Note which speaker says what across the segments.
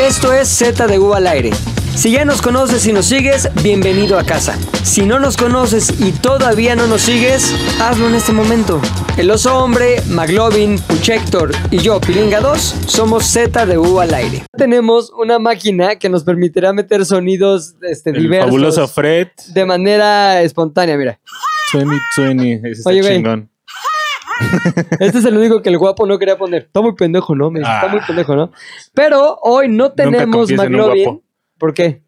Speaker 1: Esto es Z de U al aire. Si ya nos conoces y nos sigues, bienvenido a casa. Si no nos conoces y todavía no nos sigues, hazlo en este momento. El oso hombre, Maglovin, Puchector y yo, Pilinga 2, somos Z de U al aire. Tenemos una máquina que nos permitirá meter sonidos este,
Speaker 2: El
Speaker 1: diversos
Speaker 2: fabuloso Fred.
Speaker 1: de manera espontánea, mira.
Speaker 2: 2020. Ese está
Speaker 1: Oye, güey.
Speaker 2: chingón.
Speaker 1: Este es el único que el guapo no quería poner. Está muy pendejo, ¿no? Me dice, Está
Speaker 2: Ah.
Speaker 1: muy pendejo, ¿no? Pero hoy no tenemos
Speaker 2: confíes en un
Speaker 1: McLovin.
Speaker 2: guapo.
Speaker 1: ¿Por qué?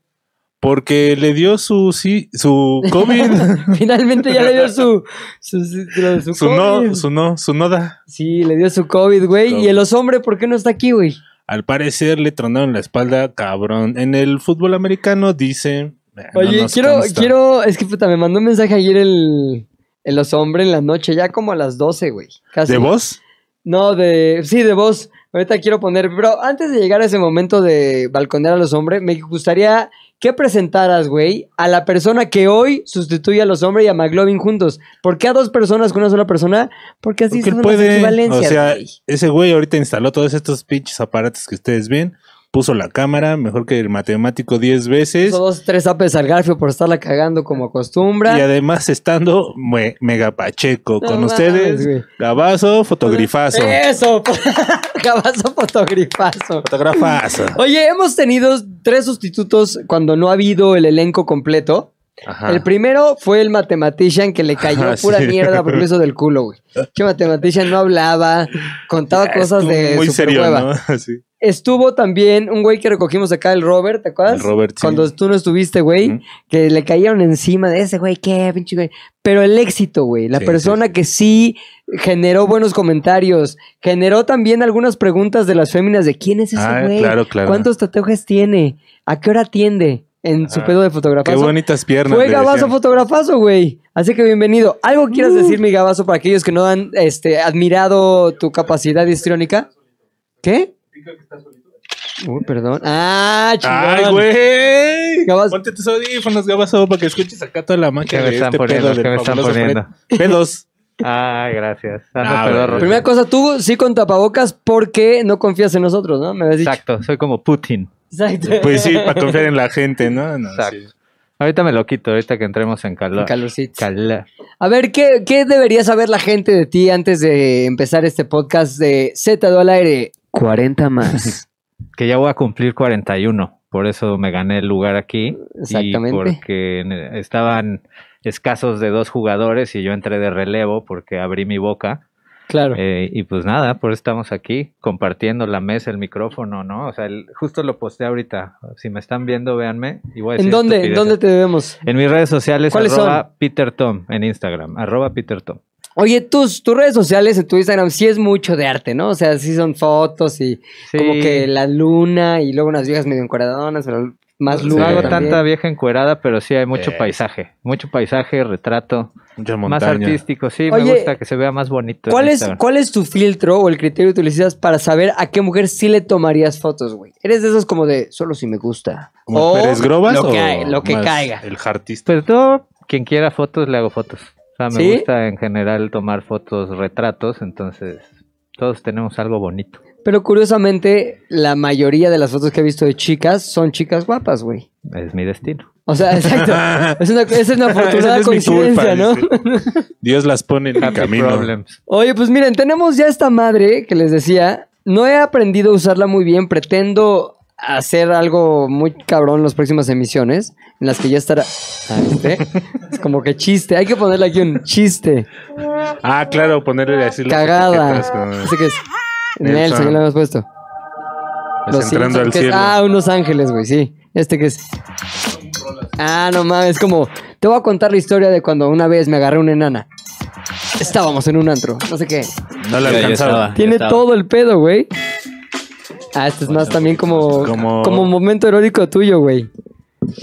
Speaker 2: Porque le dio su sí, su COVID.
Speaker 1: Finalmente ya le dio su, su, su- lo de su
Speaker 2: su
Speaker 1: COVID.
Speaker 2: no, su no, su noda.
Speaker 1: Sí, le dio su COVID, güey. Y
Speaker 2: Covid.
Speaker 1: el los hombres, ¿por qué no está aquí, güey?
Speaker 2: Al parecer le tronaron la espalda, cabrón. En el fútbol americano dice. eh, no
Speaker 1: Oye,
Speaker 2: nos
Speaker 1: quiero,
Speaker 2: consta.
Speaker 1: quiero, es que puta, me mandó un mensaje ayer el, el los hombres en la noche, ya como a las 12, güey. Casi.
Speaker 2: ¿De vos?
Speaker 1: No, de, sí, de voz. Ahorita quiero poner, bro, antes de llegar a ese momento de balconear a los hombres, me gustaría que presentaras, güey, a la persona que hoy sustituye a los hombres y a McLovin juntos. ¿Por qué a dos personas con una sola persona? Porque así
Speaker 2: Porque él
Speaker 1: son las
Speaker 2: puede. O
Speaker 1: equivalencias,
Speaker 2: sea,
Speaker 1: güey.
Speaker 2: ese güey ahorita instaló todos estos pinches aparatos que ustedes ven. Puso la cámara, mejor que el matemático 10 veces.
Speaker 1: Hizo dos, tres apes al garfio por estarla cagando como acostumbra.
Speaker 2: Y además estando me- mega pacheco
Speaker 1: No
Speaker 2: con
Speaker 1: mames, güey. Eh,
Speaker 2: ustedes. Gabazo, fotogrifazo.
Speaker 1: Eso, cabazo fotografazo.
Speaker 2: Fotografazo.
Speaker 1: Oye, hemos tenido tres sustitutos cuando no ha habido el elenco completo.
Speaker 2: Ajá.
Speaker 1: El primero fue el matematician que le cayó
Speaker 2: Ajá,
Speaker 1: pura
Speaker 2: sí.
Speaker 1: mierda porque lo hizo del culo, güey. Que matematician no hablaba, contaba
Speaker 2: Ya,
Speaker 1: cosas
Speaker 2: Ah, estuvo
Speaker 1: de
Speaker 2: Muy
Speaker 1: super
Speaker 2: serio,
Speaker 1: hueva.
Speaker 2: ¿no? Sí.
Speaker 1: Estuvo también un güey que recogimos acá, el Robert, ¿te acuerdas?
Speaker 2: El Robert, sí.
Speaker 1: Cuando tú no estuviste, güey,
Speaker 2: Ujú.
Speaker 1: que le cayeron encima de ese güey, qué pinche güey. Pero el éxito, güey, la
Speaker 2: Sí,
Speaker 1: persona que sí generó buenos comentarios, generó también algunas preguntas de las féminas de quién es ese
Speaker 2: Ah,
Speaker 1: güey,
Speaker 2: claro, claro.
Speaker 1: cuántos tatuajes tiene, a qué hora atiende en su
Speaker 2: Ajá.
Speaker 1: pedo de
Speaker 2: Qué
Speaker 1: fotografía.
Speaker 2: bonitas piernas.
Speaker 1: Fue
Speaker 2: le
Speaker 1: gabazo
Speaker 2: decían.
Speaker 1: fotografazo, güey. Así que bienvenido. ¿Algo quieras decir, mi gabazo, para aquellos que no han este, admirado tu capacidad histriónica? ¿Qué? Uy, perdón. Ah, chingón.
Speaker 2: Ay, güey.
Speaker 1: Gabazo.
Speaker 2: Ponte tus audífonos, Gabazo, para que escuches acá toda la
Speaker 3: ¿Qué
Speaker 2: magia
Speaker 3: me
Speaker 2: de
Speaker 3: están
Speaker 2: este
Speaker 3: poniendo?
Speaker 2: pedo
Speaker 3: ¿Qué
Speaker 2: del
Speaker 3: me están
Speaker 2: fabuloso Fred.
Speaker 3: poniendo?
Speaker 2: Pedos.
Speaker 3: Ah, gracias. Ando
Speaker 2: Ah,
Speaker 3: pedorro.
Speaker 2: bueno.
Speaker 1: Primera cosa, tú sí con tapabocas porque no confías en nosotros, ¿no? Me habías dicho.
Speaker 3: Exacto, soy como Putin.
Speaker 1: Exacto.
Speaker 2: Pues sí, para confiar en la gente, ¿no? No,
Speaker 3: Exacto.
Speaker 2: sí.
Speaker 3: Ahorita me lo quito, ahorita que entremos en calor.
Speaker 1: Calorcito.
Speaker 3: Calor.
Speaker 1: A ver, ¿qué, ¿qué debería saber la gente de ti antes de empezar este podcast de Z al aire? 40 más.
Speaker 3: Que ya voy a cumplir 41, por eso me gané el lugar aquí.
Speaker 1: Exactamente.
Speaker 3: Y porque ne- estaban escasos de dos jugadores y yo entré de relevo porque abrí mi boca.
Speaker 1: Claro.
Speaker 3: Eh, y pues nada, por eso estamos aquí, compartiendo la mesa, el micrófono, ¿no? O sea, el- justo lo posté ahorita. Si me están viendo, véanme. y voy a
Speaker 1: ¿En
Speaker 3: decir
Speaker 1: dónde? ¿En
Speaker 3: estupideces.
Speaker 1: dónde te debemos?
Speaker 3: En mis redes sociales,
Speaker 1: ¿Cuáles
Speaker 3: arroba Peter Tom, en Instagram, arroba Peter Tom.
Speaker 1: Oye, tus, tus redes sociales en tu Instagram sí es mucho de arte, ¿no? O sea, sí son fotos y
Speaker 3: Sí,
Speaker 1: como que la luna y luego unas viejas medio encuadradonas, pero más
Speaker 2: Sí.
Speaker 3: no
Speaker 1: luna.
Speaker 3: hago
Speaker 1: también.
Speaker 3: tanta vieja encuerada, pero sí hay mucho
Speaker 2: Eh.
Speaker 3: paisaje, mucho paisaje, retrato,
Speaker 2: Mucha
Speaker 3: más
Speaker 2: montaña.
Speaker 3: artístico, sí,
Speaker 1: Oye,
Speaker 3: me gusta que se vea más bonito. en
Speaker 1: ¿Cuál es,
Speaker 3: Instagram.
Speaker 1: ¿Cuál es tu filtro o el criterio que utilizas para saber a qué mujer sí le tomarías fotos, güey? Eres de esos como de solo si me gusta.
Speaker 2: ¿Como
Speaker 1: O
Speaker 2: Pérez Grobas
Speaker 1: Lo que,
Speaker 2: o
Speaker 1: hay- lo que
Speaker 2: más
Speaker 1: caiga.
Speaker 2: El artista.
Speaker 3: Pues yo, quien quiera fotos, le hago fotos. O sea, me
Speaker 1: ¿Sí?
Speaker 3: gusta en general tomar fotos, retratos, entonces todos tenemos algo bonito.
Speaker 1: Pero curiosamente, la mayoría de las fotos que he visto de chicas son chicas guapas, güey.
Speaker 3: Es mi destino.
Speaker 1: O sea, exacto. es una, esa es una afortunada
Speaker 2: Esa no es mi
Speaker 1: coincidencia,
Speaker 2: culpa,
Speaker 1: ¿no?
Speaker 2: dice. Dios las pone en mi
Speaker 3: Happy
Speaker 2: camino.
Speaker 3: problems.
Speaker 1: Oye, pues miren, tenemos ya esta madre que les decía. No he aprendido a usarla muy bien. Pretendo hacer algo muy cabrón en las próximas emisiones. En las que ya estará. Ah, ¿viste? Es como que chiste. Hay que ponerle aquí un chiste.
Speaker 2: Ah, claro, ponerle así las
Speaker 1: Cagada.
Speaker 2: etiquetas con-
Speaker 1: Así que es.
Speaker 2: Nelson.
Speaker 1: Nelson, ya lo hemos puesto.
Speaker 2: pues,
Speaker 1: Los
Speaker 2: entrando
Speaker 1: Simpson,
Speaker 2: al
Speaker 1: que es-
Speaker 2: cielo.
Speaker 1: ah, unos ángeles, güey, sí. Este que es. Ah, no mames, como. Te voy a contar la historia de cuando una vez me agarré una enana. Estábamos en un antro, no sé qué.
Speaker 2: no la
Speaker 3: Yo- yo
Speaker 2: alcanzaba.
Speaker 3: estaba.
Speaker 1: Tiene
Speaker 3: estaba.
Speaker 1: todo el pedo, güey. Ah, este es más también como, como...
Speaker 2: Como-
Speaker 1: momento heroico tuyo, güey.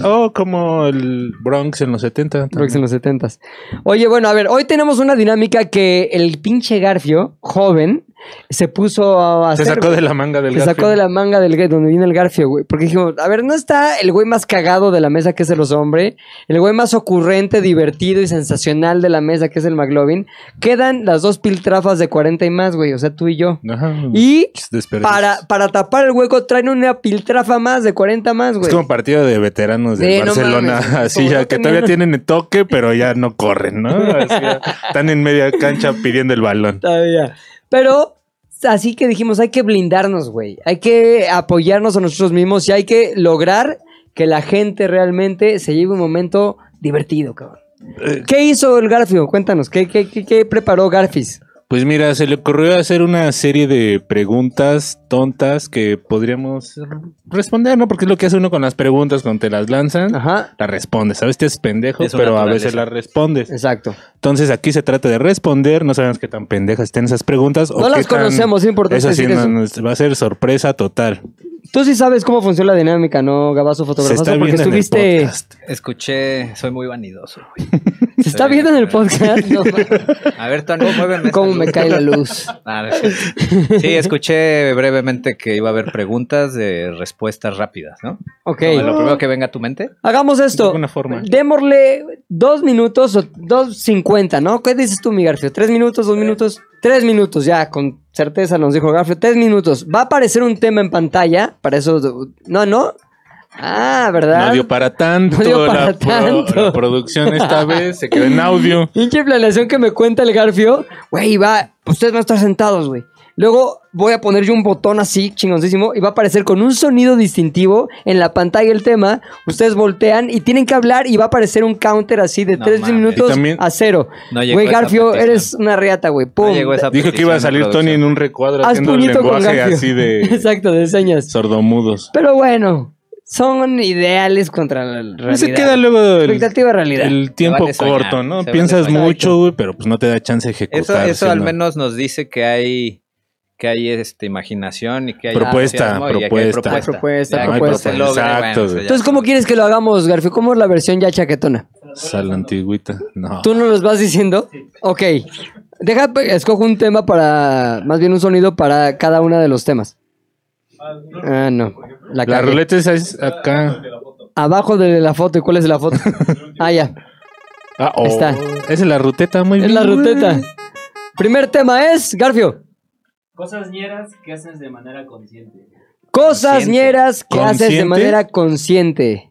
Speaker 2: Oh, como el Bronx en los 70. también.
Speaker 1: Creo que en los setentas. Oye, bueno, a ver, hoy tenemos una dinámica que el pinche Garfio, joven, se puso a
Speaker 2: Se
Speaker 1: hacer.
Speaker 2: sacó
Speaker 1: güey.
Speaker 2: de la manga del
Speaker 1: Se sacó
Speaker 2: Garfield.
Speaker 1: de la manga del güey, donde viene el Garfio, güey. Porque dijimos, a ver, ¿no está el güey más cagado de la mesa que es el hombre? El güey más ocurrente, divertido y sensacional de la mesa que es el McLovin. Quedan las dos piltrafas de 40 y más, güey. O sea, tú y yo.
Speaker 2: Ajá.
Speaker 1: Y
Speaker 2: Desperdicios.
Speaker 1: para, para tapar el hueco traen una piltrafa más de 40 más, güey.
Speaker 2: Es como partido de veteranos de
Speaker 1: Sí, no
Speaker 2: Barcelona,
Speaker 1: mames.
Speaker 2: así
Speaker 1: Como
Speaker 2: ya
Speaker 1: no
Speaker 2: que
Speaker 1: tenían-
Speaker 2: todavía tienen toque, pero ya no corren, ¿no? Así ya, están en media cancha pidiendo el balón.
Speaker 1: Todavía. Pero así que dijimos, hay que blindarnos, güey. Hay que apoyarnos a nosotros mismos y hay que lograr que la gente realmente se lleve un momento divertido, cabrón.
Speaker 2: Eh.
Speaker 1: ¿Qué hizo el Garfio? Cuéntanos, ¿qué, qué, qué- qué preparó Garfis?
Speaker 2: Pues mira, se le ocurrió hacer una serie de preguntas tontas que podríamos responder, ¿no? Porque es lo que hace uno con las preguntas cuando te las lanzan.
Speaker 1: Ajá,
Speaker 2: Las respondes, sabes, te es pendejo,
Speaker 3: Es su
Speaker 2: pero a
Speaker 3: naturaleza.
Speaker 2: veces las respondes.
Speaker 1: exacto.
Speaker 2: Entonces aquí se trata de responder, no sabemos qué tan pendejas estén esas preguntas. o
Speaker 1: No
Speaker 2: qué
Speaker 1: las
Speaker 2: tan-
Speaker 1: conocemos, es importante
Speaker 2: Eso sí,
Speaker 1: decir
Speaker 2: no-
Speaker 1: eso.
Speaker 2: nos va a ser sorpresa total.
Speaker 1: Tú sí sabes cómo funciona la dinámica, ¿no, Gabazo
Speaker 2: Se
Speaker 1: Fotografoso?
Speaker 2: está
Speaker 1: Porque
Speaker 2: viendo en el
Speaker 1: estuviste...
Speaker 2: podcast.
Speaker 3: Escuché, soy muy vanidoso. güey.
Speaker 1: se está viendo en el podcast. No, ma-
Speaker 3: A ver, Tony, muéveme.
Speaker 1: cómo me cae la luz.
Speaker 3: Ah, no es cierto. sí, escuché brevemente que iba a haber preguntas de respuestas rápidas, ¿no?
Speaker 1: Ok.
Speaker 3: Como Lo primero que venga a tu mente.
Speaker 1: Hagamos esto.
Speaker 2: De alguna forma.
Speaker 1: Démosle dos minutos o dos cincuenta, ¿no? ¿Qué dices tú, mi Garfio? ¿Tres minutos, dos minutos? Tres minutos, ya, con certeza nos dijo Garfio. Tres minutos. Va a aparecer un tema en pantalla. Para eso. No, no. Ah, ¿verdad?
Speaker 2: No dio para tanto.
Speaker 1: No dio para
Speaker 2: la, pro-
Speaker 1: tanto.
Speaker 2: la producción esta vez se quedó en audio.
Speaker 1: Pinche planeación que me cuenta el Garfio. Güey, va. Ustedes van a estar sentados, güey. Luego voy a poner yo un botón así, chingoncísimo, y va a aparecer con un sonido distintivo en la pantalla el tema. Ustedes voltean y tienen que hablar y va a aparecer un counter así de
Speaker 3: No
Speaker 1: tres
Speaker 3: mames.
Speaker 1: minutos
Speaker 2: Y también-
Speaker 1: a cero.
Speaker 3: No llegó
Speaker 1: Güey,
Speaker 3: esa
Speaker 1: Garfio,
Speaker 3: petición.
Speaker 1: eres una reata, güey.
Speaker 3: No
Speaker 1: Pum.
Speaker 3: llegó esa
Speaker 2: Dijo que iba a
Speaker 3: petición de
Speaker 2: salir Tony en
Speaker 3: producción.
Speaker 2: un recuadro
Speaker 1: Haz
Speaker 2: haciendo el
Speaker 1: puñito con
Speaker 2: lenguaje
Speaker 1: Garfio.
Speaker 2: así de
Speaker 1: Exacto, de señas.
Speaker 2: sordomudos.
Speaker 1: Pero bueno, son ideales contra la realidad.
Speaker 2: No se queda luego el,
Speaker 1: Expectativa realidad.
Speaker 2: el tiempo
Speaker 3: vale soñar,
Speaker 2: corto, ¿no?
Speaker 3: se vale
Speaker 2: Piensas
Speaker 3: soñar.
Speaker 2: mucho, güey, pero pues no te da chance de
Speaker 3: Eso,
Speaker 2: ejecutar.
Speaker 3: eso al
Speaker 2: sino-
Speaker 3: menos nos dice que hay que hay este imaginación y que hay
Speaker 2: Propuesta,
Speaker 3: entusiasmo y que hay
Speaker 2: propuesta.
Speaker 3: propuesta.
Speaker 1: Propuesta,
Speaker 3: Ya que
Speaker 1: propuesta.
Speaker 3: se logre, bueno,
Speaker 2: Exacto,
Speaker 3: eso
Speaker 2: güey.
Speaker 3: ya.
Speaker 1: Entonces, ¿cómo quieres que lo hagamos, Garfio? ¿Cómo es la versión ya chaquetona?
Speaker 2: Sal antigüita. No.
Speaker 1: ¿Tú no los vas diciendo? Ok. Deja, pe- escojo un tema para. Más bien un sonido para cada uno de los temas. Ah, no. La,
Speaker 2: La
Speaker 1: cagué.
Speaker 2: ruleta esa es acá.
Speaker 1: Abajo de la foto. ¿Y cuál es la foto? ah, ya.
Speaker 2: Ah, oh.
Speaker 1: Ahí está.
Speaker 2: Esa es la ruteta, muy
Speaker 1: Es
Speaker 2: bien.
Speaker 1: la
Speaker 2: güey.
Speaker 1: ruteta. Primer tema es, Garfio.
Speaker 4: Cosas ñeras que haces de manera consciente.
Speaker 1: Cosas
Speaker 3: Consciente.
Speaker 1: ñeras que haces de
Speaker 2: ¿Consciente?
Speaker 1: manera consciente.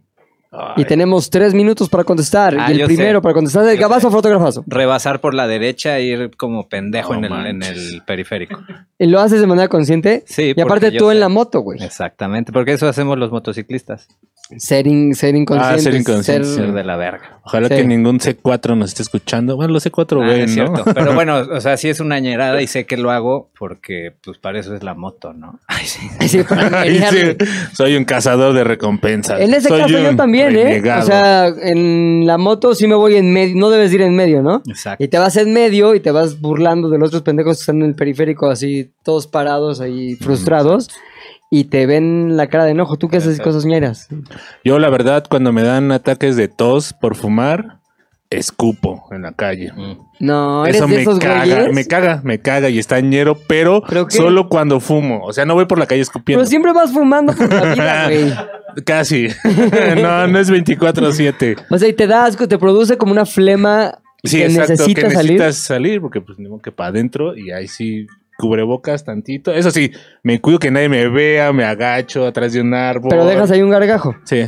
Speaker 1: Y tenemos tres minutos para contestar.
Speaker 3: Ah,
Speaker 1: y el
Speaker 3: yo
Speaker 1: primero
Speaker 3: sé.
Speaker 1: para contestar es
Speaker 3: Yo
Speaker 1: gabazo o fotografazo.
Speaker 3: Rebasar por la derecha e ir como pendejo
Speaker 2: No
Speaker 3: en, el, en
Speaker 2: manches.
Speaker 3: el periférico.
Speaker 1: Y lo haces de manera consciente.
Speaker 3: Sí,
Speaker 1: Y aparte
Speaker 3: porque yo
Speaker 1: tú en
Speaker 3: sé.
Speaker 1: la moto, güey.
Speaker 3: Exactamente, porque eso hacemos los motociclistas.
Speaker 1: Ser, in- ser inconsciente.
Speaker 2: ser inconsciente, sí.
Speaker 3: Ah, Ser de la verga.
Speaker 2: Ojalá
Speaker 1: Sí.
Speaker 2: que ningún C4 nos esté escuchando. Bueno, los C4
Speaker 3: Ah,
Speaker 2: ven,
Speaker 3: es
Speaker 2: ¿no?
Speaker 3: cierto. Pero bueno, o sea, sí es una ñerada y sé que lo hago porque, pues, para eso es la moto, ¿no? Ay, sí.
Speaker 1: Sí, para
Speaker 2: Ahí sí,
Speaker 1: pelearme.
Speaker 2: soy un cazador de recompensas.
Speaker 1: En ese
Speaker 2: Soy
Speaker 1: caso yo
Speaker 2: un
Speaker 1: también, ¿eh?
Speaker 2: renegado.
Speaker 1: O sea, en la moto sí me voy en medio, no debes ir en medio, ¿no?
Speaker 3: Exacto.
Speaker 1: Y te vas en medio y te vas burlando de los otros pendejos que están en el periférico así, todos parados ahí, frustrados, y te ven la cara de enojo. ¿Tú qué haces
Speaker 3: Exacto.
Speaker 1: cosas ñeras?
Speaker 2: Yo, la verdad, cuando me dan ataques de tos por fumar, escupo en la calle.
Speaker 3: Mm.
Speaker 1: No, eres
Speaker 2: Eso
Speaker 1: de
Speaker 2: me
Speaker 1: esos
Speaker 2: caga,
Speaker 1: güeyes.
Speaker 2: me caga, me caga y está ñero, pero,
Speaker 1: ¿Pero qué?
Speaker 2: solo cuando fumo. O sea, no voy por la calle escupiendo.
Speaker 1: Pero siempre vas fumando por la vida, güey.
Speaker 2: Casi. no, no es 24-7.
Speaker 1: O sea, y te da asco, te produce como una flema
Speaker 2: Sí,
Speaker 1: que
Speaker 2: exacto.
Speaker 1: necesitas
Speaker 2: que
Speaker 1: salir.
Speaker 2: necesitas salir, porque pues tengo que para adentro y ahí sí cubrebocas tantito. Eso sí, me cuido que nadie me vea, me agacho atrás de un árbol.
Speaker 1: Pero dejas ahí un gargajo.
Speaker 2: Sí.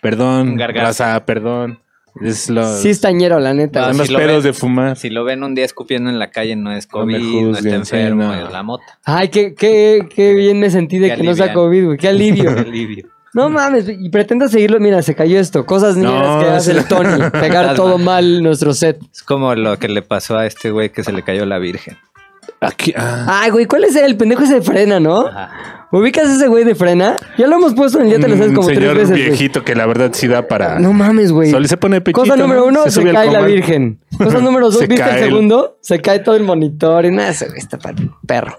Speaker 2: Perdón,
Speaker 3: Un gargazo.
Speaker 2: raza, perdón. Es lo,
Speaker 1: Sí, es tañero, la neta.
Speaker 3: Ah,
Speaker 2: son
Speaker 3: sí
Speaker 2: los
Speaker 3: lo
Speaker 2: pedos
Speaker 3: ven.
Speaker 2: de fumar.
Speaker 3: Si lo ven un día escupiendo en la calle, no es
Speaker 2: No me
Speaker 3: COVID, no, está
Speaker 2: juzguen, sí,
Speaker 3: enfermo,
Speaker 2: no.
Speaker 3: es la moto.
Speaker 1: Ay, qué, qué, qué bien me sentí de
Speaker 3: Qué
Speaker 1: que no sea
Speaker 3: alivian.
Speaker 1: COVID, güey. Qué alivio.
Speaker 3: Alivio.
Speaker 1: No mames, y pretenda seguirlo. Mira, se cayó esto. Cosas
Speaker 2: Mm. No,
Speaker 1: negras que hace
Speaker 2: sí.
Speaker 1: el Tony. Pegar
Speaker 3: Fantasma.
Speaker 1: todo mal nuestro set.
Speaker 3: Es como lo que le pasó a este güey que se le cayó la virgen.
Speaker 2: Aquí, ah,
Speaker 1: Ay, güey, ¿cuál es el pendejo ese de frena, no?
Speaker 3: Ajá.
Speaker 1: ¿Ubicas ese güey de frena? Ya lo hemos puesto en el Ah, Ya te lo sabes
Speaker 2: un
Speaker 1: como tres
Speaker 2: Mm, señor
Speaker 1: veces. güey.
Speaker 2: viejito que la verdad sí da para.
Speaker 1: No mames, güey.
Speaker 2: Solo se pone pechito.
Speaker 1: Cosa número
Speaker 2: ¿no?
Speaker 1: uno, se,
Speaker 2: sube al
Speaker 1: cae la
Speaker 2: comal.
Speaker 1: virgen. Cosa número dos,
Speaker 2: Se
Speaker 1: ¿viste el
Speaker 2: cae el-
Speaker 1: segundo? Se cae todo el monitor y nada, ese güey está para el perro.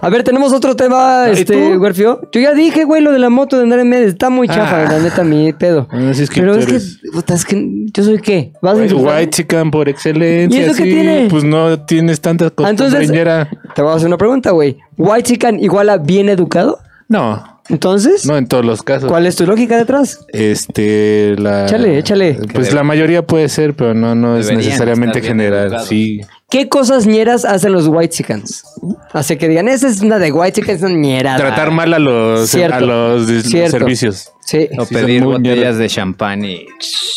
Speaker 1: A ver, tenemos otro tema,
Speaker 2: ¿Y
Speaker 1: este,
Speaker 2: tú?
Speaker 1: Guerfio. Yo ya dije, güey, lo de la moto de andar en medio. Está muy chafa,
Speaker 2: Ah.
Speaker 1: la neta, mi pedo.
Speaker 2: Ah, sí, es que
Speaker 1: Pero
Speaker 2: tú
Speaker 1: es que,
Speaker 2: eres-
Speaker 1: puta, es que, ¿yo soy qué? ¿Vas a
Speaker 2: Pues, White,
Speaker 1: insultar?
Speaker 2: white chicken por excelencia.
Speaker 1: ¿Y eso qué
Speaker 2: sí,
Speaker 1: tiene?
Speaker 2: Pues no tienes tanta
Speaker 1: Ah,
Speaker 2: costumbre
Speaker 1: Entonces,
Speaker 2: ñera.
Speaker 1: Te voy a hacer una pregunta, güey. ¿White chican igual a bien educado?
Speaker 2: No,
Speaker 1: Entonces,
Speaker 2: no en todos los casos.
Speaker 1: ¿cuál es tu lógica detrás?
Speaker 2: Este, la.
Speaker 1: Échale, échale.
Speaker 2: Pues la mayoría puede ser, pero no, no es
Speaker 4: Deberían
Speaker 2: necesariamente
Speaker 4: estar bien
Speaker 2: general.
Speaker 4: educados.
Speaker 2: Sí.
Speaker 1: ¿Qué cosas ñeras hacen los white chicans? Así que digan, esa es una de white chicans, es una ñera.
Speaker 2: Tratar mal a los,
Speaker 1: Cierto.
Speaker 2: a los dis-
Speaker 1: Cierto.
Speaker 2: servicios.
Speaker 1: Sí.
Speaker 2: No.
Speaker 5: O
Speaker 2: Sí, son
Speaker 5: pedir
Speaker 2: muy
Speaker 5: botellas
Speaker 2: ñeros.
Speaker 5: de champán y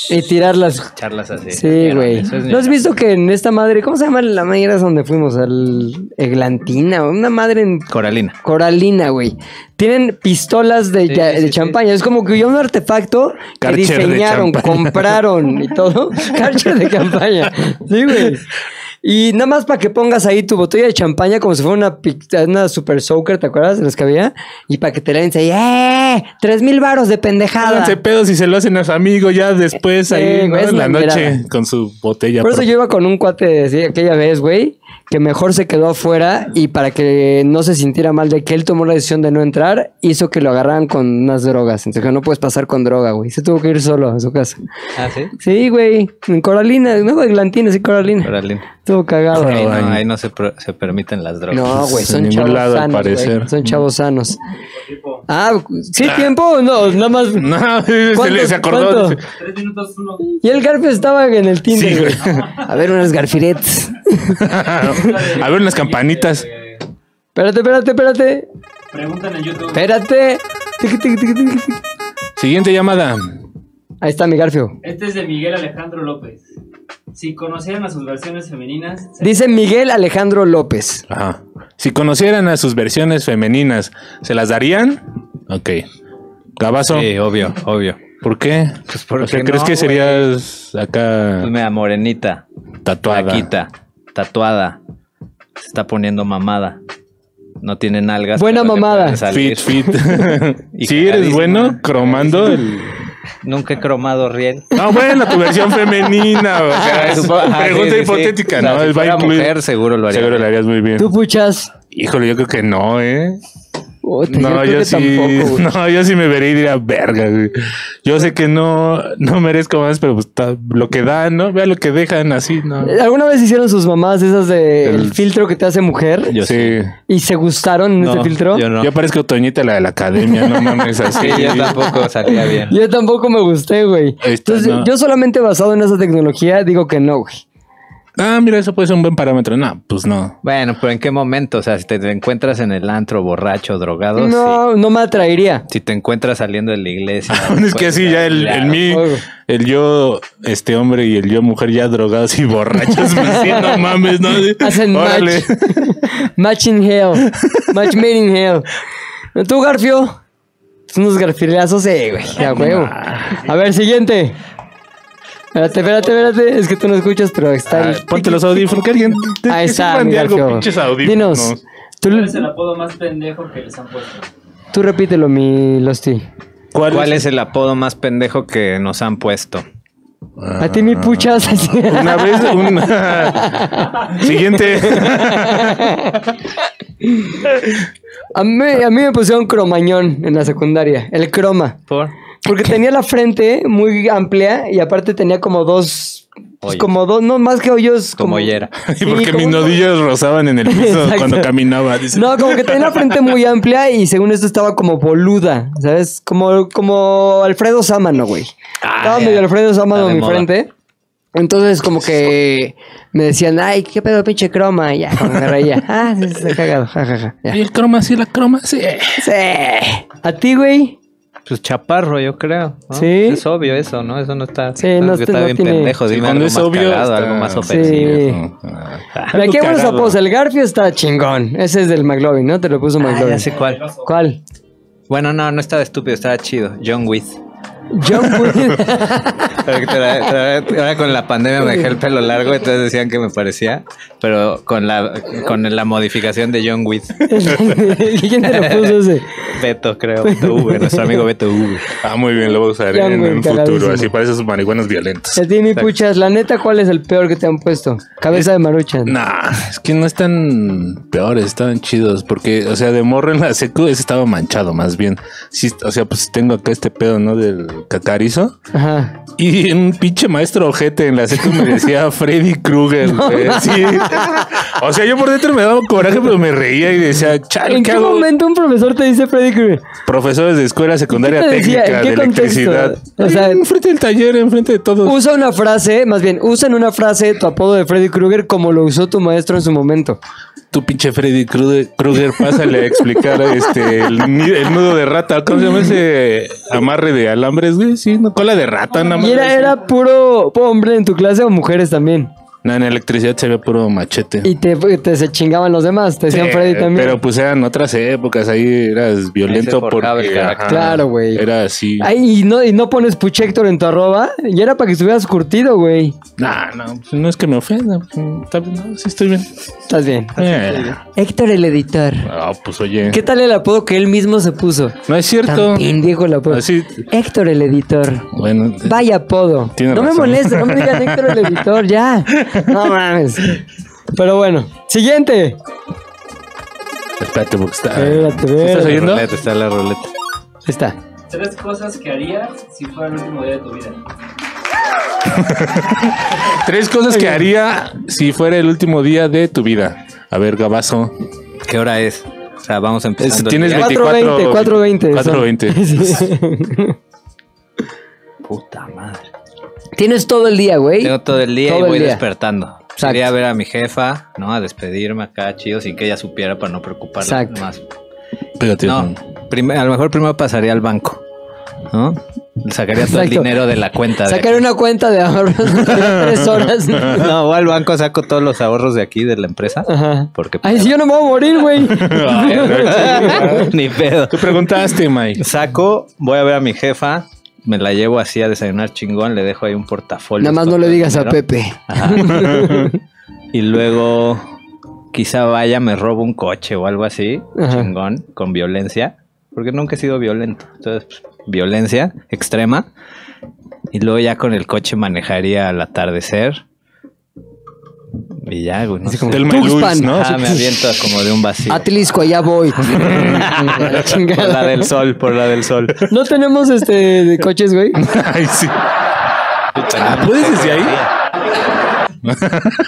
Speaker 1: Y tirarlas.
Speaker 5: charlas así.
Speaker 1: Sí, güey.
Speaker 5: Eso es
Speaker 1: ¿No has visto que en esta madre, ¿cómo se llama la manera donde fuimos? Al Eglantina, una madre en
Speaker 5: Coralina.
Speaker 1: Coralina, güey. Tienen pistolas de, ya- de champaña. Es como que ya un artefacto que
Speaker 2: Karcher de
Speaker 1: diseñaron,
Speaker 2: champaña.
Speaker 1: compraron y todo. Carcher de campaña. Sí, güey. Y nada más para que pongas ahí tu botella de champaña como si fuera una, pic- una super soaker, ¿te acuerdas? De las que había. Y para que te la den ahí, ¡eh! ¡Tres mil varos de pendejada!
Speaker 2: Háganse pedos y se lo hacen a su amigo ya después
Speaker 1: Sí,
Speaker 2: ahí ¿no?
Speaker 1: güey, Eh, es
Speaker 2: en la
Speaker 1: una
Speaker 2: noche
Speaker 1: mirada.
Speaker 2: con su botella.
Speaker 1: Por eso
Speaker 2: propia.
Speaker 1: yo iba con un cuate sí, aquella vez, güey, que mejor se quedó afuera y para que no se sintiera mal de que él tomó la decisión de no entrar, hizo que lo agarraran con unas drogas. Entonces, que no puedes pasar con droga, güey. Se tuvo que ir solo a su casa.
Speaker 5: Ah, sí.
Speaker 1: Sí, güey, en Coralina, no, Eglantina, sí, Coralina.
Speaker 5: Coralina.
Speaker 1: Estuvo cagado.
Speaker 5: Ahí no,
Speaker 2: bueno.
Speaker 5: ahí no se, pro- se permiten las drogas.
Speaker 1: No, güey,
Speaker 2: En
Speaker 1: son
Speaker 2: ningún
Speaker 1: chavos
Speaker 2: lado, al
Speaker 1: sanos, güey.
Speaker 2: parecer. Mm.
Speaker 1: Son chavos sanos. Ah, ¿sí tiempo? No, nada más.
Speaker 2: No, se, le- Mm. se acordó.
Speaker 1: ¿Cuánto?
Speaker 4: Tres minutos uno.
Speaker 1: Y el Garfio estaba en el Tinder,
Speaker 2: Sí,
Speaker 1: güey.
Speaker 2: güey.
Speaker 1: A ver, unas garfiretes.
Speaker 2: a ver unas campanitas.
Speaker 4: Eh,
Speaker 1: Espérate, espérate, espérate.
Speaker 4: preguntan en YouTube.
Speaker 1: Espérate. Tic, tic, tic, tic, tic.
Speaker 2: Siguiente llamada.
Speaker 1: Ahí está mi Garfio.
Speaker 4: Este es de Miguel Alejandro López. Si conocieran a sus versiones femeninas, se-
Speaker 1: Dice Miguel Alejandro López.
Speaker 2: Ajá. Si conocieran a sus versiones femeninas, ¿se las darían? Ok. Gabazo,
Speaker 5: Sí, obvio, obvio.
Speaker 2: ¿por qué?
Speaker 5: Pues porque
Speaker 2: O sea, ¿crees
Speaker 5: no,
Speaker 2: que
Speaker 5: güey.
Speaker 2: serías acá
Speaker 5: Pues mira, morenita,
Speaker 2: tatuada?
Speaker 5: taquita, tatuada, se está poniendo mamada. No tiene nalgas.
Speaker 1: Buena
Speaker 5: pero le
Speaker 1: mamada.
Speaker 5: pueden salir.
Speaker 2: Fit, fit.
Speaker 5: Y
Speaker 2: sí, eres
Speaker 5: cagadísima.
Speaker 2: bueno cromando el...
Speaker 5: Nunca he cromado riel.
Speaker 2: No, bueno, tu versión femenina. O sea, Ah, es
Speaker 5: Supo- ajá,
Speaker 2: pregunta
Speaker 5: ah, sí, sí,
Speaker 2: hipotética,
Speaker 5: sí. O sea,
Speaker 2: ¿no?
Speaker 5: si
Speaker 2: Él va a
Speaker 5: fuera
Speaker 2: incluir-
Speaker 5: mujer, seguro lo haría.
Speaker 2: Seguro la harías muy bien.
Speaker 1: Tú puchas.
Speaker 2: Híjole, yo creo que no, ¿eh?
Speaker 1: Puta,
Speaker 2: No,
Speaker 1: creo
Speaker 2: yo
Speaker 1: que
Speaker 2: sí.
Speaker 1: tampoco, güey.
Speaker 2: no, yo sí me vería y diría, verga, güey. Yo sé que no, no merezco más, pero pues, ta- lo que dan, ¿no? Vea lo que dejan así, ¿no?
Speaker 1: ¿Alguna vez hicieron sus mamás esas de
Speaker 2: El-
Speaker 1: el filtro que te hace mujer?
Speaker 5: Yo
Speaker 2: sí.
Speaker 1: ¿Y se gustaron en ese
Speaker 5: No,
Speaker 1: filtro?
Speaker 5: Yo no.
Speaker 2: Yo parezco Toñita, la de la academia, no mames así.
Speaker 5: Sí, yo tampoco salía bien.
Speaker 1: Yo tampoco me gusté, güey.
Speaker 2: Ahí está,
Speaker 1: Entonces,
Speaker 2: no.
Speaker 1: yo solamente basado en esa tecnología digo que no, güey.
Speaker 2: Ah, mira, eso puede ser un buen parámetro. No, pues no.
Speaker 5: Bueno, pero ¿en qué momento? O sea, si te encuentras en el antro borracho,
Speaker 2: Oh,
Speaker 5: drogado, sí.
Speaker 1: No, no me atraería.
Speaker 5: Si te encuentras saliendo de la iglesia. pues,
Speaker 2: es que así ya el, el mí,
Speaker 1: Claro.
Speaker 2: el yo, este hombre y el yo mujer ya drogados y borrachos, pues sí, no mames, ¿no?
Speaker 1: Hacen
Speaker 2: Órale.
Speaker 1: match. match in hell. Match made in hell. Tú, Garfio. Son Unos garfilazos, eh, güey. A huevo. A ver, siguiente. Espérate, espérate, espérate. Es que tú no escuchas, pero está
Speaker 2: Ah,
Speaker 1: el-
Speaker 2: ponte los audífonos, que alguien te-
Speaker 1: Ahí
Speaker 2: que
Speaker 1: está,
Speaker 2: sirvan
Speaker 1: mi
Speaker 2: de algo,
Speaker 1: Garfio.
Speaker 2: pinches audífonos.
Speaker 1: Dinos. Tú,
Speaker 4: ¿cuál es el apodo más pendejo que les han puesto?
Speaker 1: tú repítelo, mi Losti.
Speaker 2: ¿Cuál,
Speaker 5: ¿Cuál es el apodo más pendejo que nos han puesto?
Speaker 1: A ti,
Speaker 2: Ah.
Speaker 1: mi puchas.
Speaker 2: Una vez, una. Siguiente.
Speaker 1: A mí, a mí me pusieron cromañón en la secundaria. El croma.
Speaker 5: ¿Por?
Speaker 1: Porque tenía la frente muy amplia y aparte tenía como dos. pues,
Speaker 5: Hoyos.
Speaker 1: como dos, no más que hoyos.
Speaker 5: Como hiera.
Speaker 2: Y
Speaker 1: Sí,
Speaker 2: porque
Speaker 1: como
Speaker 2: mis
Speaker 1: un-
Speaker 2: nodillos rozaban en el piso
Speaker 1: Exacto.
Speaker 2: cuando caminaba. dice.
Speaker 1: No, como que tenía la frente muy amplia y según esto estaba como boluda, ¿sabes? Como, como Alfredo Sámano, güey.
Speaker 5: Ah,
Speaker 1: estaba
Speaker 5: ya.
Speaker 1: medio Alfredo Sámano
Speaker 5: Está de
Speaker 1: en mi
Speaker 5: moda.
Speaker 1: frente. Entonces, como que me decían, ay, qué pedo, pinche croma. Y ya, como que reía. Ah, sí, sí, está cagado. Ja, ja, ja. Ya.
Speaker 2: Y el croma sí, la croma sí.
Speaker 1: Sí. ¿A ti, güey?
Speaker 5: Pues chaparro, yo creo. ¿no?
Speaker 1: Sí.
Speaker 5: Es obvio eso, ¿no? Eso no está.
Speaker 1: Sí, no
Speaker 5: está,
Speaker 1: está- no
Speaker 5: bien
Speaker 1: tiene-
Speaker 5: pendejo.
Speaker 2: Sí,
Speaker 5: Dime
Speaker 2: cuando
Speaker 5: algo
Speaker 2: es
Speaker 5: más
Speaker 2: obvio,
Speaker 5: cagado,
Speaker 2: está-
Speaker 5: algo más
Speaker 1: Sí.
Speaker 5: ofensivo.
Speaker 1: Pero aquí hay buenos
Speaker 2: cagado.
Speaker 1: apodos. El Garfio está chingón. Ese es del McLovin, ¿no? Te lo puso
Speaker 5: Ah,
Speaker 1: McLovin.
Speaker 5: ya sé cuál.
Speaker 1: ¿Cuál?
Speaker 5: Bueno, no, no estaba estúpido, estaba chido. John With.
Speaker 1: John Wood.
Speaker 5: Ahora con la pandemia me dejé el pelo largo, entonces decían que me parecía, pero con la con la modificación de John With.
Speaker 1: ¿Quién te lo puso ese?
Speaker 5: Beto, creo. Beto V, nuestro amigo Beto V.
Speaker 2: Ah, muy bien, lo voy a usar
Speaker 1: Ya,
Speaker 2: en
Speaker 1: güey,
Speaker 2: un
Speaker 1: cagadísimo.
Speaker 2: futuro. Así para esos marihuanos violentos.
Speaker 1: A ti, mi puchas, la neta, ¿cuál es el peor que te han puesto? Cabeza de marucha.
Speaker 2: Nah, es que no están peores, están chidos. Porque, o sea, de morro en la secu ese estaba manchado, más bien. Sí, o sea, pues tengo acá este pedo, ¿no? Del Catarizo.
Speaker 1: Ajá.
Speaker 2: Y un pinche maestro ojete en la secu me decía Freddy Krueger, güey. sí. O sea, yo por dentro me daba coraje, pero me reía y decía, chale,
Speaker 1: ¿En
Speaker 2: ¿qué
Speaker 1: qué
Speaker 2: hago?
Speaker 1: momento un profesor te dice Freddy Krueger?
Speaker 2: Profesores de escuela secundaria
Speaker 1: ¿Qué te decía?
Speaker 2: técnica
Speaker 1: ¿En
Speaker 2: de
Speaker 1: qué contexto?
Speaker 2: electricidad.
Speaker 1: O sea-
Speaker 2: enfrente del taller, enfrente de todos.
Speaker 1: Usa una frase, más bien, usa en una frase tu apodo de Freddy Krueger como lo usó tu maestro en su momento.
Speaker 2: Tu pinche Freddy Krude- Krueger, pásale a explicar este el, ni- el nudo de rata. ¿Cómo se llama ese amarre de alambres, güey? Sí, no, cola de rata, nada más.
Speaker 1: ¿Y era, era puro hombre en tu clase o mujeres también?
Speaker 2: No, en electricidad se ve puro machete.
Speaker 1: Y te, te se chingaban los demás, te decían
Speaker 2: Sí,
Speaker 1: Freddy también.
Speaker 2: Pero pues eran otras épocas, ahí eras
Speaker 5: Ahí se
Speaker 2: violento porque...
Speaker 5: forjaba el carácter.
Speaker 2: ajá,
Speaker 1: Claro, güey.
Speaker 2: Era así.
Speaker 1: Ay, y no, y no pones Puchector en tu arroba, y era para que estuvieras curtido, güey.
Speaker 2: Nah, no, pues, no es que me ofenda. pues, está bien, no, sí estoy bien.
Speaker 1: Estás bien.
Speaker 2: Eh,
Speaker 1: Héctor el editor.
Speaker 2: ah, pues oye.
Speaker 1: ¿Qué tal el apodo que él mismo se puso?
Speaker 2: No es cierto. Ah,
Speaker 1: Tan pendejo el apodo.
Speaker 2: Así,
Speaker 1: Héctor el editor.
Speaker 2: bueno, eh,
Speaker 1: Vaya apodo.
Speaker 2: Tiene
Speaker 1: no me
Speaker 2: razón.
Speaker 1: molestes, no me digas Héctor el editor, ya. No mames. Pero bueno, siguiente.
Speaker 2: espérate porque está...
Speaker 1: Espérate,
Speaker 2: ¿Sí ¿Estás
Speaker 1: espérate.
Speaker 2: oyendo?
Speaker 5: Ruleta, está la ruleta.
Speaker 1: Ahí Está.
Speaker 4: Tres cosas que harías si fuera el último día de tu vida.
Speaker 2: Tres cosas que haría si fuera el último día de tu vida. A ver, Gabazo.
Speaker 5: ¿Qué hora es? O sea, vamos empezando.
Speaker 1: Este,
Speaker 2: Es-
Speaker 5: el
Speaker 2: tienes
Speaker 5: día.
Speaker 1: 420, 420.
Speaker 2: 420.
Speaker 5: Puta madre.
Speaker 1: Tienes todo el día, güey.
Speaker 5: Tengo todo el día
Speaker 1: Todo
Speaker 5: y
Speaker 1: el
Speaker 5: voy
Speaker 1: día.
Speaker 5: despertando.
Speaker 1: Exacto.
Speaker 5: Quería ver a mi jefa, ¿no? A despedirme acá, chido, sin que ella supiera para no preocuparla
Speaker 1: Exacto.
Speaker 5: más.
Speaker 2: Pégate,
Speaker 5: No,
Speaker 2: Juan.
Speaker 5: prim- a lo mejor primero pasaría al banco, ¿no? Sacaría todo el
Speaker 1: Exacto.
Speaker 5: dinero de la cuenta. de
Speaker 1: Sacar
Speaker 5: aquí.
Speaker 1: una cuenta de ahorros de tres horas.
Speaker 5: No, voy al banco, saco todos los ahorros de aquí de la empresa.
Speaker 1: Ajá.
Speaker 5: Porque
Speaker 1: Ay, si yo no me voy a morir, güey.
Speaker 5: ni pedo.
Speaker 2: Tú preguntaste, Mike.
Speaker 5: Saco, voy a ver a mi jefa, me la llevo así a desayunar chingón, le dejo ahí un portafolio.
Speaker 1: Nada más no le digas a
Speaker 5: Dinero.
Speaker 1: Pepe.
Speaker 5: Y luego quizá vaya, me robo un coche o algo así,
Speaker 1: Ajá.
Speaker 5: chingón, con violencia, porque nunca he sido violento. Entonces, pues, violencia extrema. Y luego ya con el coche manejaría al atardecer. Y ya, güey. no sé.
Speaker 2: Del
Speaker 1: Tuxpan.
Speaker 2: Melus, ¿no?
Speaker 5: Ah, me aviento como de un vacío.
Speaker 1: Atlisco, allá voy. La
Speaker 5: Por la
Speaker 1: Ah, chingada.
Speaker 5: del sol, por la del sol.
Speaker 1: No tenemos este de coches, güey.
Speaker 2: Ay, sí. Ah, ¿Puedes desde
Speaker 1: ¿Eh?
Speaker 2: ahí?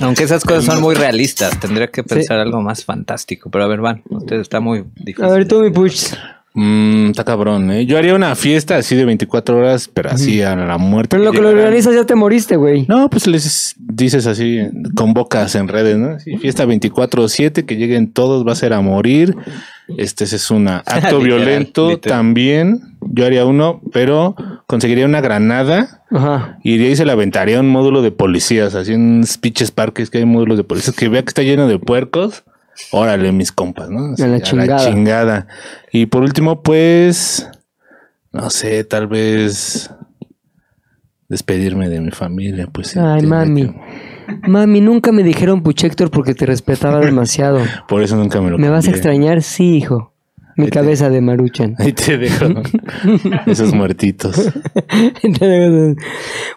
Speaker 5: Aunque esas cosas son muy realistas, tendría que pensar algo más fantástico. Pero a ver, van, ustedes está muy difícil.
Speaker 1: A ver, tú, mi push.
Speaker 2: Mmm, está cabrón, ¿eh? Yo haría una fiesta así de 24 horas, pero así a la muerte.
Speaker 1: Pero lo que lo
Speaker 2: Llegarán.
Speaker 1: organizas ya te moriste, güey.
Speaker 2: No, pues les dices así, convocas en redes, ¿no? Así, fiesta 24-7, que lleguen todos, va a ser a morir. Este ese es un acto
Speaker 5: Literal,
Speaker 2: violento
Speaker 5: literal.
Speaker 2: también. Yo haría uno, pero conseguiría una granada.
Speaker 1: Ajá.
Speaker 2: Iría y se la aventaría a un módulo de policías, así en pinches parques que hay módulos de policías, que vea que está lleno de puercos. Órale, mis compas, ¿no? Así,
Speaker 1: A la chingada.
Speaker 2: chingada. Y por último, pues, no sé, tal vez despedirme de mi familia, pues. sí,
Speaker 1: Ay,
Speaker 2: tiene
Speaker 1: mami.
Speaker 2: que-
Speaker 1: Mami, nunca me dijeron Puchector porque te respetaba demasiado.
Speaker 2: Por eso nunca me lo
Speaker 1: ¿Me vas a
Speaker 2: cambié.
Speaker 1: extrañar? Sí, hijo. Mi
Speaker 2: Vete.
Speaker 1: cabeza de maruchan.
Speaker 2: Ahí te dejo esos muertitos.
Speaker 1: Entonces,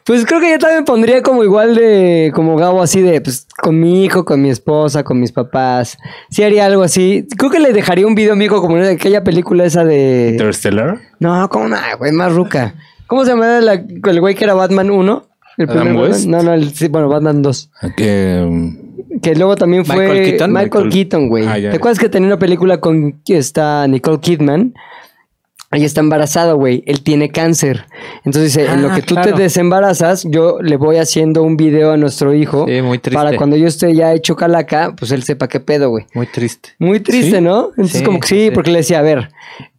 Speaker 1: pues creo que yo también pondría como igual de, como Gabo, así de, pues con mi hijo, con mi esposa, con mis papás. Sí haría algo así. Creo que le dejaría un video a mi hijo como en aquella película esa de...
Speaker 2: ¿Interstellar?
Speaker 1: No, como una, güey, más ruca. ¿Cómo se llamaba la- el güey que era Batman 1? ¿El
Speaker 2: Adam
Speaker 1: primer
Speaker 2: West?
Speaker 1: Batman? No, no, el- sí, bueno, Batman 2.
Speaker 2: ¿A qué, um,
Speaker 1: Que luego también fue
Speaker 5: ¿Michael Keaton?
Speaker 1: Michael
Speaker 5: Michael-
Speaker 1: Keaton, güey.
Speaker 2: Ah, ya.
Speaker 1: ¿Te acuerdas que tenía una película con que está Nicole Kidman? Ella está embarazada, güey. Él tiene cáncer. Entonces dice, en lo
Speaker 5: Ah,
Speaker 1: que tú
Speaker 5: claro.
Speaker 1: te desembarazas, yo le voy haciendo un video a nuestro hijo.
Speaker 5: Sí, muy triste.
Speaker 1: Para cuando yo esté ya hecho calaca, pues él sepa qué pedo, güey.
Speaker 5: Muy triste.
Speaker 1: Muy triste,
Speaker 2: Sí.
Speaker 1: ¿no? Entonces,
Speaker 5: Sí,
Speaker 1: como que
Speaker 5: sí,
Speaker 1: sí,
Speaker 5: sí.
Speaker 1: porque le decía, a ver,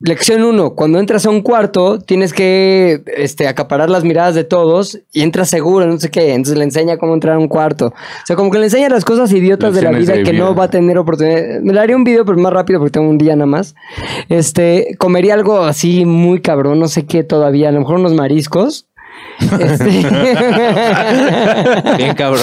Speaker 1: lección uno, cuando entras a un cuarto, tienes que este, acaparar las miradas de todos y entras seguro, no sé qué. Entonces le enseña cómo entrar a un cuarto. O sea, como que le enseña las cosas idiotas de la
Speaker 2: Lecciones
Speaker 1: vida
Speaker 2: de
Speaker 1: que
Speaker 2: vida.
Speaker 1: no va a tener oportunidad. Me la haría un video, pero más rápido porque tengo un día nada más. Este, comería algo así muy cabrón, no sé qué todavía, a lo mejor unos mariscos. Este,
Speaker 5: Bien cabrón.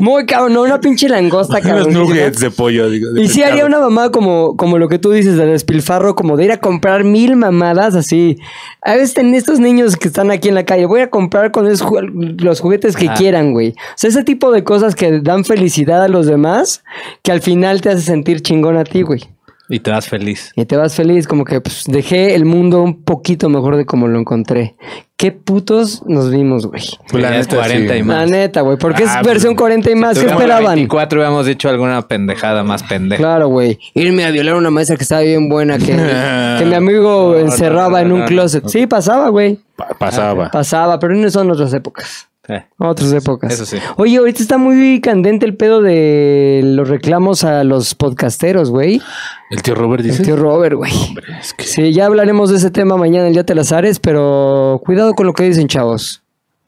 Speaker 1: muy cabrón, no, una pinche langosta,
Speaker 2: Unos
Speaker 1: cabrón.
Speaker 2: nuggets de pollo. Digo, de
Speaker 1: Y sí haría una mamada como, como lo que tú dices del despilfarro, como de ir a comprar mil mamadas así. A veces en estos niños que están aquí en la calle, voy a comprar con esos ju- los juguetes que
Speaker 5: Ah.
Speaker 1: quieran, güey. O sea, ese tipo de cosas que dan felicidad a los demás, que al final te hace sentir chingón a ti, güey.
Speaker 5: Y te vas feliz.
Speaker 1: Y te vas feliz, como que pues, dejé el mundo un poquito mejor de como lo encontré. ¿Qué putos nos vimos, güey.
Speaker 5: Pues La
Speaker 2: Tenías
Speaker 5: neta,
Speaker 2: 40
Speaker 5: sí.
Speaker 2: y más.
Speaker 1: La
Speaker 5: más.
Speaker 1: neta, güey. Porque
Speaker 2: Ah,
Speaker 1: es versión
Speaker 2: pues,
Speaker 1: 40 y más.
Speaker 5: Si
Speaker 1: ¿Qué
Speaker 5: tuviéramos la
Speaker 1: esperaban?
Speaker 5: 24 hubiéramos dicho alguna pendejada más pendeja.
Speaker 1: Claro, güey. Irme a violar a una maestra que estaba bien buena, que, que mi amigo
Speaker 5: No,
Speaker 1: encerraba
Speaker 5: no, no,
Speaker 1: en un
Speaker 5: no.
Speaker 1: closet. Sí, pasaba, güey.
Speaker 2: Pa-
Speaker 1: Ah,
Speaker 2: pasaba.
Speaker 1: Pasaba, pero no son otras épocas.
Speaker 5: Eh,
Speaker 1: Otras épocas.
Speaker 5: eso sí.
Speaker 1: Oye, ahorita está muy candente el pedo de los reclamos a los podcasteros, güey.
Speaker 2: El tío Robert
Speaker 1: El
Speaker 2: dice.
Speaker 1: tío Robert, güey. Sí, ya hablaremos de ese tema mañana en el Día de las Ares, pero cuidado con lo que dicen, chavos.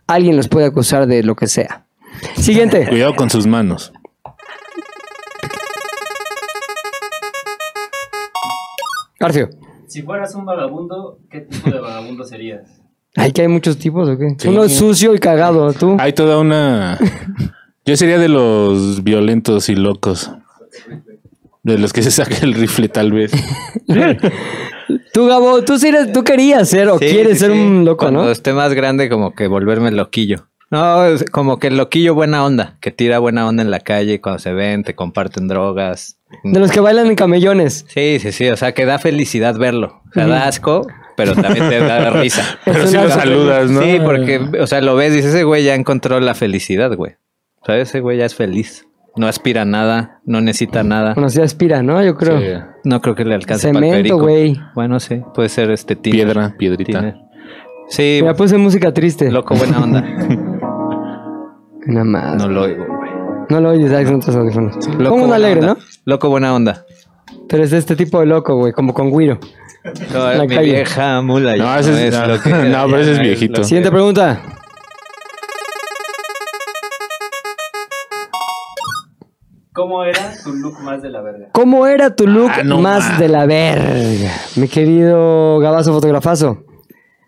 Speaker 1: Alguien los puede acusar de lo que sea. Siguiente.
Speaker 2: Cuidado con sus manos.
Speaker 1: Garfio.
Speaker 4: Si fueras un vagabundo, ¿qué tipo de vagabundo serías?
Speaker 1: Ay, que hay muchos tipos, ¿o qué? Uno es sucio y cagado, tú.
Speaker 2: Hay toda una. Yo sería de los violentos y locos. De los que se saca el rifle, tal vez.
Speaker 1: Tú, Gabo, tú, sí eres- tú querías ser o
Speaker 5: Sí,
Speaker 1: quieres
Speaker 5: sí,
Speaker 1: ser
Speaker 5: sí.
Speaker 1: un loco,
Speaker 5: Cuando
Speaker 1: ¿no?
Speaker 5: esté más grande, como que volverme loquillo. No, es como que el loquillo buena onda, que tira buena onda en la calle cuando se ven, te comparten drogas.
Speaker 1: De los que bailan en camellones.
Speaker 5: Sí, sí, sí, o sea, que da felicidad verlo. O sea, da asco, pero también te da risa.
Speaker 2: Pero
Speaker 1: Es
Speaker 2: si
Speaker 1: una-
Speaker 2: lo saludas, ¿no?
Speaker 1: Ah.
Speaker 5: Sí, porque, o sea, lo ves y dices, ese güey ya encontró la felicidad, güey. O sea, ese güey ya es feliz. No aspira a nada, no necesita nada.
Speaker 1: Bueno, sí aspira, ¿no? Yo creo.
Speaker 5: No creo que le alcance para el
Speaker 1: Cemento,
Speaker 5: perico.
Speaker 1: güey.
Speaker 5: Bueno, sí, puede ser este Tinder.
Speaker 2: Piedra, piedrita.
Speaker 5: Tinder. Sí, pues,
Speaker 1: Me puse música triste.
Speaker 5: loco, buena onda.
Speaker 1: Nada más.
Speaker 5: No lo oigo, güey.
Speaker 1: No lo oyes, Alex, no tus audífonos.
Speaker 5: Loco,
Speaker 1: Como un
Speaker 5: buena
Speaker 1: alegre,
Speaker 5: onda.
Speaker 1: ¿no?
Speaker 5: Loco, buena onda.
Speaker 1: Pero es de este tipo de loco, güey, como con Guiro.
Speaker 5: No,
Speaker 1: La
Speaker 5: mi
Speaker 1: calle.
Speaker 5: vieja mula. ya
Speaker 2: No, ese es- no, no, pero ese es
Speaker 5: ya
Speaker 2: viejito.
Speaker 5: lo que-
Speaker 1: Siguiente pregunta.
Speaker 4: ¿Cómo era tu look más de la verga?
Speaker 1: ¿Cómo era tu look
Speaker 2: Ah, no
Speaker 1: más
Speaker 2: ma.
Speaker 1: de la verga? Mi querido Gabazo Fotografazo.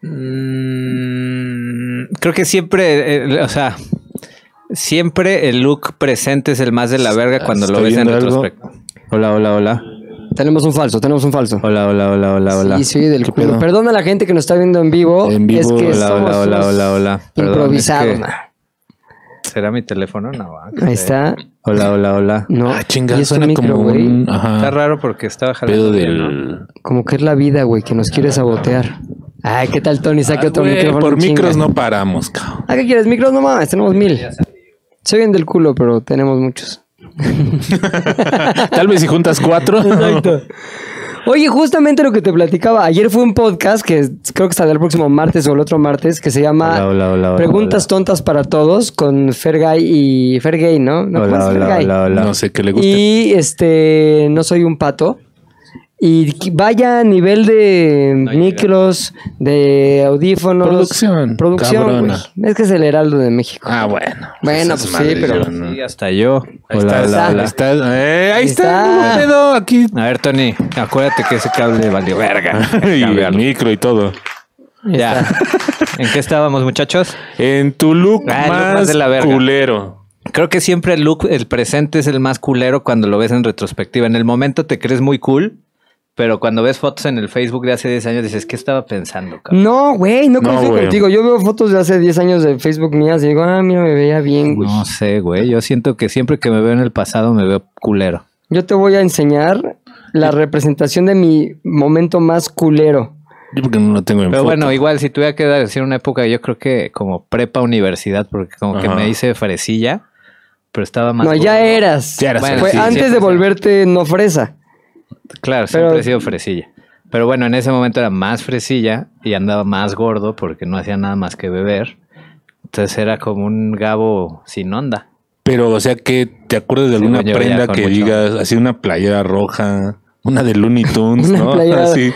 Speaker 5: Mm, creo que siempre, eh, o sea, siempre el look presente es el más de la verga cuando lo
Speaker 2: Estoy
Speaker 5: ves en
Speaker 2: viendo algo.
Speaker 5: retrospecto. Hola, hola, hola.
Speaker 1: Tenemos un falso, tenemos un falso.
Speaker 5: Hola, hola, hola, hola, hola.
Speaker 1: Sí, sí, del
Speaker 2: ¿Qué
Speaker 1: culo.
Speaker 2: pedo?
Speaker 1: Perdona a la gente que nos está viendo en vivo.
Speaker 2: En vivo,
Speaker 1: Es que
Speaker 2: hola,
Speaker 5: hola,
Speaker 1: somos
Speaker 5: hola, hola,
Speaker 1: unos
Speaker 5: hola, hola. Perdón,
Speaker 1: improvisados,
Speaker 5: es que-
Speaker 1: ma.
Speaker 5: ¿Será mi teléfono? No, va.
Speaker 1: Ahí está.
Speaker 5: Hola, hola, hola.
Speaker 1: No.
Speaker 2: Ah,
Speaker 1: Y
Speaker 2: chinga,
Speaker 1: es tu
Speaker 2: suena
Speaker 1: micro,
Speaker 2: como
Speaker 1: güey.
Speaker 2: un. ajá,
Speaker 5: este Está raro porque estaba jalando.
Speaker 2: pedo
Speaker 5: bien, ¿no?
Speaker 2: del.
Speaker 1: Como que es la vida, güey, que nos quiere sabotear. Ay, ¿qué tal, Tony? Saque
Speaker 2: Ah,
Speaker 1: otro
Speaker 2: güey,
Speaker 1: micrófono.
Speaker 2: por
Speaker 1: en chinga.
Speaker 2: micros no paramos, cabrón.
Speaker 1: ¿Ah, qué quieres? ¿Micros? No mames, tenemos mil. Se oyen del culo, pero tenemos muchos.
Speaker 2: Tal vez si juntas cuatro.
Speaker 1: Oye, justamente lo que te platicaba. Ayer fue un podcast que creo que saldrá el próximo martes o el otro martes que se llama
Speaker 5: Hola, hola, hola, hola,
Speaker 1: Preguntas
Speaker 5: hola.
Speaker 1: tontas para todos con Fergay y Fergay, ¿no? ¿No ¿cómo es
Speaker 5: Hola, hola,
Speaker 1: Fergay?
Speaker 5: hola, hola.
Speaker 2: No sé qué le guste.
Speaker 1: Y este, no soy un pato. Y qu- vaya a nivel de micros, de audífonos.
Speaker 2: Producción,
Speaker 1: Producción.
Speaker 2: cabrona.
Speaker 1: güey. Es que es el Heraldo de México.
Speaker 2: Ah, bueno.
Speaker 1: Bueno,
Speaker 2: Esas
Speaker 1: pues sí,
Speaker 2: madres,
Speaker 1: pero-
Speaker 2: yo no.
Speaker 5: Sí, hasta yo.
Speaker 2: Ahí está,
Speaker 5: Hola, hola,
Speaker 2: ahí
Speaker 5: hola.
Speaker 2: está. Eh, ahí está.
Speaker 1: está.
Speaker 2: no hay pedo, aquí.
Speaker 5: A ver, Tony, acuérdate que ese cable valió verga.
Speaker 2: y el
Speaker 5: Cambiarlo.
Speaker 2: micro y todo.
Speaker 5: Ya. ¿En qué estábamos, muchachos?
Speaker 2: En tu look
Speaker 5: Ah, el look
Speaker 2: más,
Speaker 5: más de la verga.
Speaker 2: culero.
Speaker 5: Creo que siempre el look, el presente es el más culero cuando lo ves en retrospectiva. En el momento te crees muy cool, pero cuando ves fotos en el Facebook de hace 10 años dices, ¿qué estaba pensando, cabrón?
Speaker 1: No, güey, no
Speaker 2: No,
Speaker 1: coincido
Speaker 2: güey.
Speaker 1: contigo. Yo veo fotos de hace 10 años de Facebook mías y digo, ah, mira, me veía bien, güey.
Speaker 5: No sé, güey. Yo siento que siempre que me veo en el pasado me veo culero.
Speaker 1: Yo te voy a enseñar la representación de mi momento más culero.
Speaker 2: Yo porque no lo tengo en
Speaker 5: Pero
Speaker 2: foto.
Speaker 5: bueno, igual si tuviera que decir una época, yo creo que como prepa universidad, porque como que
Speaker 2: Ajá.
Speaker 5: me hice fresilla, pero estaba más.
Speaker 1: no, ya
Speaker 5: gordo.
Speaker 1: eras.
Speaker 2: Ya eras
Speaker 1: Fue
Speaker 5: sí,
Speaker 1: antes
Speaker 5: sí,
Speaker 1: de
Speaker 5: sí.
Speaker 1: volverte no fresa.
Speaker 5: Claro,
Speaker 1: Pero-
Speaker 5: siempre he sido fresilla. Pero bueno, en ese momento era más fresilla y andaba más gordo porque no hacía nada más que beber. Entonces era como un Gabo sin onda.
Speaker 2: Pero, o sea, que te acuerdas de
Speaker 5: Sí,
Speaker 2: alguna
Speaker 5: no, yo ya
Speaker 2: prenda
Speaker 5: con
Speaker 2: que
Speaker 5: mucho.
Speaker 2: digas, así una playera roja, una de Looney Tunes,
Speaker 1: Una
Speaker 2: ¿no?
Speaker 1: playera-
Speaker 2: Así.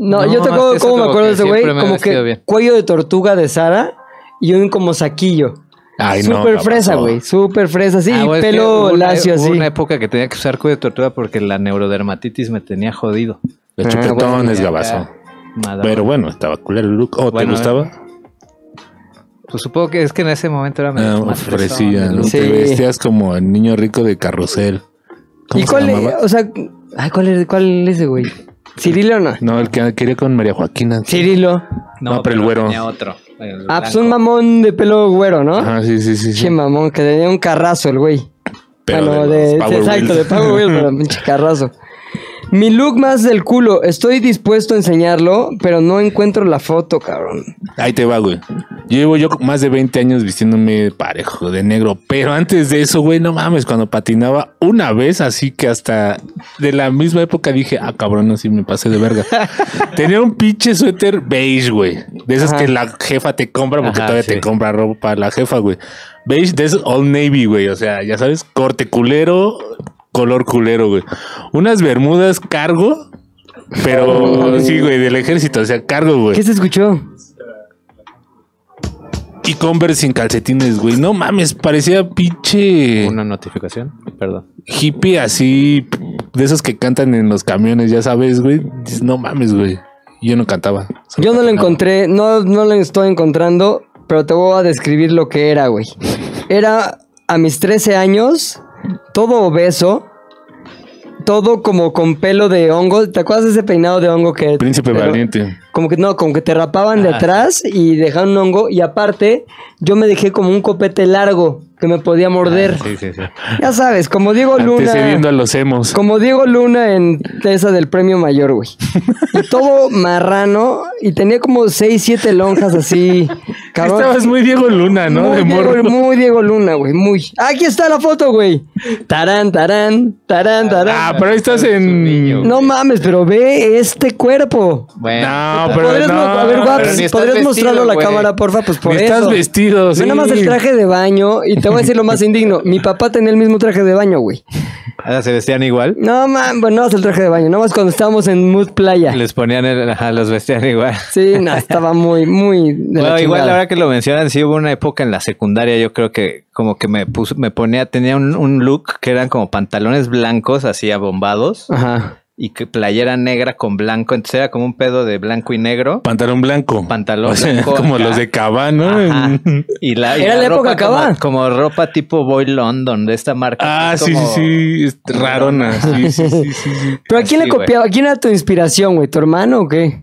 Speaker 1: No,
Speaker 5: No,
Speaker 1: yo te acuerdo
Speaker 5: eso
Speaker 1: cómo me
Speaker 5: como
Speaker 1: acuerdo de
Speaker 5: que
Speaker 1: ese güey.
Speaker 5: siempre me he
Speaker 1: Como que
Speaker 5: vestido bien.
Speaker 1: cuello de tortuga de Sara y un como saquillo.
Speaker 2: Ay, no,
Speaker 1: Súper
Speaker 2: cabrón,
Speaker 1: fresa,
Speaker 2: no.
Speaker 1: güey. Súper fresa, sí.
Speaker 5: Ah,
Speaker 1: y
Speaker 5: bueno, es que
Speaker 1: pelo
Speaker 5: hubo una-
Speaker 1: lacio
Speaker 5: hubo
Speaker 1: así.
Speaker 5: una época que tenía que usar cuello de tortuga porque la neurodermatitis me tenía jodido.
Speaker 2: Los
Speaker 1: Ah,
Speaker 2: chupetones,
Speaker 5: Tenía
Speaker 2: gabazo.
Speaker 5: acá madre.
Speaker 2: Pero bueno, estaba culero el look. ¿O te
Speaker 5: Bueno, eh,
Speaker 2: gustaba?
Speaker 5: Pues supongo que es que en ese momento era
Speaker 2: Ah,
Speaker 5: medio más fresón,
Speaker 2: fresilla,
Speaker 5: el
Speaker 2: ¿no?
Speaker 5: look.
Speaker 1: Sí.
Speaker 2: Te vestías como el niño rico de carrusel. ¿Cómo
Speaker 1: ¿Y
Speaker 2: se
Speaker 1: cuál es?
Speaker 2: llamaba?
Speaker 1: O sea, ay, ¿cuál es, cuál es ese güey? ¿Cirilo o no?
Speaker 2: No, el que quería con María Joaquina.
Speaker 1: Cirilo.
Speaker 2: No, pero el güero.
Speaker 5: Tenía otro. el
Speaker 1: Ah, pues un
Speaker 5: blanco.
Speaker 1: mamón de pelo güero, ¿no?
Speaker 2: Ajá, sí, sí, sí. sí.
Speaker 1: Che mamón, que tenía un carrazo el güey.
Speaker 2: Pero
Speaker 1: Ah, no,
Speaker 2: de los
Speaker 1: de-
Speaker 2: Power
Speaker 1: exacto,
Speaker 2: Wheels.
Speaker 1: de Power Wheels, pero pinche carrazo. Mi look más del culo. Estoy dispuesto a enseñarlo, pero no encuentro la foto, cabrón.
Speaker 2: Ahí te va, güey. Yo llevo yo más de 20 años vistiéndome parejo de negro, pero antes de eso, güey, no mames, cuando patinaba una vez, así que hasta de la misma época dije, ah, cabrón, así me pasé de verga. Tenía un pinche suéter beige, güey. De esas
Speaker 1: Ajá.
Speaker 2: que la jefa te compra porque
Speaker 3: Ajá,
Speaker 2: todavía
Speaker 3: sí.
Speaker 2: te compra ropa la jefa, güey. Beige de esos All Navy, güey. O sea, ya sabes, corte culero, color culero, güey. Unas bermudas cargo, pero sí, güey, del ejército, o sea, cargo, güey.
Speaker 1: ¿Qué se escuchó?
Speaker 2: Y Converse sin calcetines, güey. No mames, parecía pinche
Speaker 5: Una notificación, perdón.
Speaker 2: hippie así, de esos que cantan en los camiones, ya sabes, güey. Dices, No mames, güey. Yo no cantaba. Solo
Speaker 1: Yo no lo
Speaker 2: patinaba.
Speaker 1: encontré, no, no lo estoy encontrando, pero te voy a describir lo que era, güey. Era a mis 13 años, todo obeso, todo como con pelo de hongo. ¿Te acuerdas de ese peinado de hongo que...
Speaker 2: Príncipe
Speaker 1: pero-
Speaker 2: valiente.
Speaker 1: Como que no, como que te rapaban de atrás y dejaban un hongo. Y aparte, yo me dejé como un copete largo que me podía
Speaker 5: Ah,
Speaker 1: morder.
Speaker 2: Ah,
Speaker 3: Sí, sí, sí.
Speaker 1: Ya sabes, como Diego Oh, Luna.
Speaker 2: Antecediendo a los emos.
Speaker 1: Como Diego Luna en esa del premio mayor, güey. Y todo marrano y tenía como 6, 7 lonjas así. Cabrón.
Speaker 2: Estabas muy Diego Luna, ¿no?
Speaker 1: muy,
Speaker 2: de morro.
Speaker 1: Diego, muy Diego Luna, güey. Muy. Aquí está la foto, güey. Tarán, tarán, tarán, tarán.
Speaker 2: Ah, pero ahí estás
Speaker 3: Es un
Speaker 2: en.
Speaker 3: niño.
Speaker 1: no mames, pero ve este cuerpo.
Speaker 3: Bueno,
Speaker 2: No, pero
Speaker 1: ¿Podrías,
Speaker 2: no.
Speaker 1: mo- a ver, Guaps,
Speaker 3: pero ni estás
Speaker 1: ¿podrías
Speaker 3: vestido,
Speaker 1: mostrarlo a la
Speaker 3: güey.
Speaker 1: cámara, porfa? Pues por
Speaker 2: Ni
Speaker 1: eso.
Speaker 2: estás vestido,
Speaker 1: Ve
Speaker 2: sí.
Speaker 1: nada más el traje de baño y te voy a decir lo más indigno. Mi papá tenía el mismo traje de baño, güey.
Speaker 5: Ahora Ah, se vestían igual.
Speaker 1: No, man, bueno, no es el traje de baño. Nada más cuando estábamos en Mood Playa.
Speaker 5: Les ponían el, ajá, los vestían igual.
Speaker 1: Sí, no, estaba muy, muy. De la
Speaker 5: Bueno, igual
Speaker 1: chingada.
Speaker 5: ahora que lo mencionan, sí hubo una época en la secundaria, yo creo que como que me puso, me ponía, tenía un, un look que eran como pantalones blancos así abombados
Speaker 1: Ajá.
Speaker 5: y que playera negra con blanco, entonces era como un pedo de blanco y negro.
Speaker 2: Pantalón blanco.
Speaker 5: Pantalón
Speaker 2: O sea,
Speaker 5: blanco
Speaker 2: Como
Speaker 5: acá.
Speaker 2: los de Cabá, ¿no?
Speaker 5: Ajá. Y la, y
Speaker 1: Era la época
Speaker 5: ropa como-
Speaker 1: Cabá.
Speaker 5: Como, ropa tipo Boy London de esta marca.
Speaker 2: Ah,
Speaker 5: que es
Speaker 2: sí, sí,
Speaker 5: como-
Speaker 2: sí. es Rarona. Sí, sí, sí, sí, sí.
Speaker 1: Pero ¿a quién le
Speaker 5: Así, güey.
Speaker 1: copiaba? ¿Quién era tu inspiración, güey? ¿Tu hermano o qué?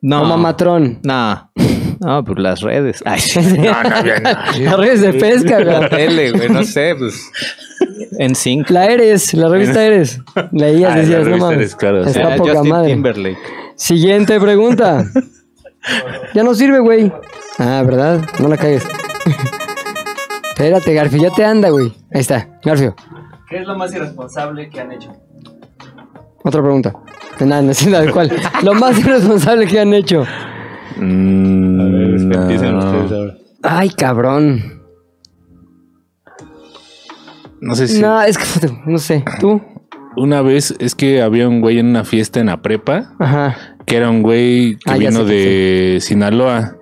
Speaker 5: No,
Speaker 1: O mamatrón.
Speaker 5: No, no, pues las redes. Ay, sí.
Speaker 2: No, no, bien, no.
Speaker 1: Las redes de pesca,
Speaker 5: la
Speaker 1: güey.
Speaker 5: tele, güey, no sé, pues. En sync.
Speaker 1: La eres, la revista eres. Leías,
Speaker 2: Ah, la
Speaker 1: decías, no
Speaker 2: revista
Speaker 1: mames.
Speaker 2: Eres, claro,
Speaker 1: Está
Speaker 5: Era
Speaker 1: poca
Speaker 5: Justin
Speaker 1: madre.
Speaker 5: Timberlake.
Speaker 1: Siguiente pregunta. ya no sirve, güey. Ah, ¿verdad? No la cagues. Espérate, Garfio, ya te anda, güey. Ahí está, Garfio.
Speaker 4: ¿Qué es lo más irresponsable que han hecho?
Speaker 1: Otra pregunta. De nada, no sé nada de cuál. Lo más irresponsable que han hecho.
Speaker 2: A ver, es que empiecen
Speaker 5: No.
Speaker 2: ustedes ahora.
Speaker 1: Ay, cabrón.
Speaker 2: No sé si
Speaker 1: No, es que puta, no sé. ¿Tú?
Speaker 2: una vez es que había un güey en una fiesta en la prepa
Speaker 1: Ajá.
Speaker 2: que era un güey que
Speaker 1: Ah, ya
Speaker 2: vino
Speaker 1: sé que
Speaker 2: de Sinaloa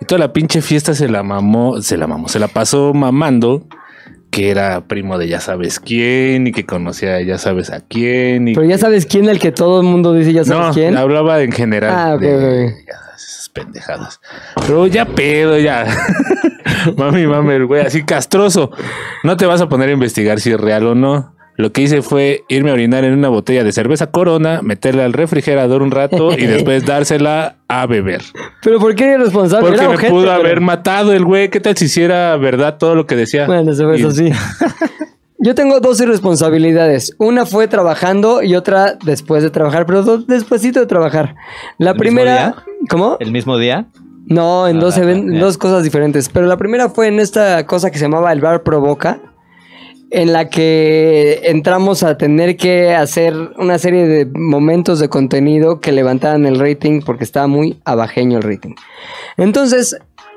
Speaker 2: y toda la pinche fiesta se la mamó, se la mamó, se la pasó mamando que era primo de ya sabes quién y que conocía ya sabes a quién y
Speaker 1: Pero ya sabes quién, el que todo el mundo dice, ya sabes
Speaker 2: no,
Speaker 1: quién.
Speaker 2: hablaba en general.
Speaker 1: Ah, ok,
Speaker 2: de-
Speaker 1: ok.
Speaker 2: ya sabes, esas pendejadas. Pero ya pedo, ya. mami, mami, el güey, así castroso. No te vas a poner a investigar si es real o no. Lo que hice fue irme a orinar en una botella de cerveza corona, meterla al refrigerador un rato y después dársela a beber.
Speaker 1: Pero ¿por qué era irresponsable?
Speaker 2: Porque
Speaker 1: Era
Speaker 2: me
Speaker 1: ojete,
Speaker 2: pudo
Speaker 1: pero-
Speaker 2: haber matado el güey. ¿Qué tal si hiciera verdad todo lo que decía?
Speaker 1: Bueno, eso fue
Speaker 2: Y-
Speaker 1: eso sí. Yo tengo dos irresponsabilidades. Una fue trabajando y otra después de trabajar, pero dos despuésito de trabajar. La
Speaker 5: ¿El mismo
Speaker 1: primera,
Speaker 5: día?
Speaker 1: ¿cómo?
Speaker 5: El mismo día.
Speaker 1: No, en
Speaker 5: Ah,
Speaker 1: dos,
Speaker 5: ah,
Speaker 1: even-
Speaker 5: ya.
Speaker 1: dos cosas diferentes. Pero la primera fue en esta cosa que se llamaba el bar provoca, en la que entramos a tener que hacer una serie de momentos de contenido que levantaban el rating porque estaba muy abajeño el rating. Entonces,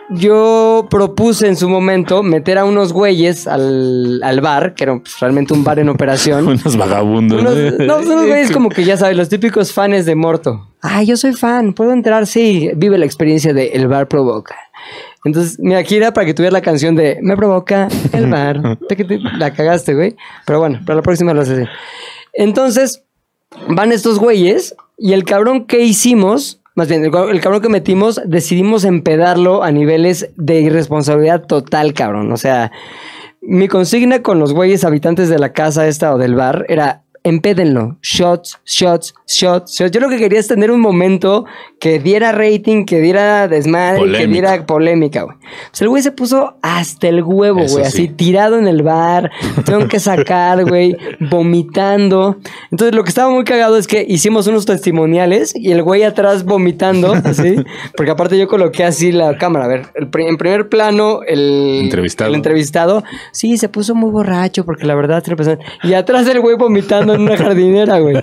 Speaker 1: yo propuse en su momento meter a unos güeyes al, al bar, que era pues, realmente un bar en operación.
Speaker 2: Unos vagabundos.
Speaker 1: Unos, no, pues, unos güeyes como que ya sabes, los típicos fans de Morto. Ah, yo soy fan, puedo entrar, sí. Vive la experiencia de El Bar Provoca. Entonces, mira, aquí era para que tuvieras la canción de Me Provoca El Bar. Te- que te- la cagaste, güey. Pero bueno, para la próxima lo haces así. Entonces, van estos güeyes y el cabrón que hicimos, más bien, el, cab- el cabrón que metimos, decidimos empedarlo a niveles de irresponsabilidad total, cabrón. O sea, mi consigna con los güeyes habitantes de la casa esta o del bar era empédenlo. Shots, shots, shots, shots. Yo lo que quería es tener un momento que diera rating, que diera desmadre, que
Speaker 2: Polémica.
Speaker 1: diera polémica, güey. Pues el güey se puso hasta el huevo,
Speaker 2: Eso
Speaker 1: güey,
Speaker 2: sí.
Speaker 1: así tirado en el bar, tengo que sacar, güey, vomitando. Entonces lo que estaba muy cagado es que hicimos unos testimoniales y el güey atrás vomitando, así, porque aparte yo coloqué así la cámara, a ver, el pri- en primer plano el
Speaker 2: Entrevistado.
Speaker 1: el entrevistado, sí, se puso muy borracho porque la verdad, se pasó. y atrás el güey vomitando en una jardinera, güey.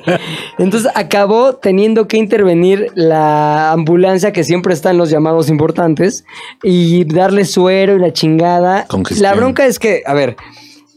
Speaker 1: Entonces acabó teniendo que intervenir la ambulancia que siempre está en los llamados importantes y darle suero y la chingada.
Speaker 2: Congestión.
Speaker 1: La bronca es que, a ver,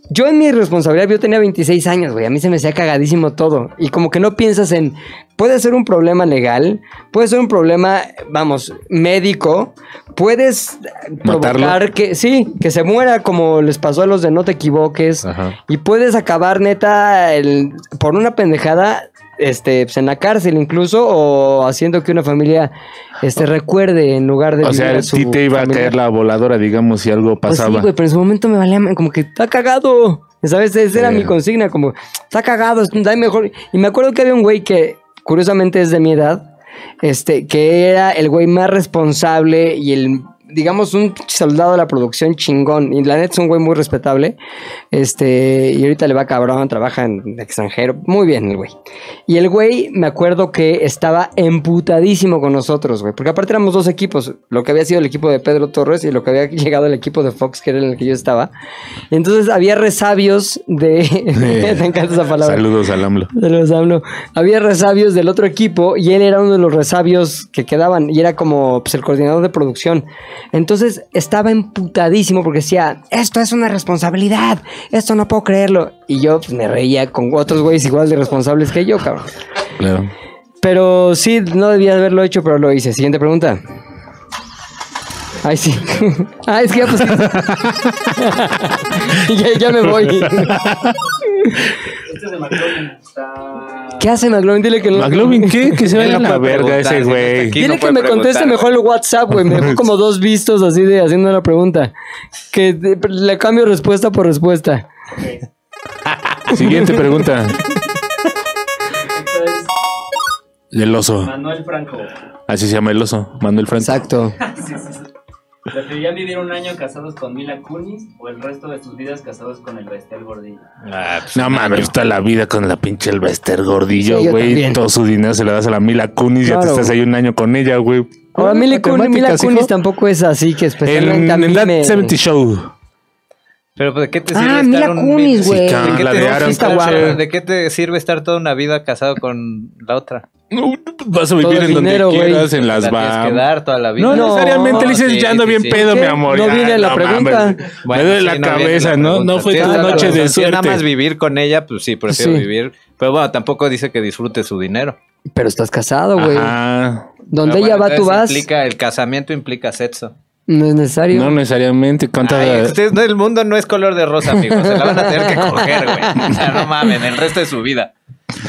Speaker 1: yo en mi responsabilidad, yo tenía 26 años, güey. A mí se me hacía cagadísimo todo. Y como que no piensas en, puede ser un problema legal, puede ser un problema, vamos, médico, puedes provocar
Speaker 2: Matarlo.
Speaker 1: que, sí, que se muera como les pasó a los de No Te Equivoques.
Speaker 2: Ajá.
Speaker 1: Y puedes acabar, neta, el- por una pendejada, este, pues, en la cárcel incluso, o haciendo que una familia, este, recuerde en lugar de...
Speaker 2: O
Speaker 1: vivir
Speaker 2: sea,
Speaker 1: a
Speaker 2: a
Speaker 1: su
Speaker 2: ti te iba a
Speaker 1: familia.
Speaker 2: caer la voladora, digamos, si algo
Speaker 1: Pues sí,
Speaker 2: pasaba.
Speaker 1: güey, pero en su momento me valía como que está cagado. ¿Sabes? Esa era
Speaker 2: Sí.
Speaker 1: mi consigna, como está cagado, da mejor. Y me acuerdo que había un güey que, curiosamente, es de mi edad, este, que era el güey más responsable y el, digamos, un soldado de la producción chingón. Y la neta es un güey muy respetable. Este, y ahorita le va cabrón, trabaja en extranjero. Muy bien el güey. Y el güey, me acuerdo que estaba emputadísimo con nosotros, güey. Porque aparte éramos dos equipos. Lo que había sido el equipo de Pedro Torres y lo que había llegado el equipo de Fox, que era en el que yo estaba. Entonces había resabios de... Me encanta esa palabra.
Speaker 2: Saludos al AMLO.
Speaker 1: De los AMLO. Había resabios del otro equipo y él era uno de los resabios que quedaban y era como pues, el coordinador de producción. Entonces estaba emputadísimo porque decía, esto es una responsabilidad, esto no puedo creerlo. Y yo pues, me reía con otros güeyes igual de responsables que yo, cabrón.
Speaker 2: Claro.
Speaker 1: Pero sí, no debía haberlo hecho, pero lo hice. Siguiente pregunta. Ay, sí. Ah, es que ya pusiste. ya, ya me voy.
Speaker 4: Este es de McLovin. Está.
Speaker 1: ¿Qué hace McLovin? Dile que no.
Speaker 2: McLovin, ¿qué? Que se vaya a
Speaker 5: Él no
Speaker 2: la
Speaker 5: puede
Speaker 2: verga
Speaker 5: preguntar,
Speaker 2: ese
Speaker 5: si no está
Speaker 2: güey.
Speaker 5: aquí.
Speaker 1: Dile
Speaker 5: no
Speaker 1: que
Speaker 5: puede
Speaker 1: me conteste
Speaker 5: preguntar,
Speaker 1: mejor el WhatsApp, güey. Me dejó como dos vistos así de haciendo la pregunta. Que de- le cambio respuesta por respuesta.
Speaker 2: Siguiente pregunta.
Speaker 4: Esto este es
Speaker 2: Del oso.
Speaker 4: Manuel Franco.
Speaker 2: Así se llama el oso. Manuel Franco.
Speaker 1: Exacto.
Speaker 4: Sí, sí, sí. ¿Preferirían vivir un año casados con Mila Kunis o el resto de sus vidas casados con el Bestel Gordillo?
Speaker 2: No mames, está la vida con la pinche Elvester Gordillo,
Speaker 1: Sí, yo
Speaker 2: güey.
Speaker 1: también.
Speaker 2: Todo su dinero se lo das a la Mila Kunis, ya
Speaker 1: Claro,
Speaker 2: te estás ahí un año con ella, güey.
Speaker 1: Ahora, Mila Kunis, Mila
Speaker 2: Matemáticas,
Speaker 1: Kunis
Speaker 2: hijo.
Speaker 1: tampoco es así que especialmente
Speaker 2: En,
Speaker 1: a mí
Speaker 2: en That
Speaker 1: me-
Speaker 2: 70 Show.
Speaker 5: Pero pues, ¿de qué te
Speaker 1: Ah,
Speaker 5: sirve estar
Speaker 1: Mila
Speaker 5: un
Speaker 1: Kunis,
Speaker 5: mes-
Speaker 1: güey.
Speaker 2: Sí,
Speaker 5: ¿De
Speaker 2: cabrón,
Speaker 5: qué
Speaker 2: la
Speaker 5: te
Speaker 2: de
Speaker 5: sirve
Speaker 2: Aaron
Speaker 5: estar-
Speaker 2: Kutcher.
Speaker 5: ¿De qué te sirve estar toda una vida casado con la otra?
Speaker 2: No, Vas a vivir
Speaker 1: Todo
Speaker 2: en donde
Speaker 1: dinero, güey.
Speaker 2: quieras, en las
Speaker 5: la tienes que
Speaker 2: Bahamas.
Speaker 5: dar toda la vida.
Speaker 2: No,
Speaker 1: No,
Speaker 2: necesariamente le dices,
Speaker 5: sí,
Speaker 2: ya ando
Speaker 5: sí,
Speaker 2: bien
Speaker 5: sí.
Speaker 2: pedo,
Speaker 1: ¿Qué?
Speaker 2: mi amor.
Speaker 1: No
Speaker 2: Ya,
Speaker 1: viene la
Speaker 2: mames.
Speaker 1: pregunta.
Speaker 2: Me duele
Speaker 5: sí,
Speaker 2: la
Speaker 5: no viene
Speaker 2: cabeza,
Speaker 5: la
Speaker 2: ¿no?
Speaker 5: pregunta.
Speaker 2: No fue
Speaker 5: Sí,
Speaker 2: tu
Speaker 5: es la
Speaker 2: noche
Speaker 5: pregunta.
Speaker 2: de
Speaker 5: Si nada más
Speaker 2: suerte.
Speaker 5: vivir con ella, pues sí, prefiero
Speaker 1: Sí.
Speaker 5: vivir. Pero bueno, tampoco dice que disfrute su dinero.
Speaker 1: Pero estás casado, güey.
Speaker 2: Ajá. Ah,
Speaker 1: Donde
Speaker 5: Pero
Speaker 1: ella
Speaker 5: bueno,
Speaker 1: va, tú
Speaker 5: entonces
Speaker 1: vas.
Speaker 5: Implica, el casamiento implica sexo.
Speaker 1: No es necesario.
Speaker 2: No necesariamente. ¿Cuánta
Speaker 5: Ay, ustedes, no, el mundo no es color de rosa, amigos. Se la van a tener que coger, güey. O sea, no mamen, el resto de su vida.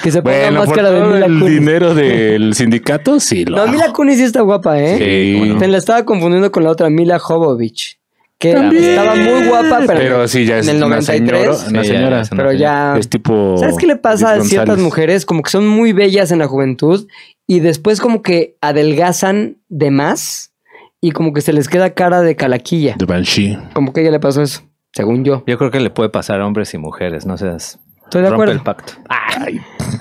Speaker 1: Que se ponga
Speaker 2: Bueno, por
Speaker 1: máscara de
Speaker 2: todo
Speaker 1: Mila
Speaker 2: el
Speaker 1: Kunis.
Speaker 2: dinero del sindicato, sí lo
Speaker 1: No,
Speaker 2: hago.
Speaker 1: Mila Kunis sí está guapa, ¿eh?
Speaker 2: Sí, cómo no.
Speaker 1: Me la estaba confundiendo con la otra, Mila Jovovich. Que estaba muy guapa, pero,
Speaker 2: Pero sí, ya es
Speaker 1: en el
Speaker 2: una
Speaker 1: 93.
Speaker 2: señora. Una
Speaker 5: Sí, ya
Speaker 2: señora.
Speaker 5: es una
Speaker 1: Pero ya...
Speaker 2: Es tipo.
Speaker 1: ¿Sabes qué le pasa a
Speaker 2: Luis
Speaker 1: ciertas
Speaker 2: González.
Speaker 1: mujeres? Como que son muy bellas en la juventud y después como que adelgazan de más y como que se les queda cara de calaquilla.
Speaker 2: De Banshee.
Speaker 1: Como que a ella le pasó eso, según yo.
Speaker 5: Yo creo que le puede pasar a hombres y mujeres, no seas.
Speaker 1: Estoy de
Speaker 5: rompe
Speaker 1: acuerdo.
Speaker 5: el pacto.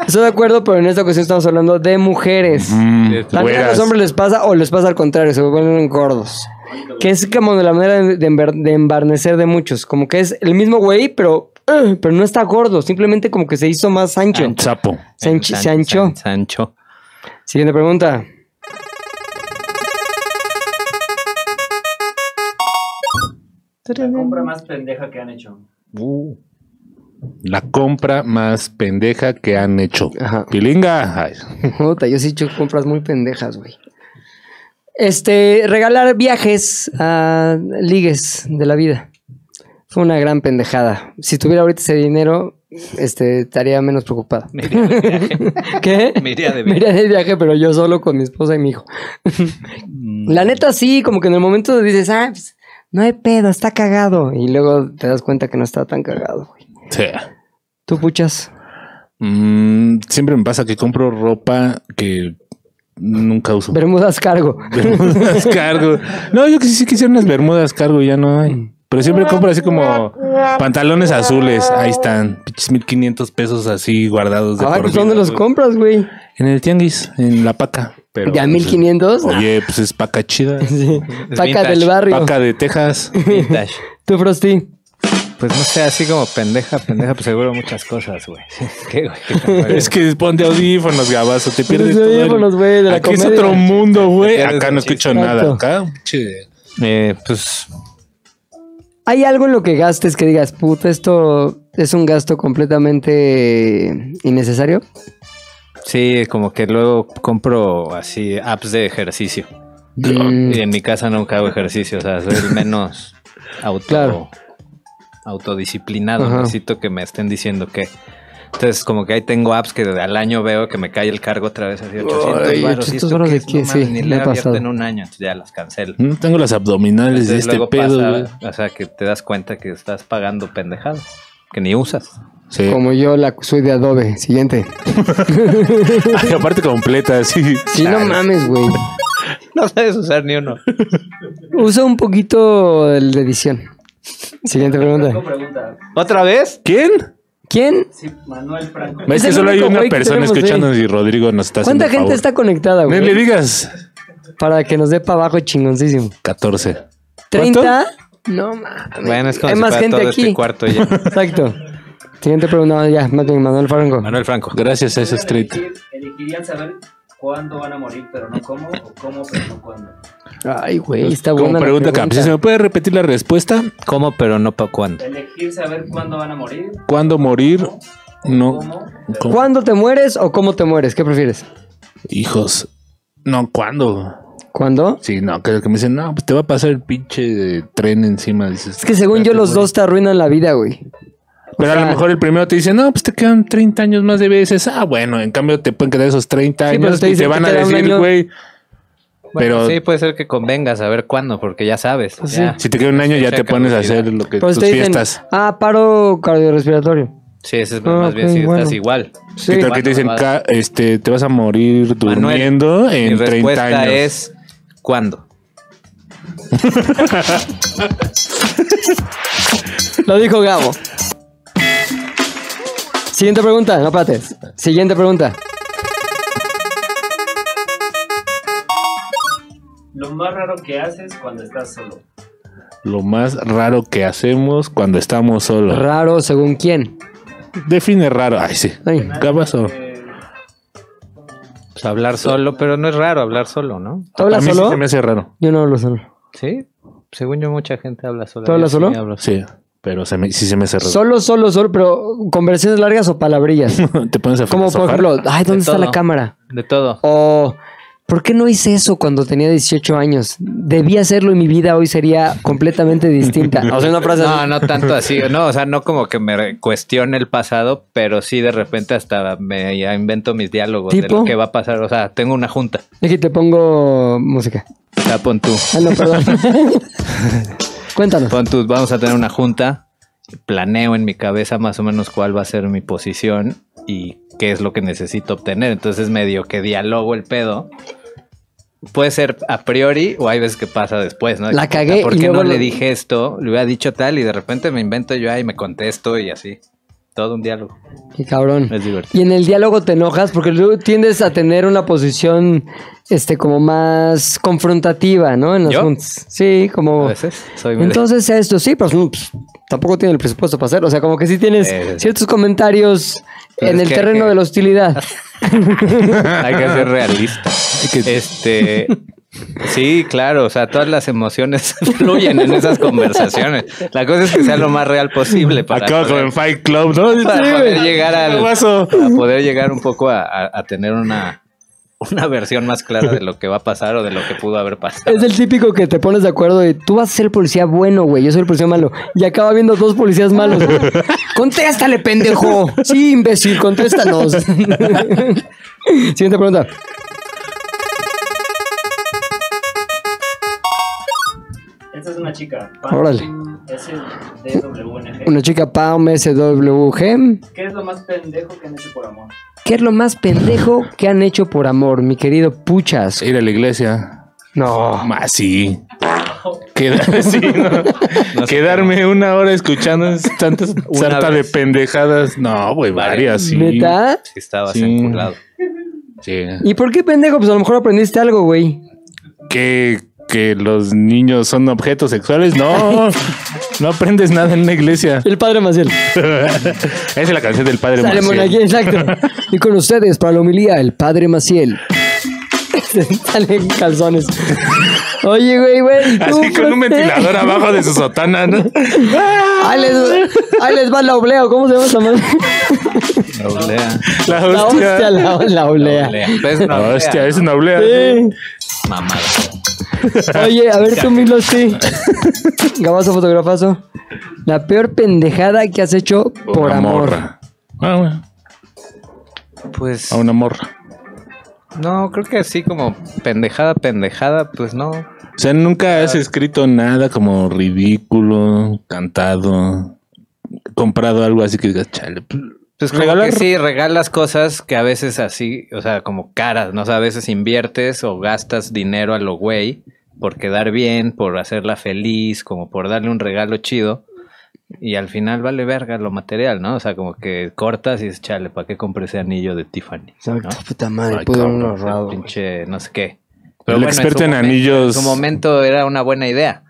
Speaker 1: Estoy de acuerdo, pero en esta ocasión estamos hablando de mujeres.
Speaker 2: Mm,
Speaker 1: También a
Speaker 2: güeras.
Speaker 1: los hombres les pasa o les pasa al contrario, se vuelven gordos. Que es como de la manera de, de embar- de embarnecer de muchos. Como que es el mismo güey, pero, eh, pero no está gordo. Simplemente como que se hizo más ancho.
Speaker 2: Un Sapo.
Speaker 1: Se, anch- se anchó.
Speaker 5: San- Sancho.
Speaker 1: Siguiente pregunta.
Speaker 4: La compra más pendeja que han hecho.
Speaker 1: Uh.
Speaker 2: La compra más pendeja que han hecho.
Speaker 1: Ajá.
Speaker 2: Pilinga. Ay,
Speaker 1: Puta, yo sí he hecho compras muy pendejas, güey. Este, regalar viajes a ligues de la vida. Fue una gran pendejada. Si tuviera ahorita ese dinero, este, estaría menos preocupada.
Speaker 5: Me iría de viaje.
Speaker 1: ¿Qué?
Speaker 5: Me iría de
Speaker 1: Me
Speaker 5: viaje.
Speaker 1: iría de viaje, pero yo solo con mi esposa y mi hijo.
Speaker 5: Mm.
Speaker 1: La neta sí, como que en el momento dices, ah, pues, no hay pedo, está cagado. Y luego te das cuenta que no está tan cagado, güey.
Speaker 2: sea.
Speaker 1: Tú puchas.
Speaker 2: Mm, siempre me pasa que compro ropa que nunca uso.
Speaker 1: Bermudas cargo.
Speaker 2: Bermudas cargo. No, yo que sí quisiera unas bermudas cargo y ya no hay. Pero siempre compro así como pantalones azules. Ahí están. Pinches 1500 pesos así guardados. De
Speaker 1: Ah,
Speaker 2: por
Speaker 1: pues
Speaker 2: vida,
Speaker 1: ¿dónde los
Speaker 2: güey.
Speaker 1: compras, güey?
Speaker 2: En el tianguis, en la paca. Pero,
Speaker 1: ¿Ya
Speaker 2: pues,
Speaker 1: 1500?
Speaker 2: Oye, pues es paca chida.
Speaker 1: Sí.
Speaker 5: Es
Speaker 1: Paca
Speaker 5: vintage.
Speaker 1: del barrio.
Speaker 2: Paca de Texas.
Speaker 5: Vintage.
Speaker 1: Tú, Frosty.
Speaker 5: Pues no sé, así como pendeja, pendeja, pues seguro muchas cosas, güey. ¿Qué, güey? ¿Qué tan
Speaker 2: Es que ponte audífonos, gabazo. Te pierdes
Speaker 1: Los
Speaker 2: todo el-
Speaker 1: audífonos, güey, de la
Speaker 2: Aquí es
Speaker 1: comedia.
Speaker 2: otro mundo, güey.
Speaker 5: pierdes
Speaker 2: Acá
Speaker 5: el
Speaker 2: no escucho
Speaker 1: chiste.
Speaker 2: nada.
Speaker 1: Exacto.
Speaker 2: Acá, che.
Speaker 5: Eh, pues
Speaker 1: ¿Hay algo en lo que gastes que digas, puta, esto es un gasto completamente innecesario?
Speaker 5: sí, como que luego compro así apps de ejercicio.
Speaker 1: Mm,
Speaker 5: Y en mi casa nunca hago ejercicio, o sea, soy el menos auto,
Speaker 1: Claro.
Speaker 5: autodisciplinado.
Speaker 1: Ajá.
Speaker 5: Necesito que me estén diciendo qué. Entonces, como que ahí tengo apps que al año veo que me cae el cargo otra vez así 800
Speaker 1: Ay,
Speaker 5: varos, ¿y esto
Speaker 1: 800 varos
Speaker 5: qué
Speaker 1: de
Speaker 5: es? No
Speaker 1: qué,
Speaker 5: mames,
Speaker 1: sí,
Speaker 5: ni
Speaker 1: me
Speaker 5: le
Speaker 1: ha
Speaker 5: he abierto
Speaker 1: pasado.
Speaker 5: en un año, entonces ya las cancelo.
Speaker 2: No tengo las abdominales de
Speaker 5: Entonces,
Speaker 2: este
Speaker 5: luego
Speaker 2: pedo,
Speaker 5: pasa,
Speaker 2: güey.
Speaker 5: o sea, que te das cuenta que estás pagando pendejadas que ni usas.
Speaker 2: Sí.
Speaker 1: Como yo la soy de Adobe. Siguiente.
Speaker 2: Ay, aparte completa, sí.
Speaker 1: Sí, no mames, güey.
Speaker 5: No sabes usar ni uno.
Speaker 1: Usa un poquito el de edición. Siguiente
Speaker 4: Franco
Speaker 1: pregunta.
Speaker 4: pregunta.
Speaker 5: ¿Otra vez?
Speaker 2: ¿Quién?
Speaker 1: ¿Quién?
Speaker 4: Sí, Manuel Franco.
Speaker 2: Es,
Speaker 1: el
Speaker 2: que solo hay
Speaker 1: único
Speaker 2: una
Speaker 1: güey que
Speaker 2: persona
Speaker 1: tenemos,
Speaker 2: escuchándonos y Rodrigo nos está haciendo
Speaker 1: ¿Cuánta gente
Speaker 2: favor.
Speaker 1: está conectada,
Speaker 2: No le
Speaker 1: güey?
Speaker 2: digas.
Speaker 1: Para que nos dé para abajo chingoncísimo.
Speaker 2: 14. ¿Cuánto?
Speaker 1: ¿30? No mames.
Speaker 5: Bueno, es como
Speaker 1: Hay
Speaker 5: si
Speaker 1: más
Speaker 5: fuera
Speaker 1: gente
Speaker 5: todo este
Speaker 1: aquí.
Speaker 5: cuarto ya.
Speaker 1: Exacto. Siguiente pregunta. No, ya, más bien, Manuel Franco.
Speaker 5: Manuel Franco.
Speaker 2: Gracias a
Speaker 4: Podrían
Speaker 2: esos 30.
Speaker 4: elegir- Elegirían saber cuándo van a morir, pero no cómo, o cómo, pero no cuándo.
Speaker 1: Ay, güey, está
Speaker 2: Como
Speaker 1: buena. la
Speaker 2: pregunta, Caps,
Speaker 1: Pues,
Speaker 2: ¿se me puede repetir la respuesta?
Speaker 5: ¿Cómo, pero no para cuándo?
Speaker 4: Elegir saber cuándo van a morir,
Speaker 2: ¿Cuándo morir? No.
Speaker 4: cómo,
Speaker 2: ¿Cómo?
Speaker 1: ¿Cuándo te mueres o cómo te mueres? ¿Qué prefieres?
Speaker 2: Hijos. No, ¿cuándo?
Speaker 1: ¿Cuándo?
Speaker 2: Sí, no, que, que me dicen, no, pues te va a pasar el pinche eh, tren encima. Dices,
Speaker 1: Es que según yo
Speaker 2: espérate,
Speaker 1: los
Speaker 2: güey.
Speaker 1: dos te arruinan la vida, güey.
Speaker 2: Pero
Speaker 1: o
Speaker 2: a
Speaker 1: sea-
Speaker 2: lo mejor el primero te dice, no, pues te quedan 30 años más de veces. Ah, bueno, en cambio te pueden quedar esos 30
Speaker 1: Sí, pero
Speaker 2: años
Speaker 1: te
Speaker 2: y
Speaker 1: dicen
Speaker 2: te
Speaker 1: que
Speaker 2: van a
Speaker 1: queda un
Speaker 2: decir,
Speaker 1: año.
Speaker 2: güey.
Speaker 5: Bueno,
Speaker 2: pero
Speaker 5: sí, puede ser que convenga saber cuándo, porque ya sabes.
Speaker 1: Pues
Speaker 5: ya.
Speaker 2: si te queda un año ya
Speaker 5: Fecha
Speaker 2: te pones a
Speaker 5: caducidad.
Speaker 2: hacer lo que
Speaker 1: Pero
Speaker 2: tus
Speaker 1: te dicen,
Speaker 2: fiestas.
Speaker 1: ah, paro cardiorrespiratorio.
Speaker 5: Sí, ese es
Speaker 1: Ah,
Speaker 5: más bien
Speaker 1: ok,
Speaker 5: si
Speaker 1: bueno.
Speaker 5: estás igual.
Speaker 1: Sí.
Speaker 2: Y creo que te dicen,
Speaker 5: Vas-
Speaker 2: "Ca- este, te vas a morir
Speaker 5: Manuel,
Speaker 2: durmiendo
Speaker 5: Mi
Speaker 2: en 30
Speaker 5: respuesta
Speaker 2: años.
Speaker 5: es ¿cuándo?
Speaker 1: Lo dijo Gabo. Siguiente pregunta, no pates. Siguiente pregunta.
Speaker 4: lo más raro que haces cuando estás solo.
Speaker 2: Lo más raro que hacemos cuando estamos solos.
Speaker 1: Raro según quién.
Speaker 2: Define raro. Ay, sí.
Speaker 1: Ay.
Speaker 2: Gabazo.
Speaker 4: Eh,
Speaker 5: Pues hablar solo, pero no es raro hablar solo, ¿no?
Speaker 1: ¿Tú hablas
Speaker 2: a mí sí
Speaker 1: solo?
Speaker 2: se me hace raro.
Speaker 1: Yo no hablo solo.
Speaker 5: Sí. Según yo, mucha gente habla sola.
Speaker 1: ¿Tú hablas
Speaker 5: Yo sí
Speaker 1: solo?
Speaker 5: hablo
Speaker 2: Sí, pero se me- sí se me hace raro.
Speaker 1: Solo, solo, solo, pero conversaciones largas o palabrillas.
Speaker 2: te pones a
Speaker 1: Como por
Speaker 2: filosofar.
Speaker 1: ejemplo, ay, ¿dónde
Speaker 5: De
Speaker 1: está la
Speaker 5: todo.
Speaker 1: cámara?
Speaker 5: De todo.
Speaker 1: O ¿por qué no hice eso cuando tenía 18 años? Debí hacerlo y mi vida hoy sería completamente distinta. O sea, una frase así.
Speaker 5: No, no tanto así. No, o sea, no como que me cuestione el pasado, pero sí de repente hasta me ya invento mis diálogos de
Speaker 1: ¿Tipo?
Speaker 5: lo que va a pasar. O sea, tengo una junta.
Speaker 1: Aquí te pongo música.
Speaker 5: O sea, pon tú.
Speaker 1: Ah, no, perdón. Cuéntanos.
Speaker 5: Pon tú, vamos a tener una junta. Planeo en mi cabeza más o menos cuál va a ser mi posición y qué es lo que necesito obtener. Entonces, medio que dialogo el pedo. Puede ser a priori o hay veces que pasa después, ¿no?
Speaker 1: La
Speaker 5: Puta,
Speaker 1: cagué
Speaker 5: ¿Por
Speaker 1: y
Speaker 5: qué
Speaker 1: luego
Speaker 5: no
Speaker 1: lo-
Speaker 5: le dije esto? Le hubiera dicho tal y de repente me invento yo ahí, me contesto y así. Todo un diálogo.
Speaker 1: Qué cabrón.
Speaker 5: Pues, Es divertido.
Speaker 1: Y en el diálogo te enojas porque tú tiendes a tener una posición este como más confrontativa, ¿no? En las
Speaker 5: ¿Yo?
Speaker 1: juntas. Sí,
Speaker 5: A
Speaker 1: como
Speaker 5: veces soy medio-
Speaker 1: entonces esto sí, pero mm, pues, tampoco tiene el presupuesto para hacerlo. O sea, como que sí tienes
Speaker 5: Eh, sí.
Speaker 1: ciertos comentarios
Speaker 5: Pero
Speaker 1: en
Speaker 5: es
Speaker 1: el
Speaker 5: que-
Speaker 1: terreno
Speaker 5: que-
Speaker 1: de la hostilidad.
Speaker 5: Hay que ser realista. Este. Sí, claro, o sea, todas las emociones fluyen en esas conversaciones. La cosa es que sea lo más real posible para,
Speaker 2: Acabo con
Speaker 5: poder,
Speaker 2: el Fight Club, ¿no?
Speaker 5: para
Speaker 2: Sí,
Speaker 5: poder
Speaker 2: güey.
Speaker 5: llegar al-
Speaker 2: Gabazo.
Speaker 5: para poder llegar un poco a, a- a tener una, una versión más clara de lo que va a pasar o de lo que pudo haber pasado.
Speaker 1: Es el típico que te pones de acuerdo de tú vas a ser el policía bueno, güey, yo soy el policía malo. Y acaba viendo dos policías malos. Contéstale, pendejo. Sí, imbécil, contéstanos. Siguiente pregunta.
Speaker 4: esta es una chica.
Speaker 1: Órale.
Speaker 4: SDWNG.
Speaker 1: Una chica Pam SWG.
Speaker 4: ¿Qué es lo más pendejo que han hecho por amor?
Speaker 1: ¿Qué es lo más pendejo que han hecho por amor, mi querido Puchas?
Speaker 2: Ir a la iglesia.
Speaker 1: No.
Speaker 2: Más sí. Queda- sí, ¿no? Quedarme una hora escuchando es tantas sarta de
Speaker 5: vez.
Speaker 2: pendejadas. No, güey, varias, sí.
Speaker 1: ¿Neta?
Speaker 5: Si estabas
Speaker 2: Sí.
Speaker 5: enculado.
Speaker 2: Sí.
Speaker 1: ¿Y por qué pendejo? Pues a lo mejor aprendiste algo, güey.
Speaker 2: que, que los niños son objetos sexuales. No, no aprendes nada en una iglesia.
Speaker 1: El padre Maciel.
Speaker 2: Esa es la canción del padre
Speaker 1: Sale
Speaker 2: Maciel.
Speaker 1: monaguillo, exacto. Y con ustedes, para la homilía, el padre Maciel. Salen calzones. Oye, güey, güey. ¿tú
Speaker 2: Así con un
Speaker 1: por qué?
Speaker 2: ventilador abajo de su sotana, ¿no?
Speaker 1: Ahí les, ahí les va la oblea, ¿cómo se llama esa madre?
Speaker 5: La olea.
Speaker 2: La
Speaker 1: La hostia,
Speaker 2: hostia. La
Speaker 1: la, la oblea.
Speaker 5: Olea. Pues no, olea.
Speaker 2: hostia, es una oblea.
Speaker 1: Sí.
Speaker 5: Mamada.
Speaker 1: Oye, a ver tú, Milo, sí. Gabazo, fotografazo. La peor pendejada que has hecho por,
Speaker 2: Una
Speaker 1: amor.
Speaker 2: morra. Ah, bueno,
Speaker 5: Pues
Speaker 2: a una morra.
Speaker 5: no, creo que así como pendejada, pendejada, pues no.
Speaker 2: O sea, nunca has escrito nada como ridículo, cantado, comprado algo así que digas, chale. pues,
Speaker 5: Pues como
Speaker 2: Regalar-
Speaker 5: que sí, regalas cosas que a veces así, o sea, como caras, ¿no? O sea, a veces inviertes o gastas dinero a lo güey por quedar bien, por hacerla feliz, como por darle un regalo chido. Y al final vale verga lo material, ¿no? O sea, como que cortas y dices, chale, ¿para qué compré ese anillo de Tiffany?
Speaker 1: Exacto, puta madre,
Speaker 2: Ay,
Speaker 1: pude
Speaker 2: cabrón,
Speaker 1: haberlo ahorrado.
Speaker 5: Pinche, no sé qué.
Speaker 2: El
Speaker 5: su
Speaker 2: experto en
Speaker 5: momento-
Speaker 2: anillos.
Speaker 5: En su momento era una buena idea.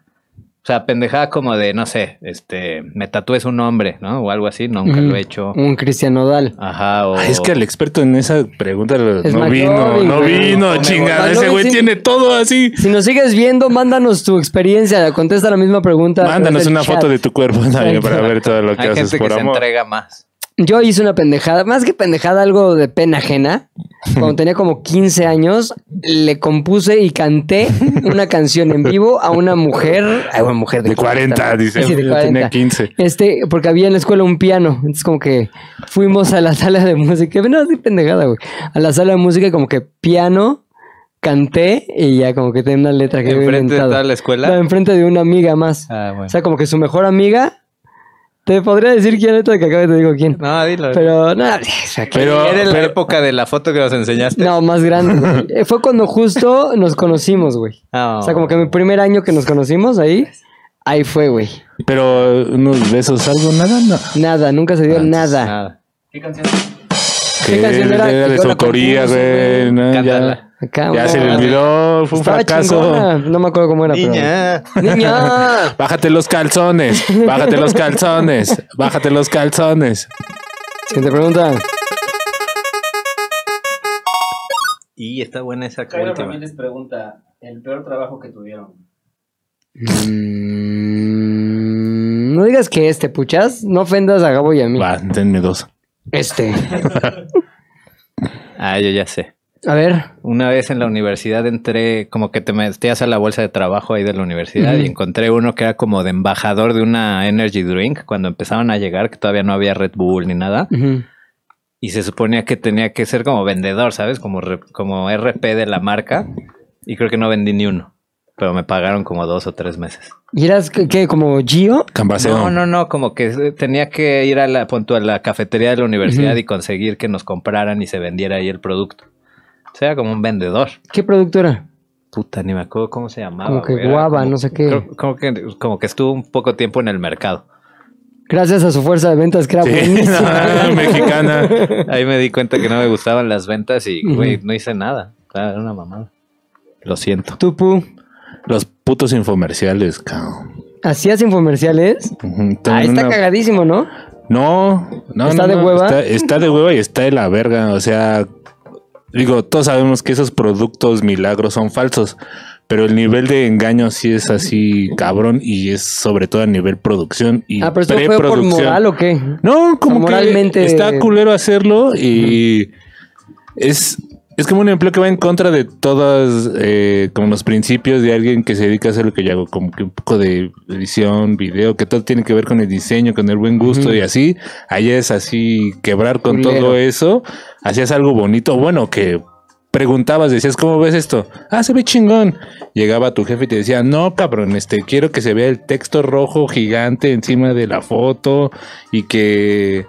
Speaker 5: O sea, pendejada como de, no sé, este, me tatúes un nombre, ¿no? O algo así, nunca
Speaker 1: Ujú.
Speaker 5: lo he hecho.
Speaker 1: Un Cristian Nodal.
Speaker 5: Ajá, o...
Speaker 2: Ah, es que el experto en esa pregunta no
Speaker 1: McLovin,
Speaker 2: vino, no
Speaker 1: güey.
Speaker 2: vino,
Speaker 1: No,
Speaker 2: chingada.
Speaker 1: McLovin
Speaker 2: Ese güey
Speaker 1: sí-
Speaker 2: tiene todo así.
Speaker 1: Si nos sigues viendo, mándanos tu experiencia. Contesta la misma pregunta. a través
Speaker 2: Mándanos
Speaker 1: del
Speaker 2: una
Speaker 1: chat.
Speaker 2: foto de tu cuerpo también para ver todo lo que
Speaker 5: Hay
Speaker 2: haces
Speaker 5: gente que
Speaker 2: por
Speaker 5: se
Speaker 2: amor.
Speaker 5: entrega más.
Speaker 1: Yo hice una pendejada, más que pendejada, algo de pena ajena. Cuando tenía como 15 años, le compuse y canté una canción en vivo a una mujer, a una mujer de,
Speaker 2: De 40, dice.
Speaker 1: Sí, de
Speaker 2: Yo
Speaker 1: 40.
Speaker 2: tenía 15.
Speaker 1: Este, porque había en la escuela un piano, entonces como que fuimos a la sala de música, no, así pendejada, güey. A la sala de música como que piano, canté y ya como que tenía una letra que había
Speaker 5: Enfrente de
Speaker 1: inventado.
Speaker 5: toda la
Speaker 1: No,
Speaker 5: escuela.
Speaker 1: enfrente de una amiga más.
Speaker 5: Ah, bueno.
Speaker 1: O sea, como que su mejor amiga. Te podría decir quién ahorita que acabe te digo quién.
Speaker 5: No, dilo.
Speaker 1: Pero no, o sea, que-
Speaker 2: Pero, este,
Speaker 5: Era en la
Speaker 2: pero-
Speaker 5: época de la foto que nos enseñaste.
Speaker 1: no, más grande. güey. Eh, Fue cuando justo nos conocimos, güey.
Speaker 5: Ah,
Speaker 1: O sea, como que mi primer año que nos conocimos ahí, ahí fue, güey.
Speaker 2: pero unos besos, algo, nada, no.
Speaker 1: Nada, nunca se dio nada.
Speaker 5: nada.
Speaker 4: ¿Qué canción?
Speaker 1: ¿Qué
Speaker 2: Que
Speaker 1: canción era?
Speaker 2: era
Speaker 1: Que
Speaker 2: de
Speaker 1: yo
Speaker 2: su
Speaker 1: la
Speaker 2: autoría,
Speaker 1: compuse,
Speaker 2: güey. no, ya
Speaker 5: Cántala.
Speaker 1: Acá,
Speaker 2: ya
Speaker 1: una-
Speaker 2: se le olvidó, fue un
Speaker 1: Estaba
Speaker 2: fracaso.
Speaker 1: chingona, No me acuerdo cómo era,
Speaker 5: Niña.
Speaker 1: pero. ¡Niña!
Speaker 2: Bájate los calzones, bájate los calzones, bájate los calzones.
Speaker 1: Siguiente pregunta.
Speaker 5: Y está buena esa
Speaker 4: Jairo
Speaker 5: última.
Speaker 4: Ramírez pregunta, el peor trabajo que tuvieron.
Speaker 1: Mm, no digas que este, puchas. No ofendas a Gabo y a mí.
Speaker 2: Va, denme dos.
Speaker 1: Este.
Speaker 5: Ah, yo ya sé.
Speaker 1: A ver.
Speaker 5: Una vez en la universidad entré, como que te metías a la bolsa de trabajo ahí de la universidad
Speaker 1: Ujú.
Speaker 5: y encontré uno que era como de embajador de una energy drink cuando empezaban a llegar, que todavía no había Red Bull ni nada.
Speaker 1: Ujú.
Speaker 5: y se suponía que tenía que ser como vendedor, ¿sabes? Como, re- como RP de la marca. Y creo que no vendí ni uno. Pero me pagaron como dos o tres meses.
Speaker 1: ¿Y eras qué? qué, ¿Como Gio?
Speaker 2: Cambaseo.
Speaker 5: No, no, no, como que eh, tenía que ir a la, pon tú, a la cafetería de la universidad y conseguir que nos compraran y se vendiera ahí el producto. O sea, como un vendedor.
Speaker 1: ¿Qué producto era?
Speaker 5: Puta, ni me acuerdo cómo se llamaba.
Speaker 1: Como que
Speaker 5: güey, era
Speaker 1: guava, no sé qué.
Speaker 5: creo- Como que, como que estuvo un poco tiempo en el mercado.
Speaker 1: Gracias a su fuerza de ventas, que era
Speaker 2: Sí,
Speaker 1: buenísima.
Speaker 2: no, mexicana.
Speaker 5: Ahí me di cuenta que no me gustaban las ventas y,
Speaker 1: Ujú.
Speaker 5: güey, no hice nada. O sea, Era una mamada. Lo siento.
Speaker 1: Tupu,
Speaker 2: Los putos infomerciales, cabrón.
Speaker 1: ¿hacías infomerciales?
Speaker 2: Ujú,
Speaker 1: Ah,
Speaker 2: tengo
Speaker 1: está
Speaker 2: una-
Speaker 1: cagadísimo, ¿no?
Speaker 2: No, no.
Speaker 1: ¿Está
Speaker 2: no,
Speaker 1: de
Speaker 2: no,
Speaker 1: hueva?
Speaker 2: Está, está de hueva y está de la verga. O sea, digo, todos sabemos que esos productos milagros son falsos, pero el nivel de engaño sí es así cabrón y es sobre todo a nivel producción y
Speaker 1: Ah, pero esto fue por
Speaker 2: preproducción.
Speaker 1: moral o qué?
Speaker 2: No, como
Speaker 1: moralmente-
Speaker 2: que está culero hacerlo y es, es como un empleo que va en contra de todas eh, como los principios de alguien que se dedica a hacer lo que yo hago, como que un poco de edición, video, que todo tiene que ver con el diseño, con el buen gusto
Speaker 1: Ujú.
Speaker 2: y así. Allá es así quebrar con
Speaker 1: Culero.
Speaker 2: todo eso, hacías algo bonito, bueno, que preguntabas, decías, ¿cómo ves esto? Ah, se ve chingón. Llegaba tu jefe y te decía, no, cabrón, este, quiero que se vea el texto rojo gigante encima de la foto y que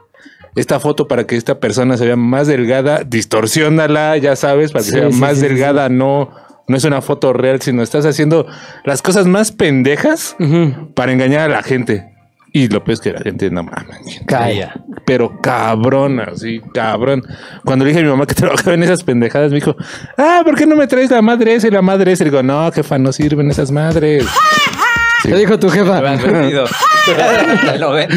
Speaker 2: esta foto para que esta persona se vea más delgada, distorsiónala, ya sabes, para que
Speaker 1: Sí,
Speaker 2: sea
Speaker 1: sí,
Speaker 2: más
Speaker 1: sí, sí,
Speaker 2: delgada, no, no es una foto real, sino estás haciendo las cosas más pendejas
Speaker 1: Ujú.
Speaker 2: para engañar a la gente. Y lo peor es que la gente no mames.
Speaker 1: Calla.
Speaker 2: Pero cabrón, así, cabrón. Cuando le dije a mi mamá que trabajaba en esas pendejadas, me dijo, ah, ¿por qué no me traes la madre esa y la madre esa? Y digo, no, jefa, no sirven esas madres.
Speaker 1: Te dijo tu jefa.
Speaker 5: lo ven.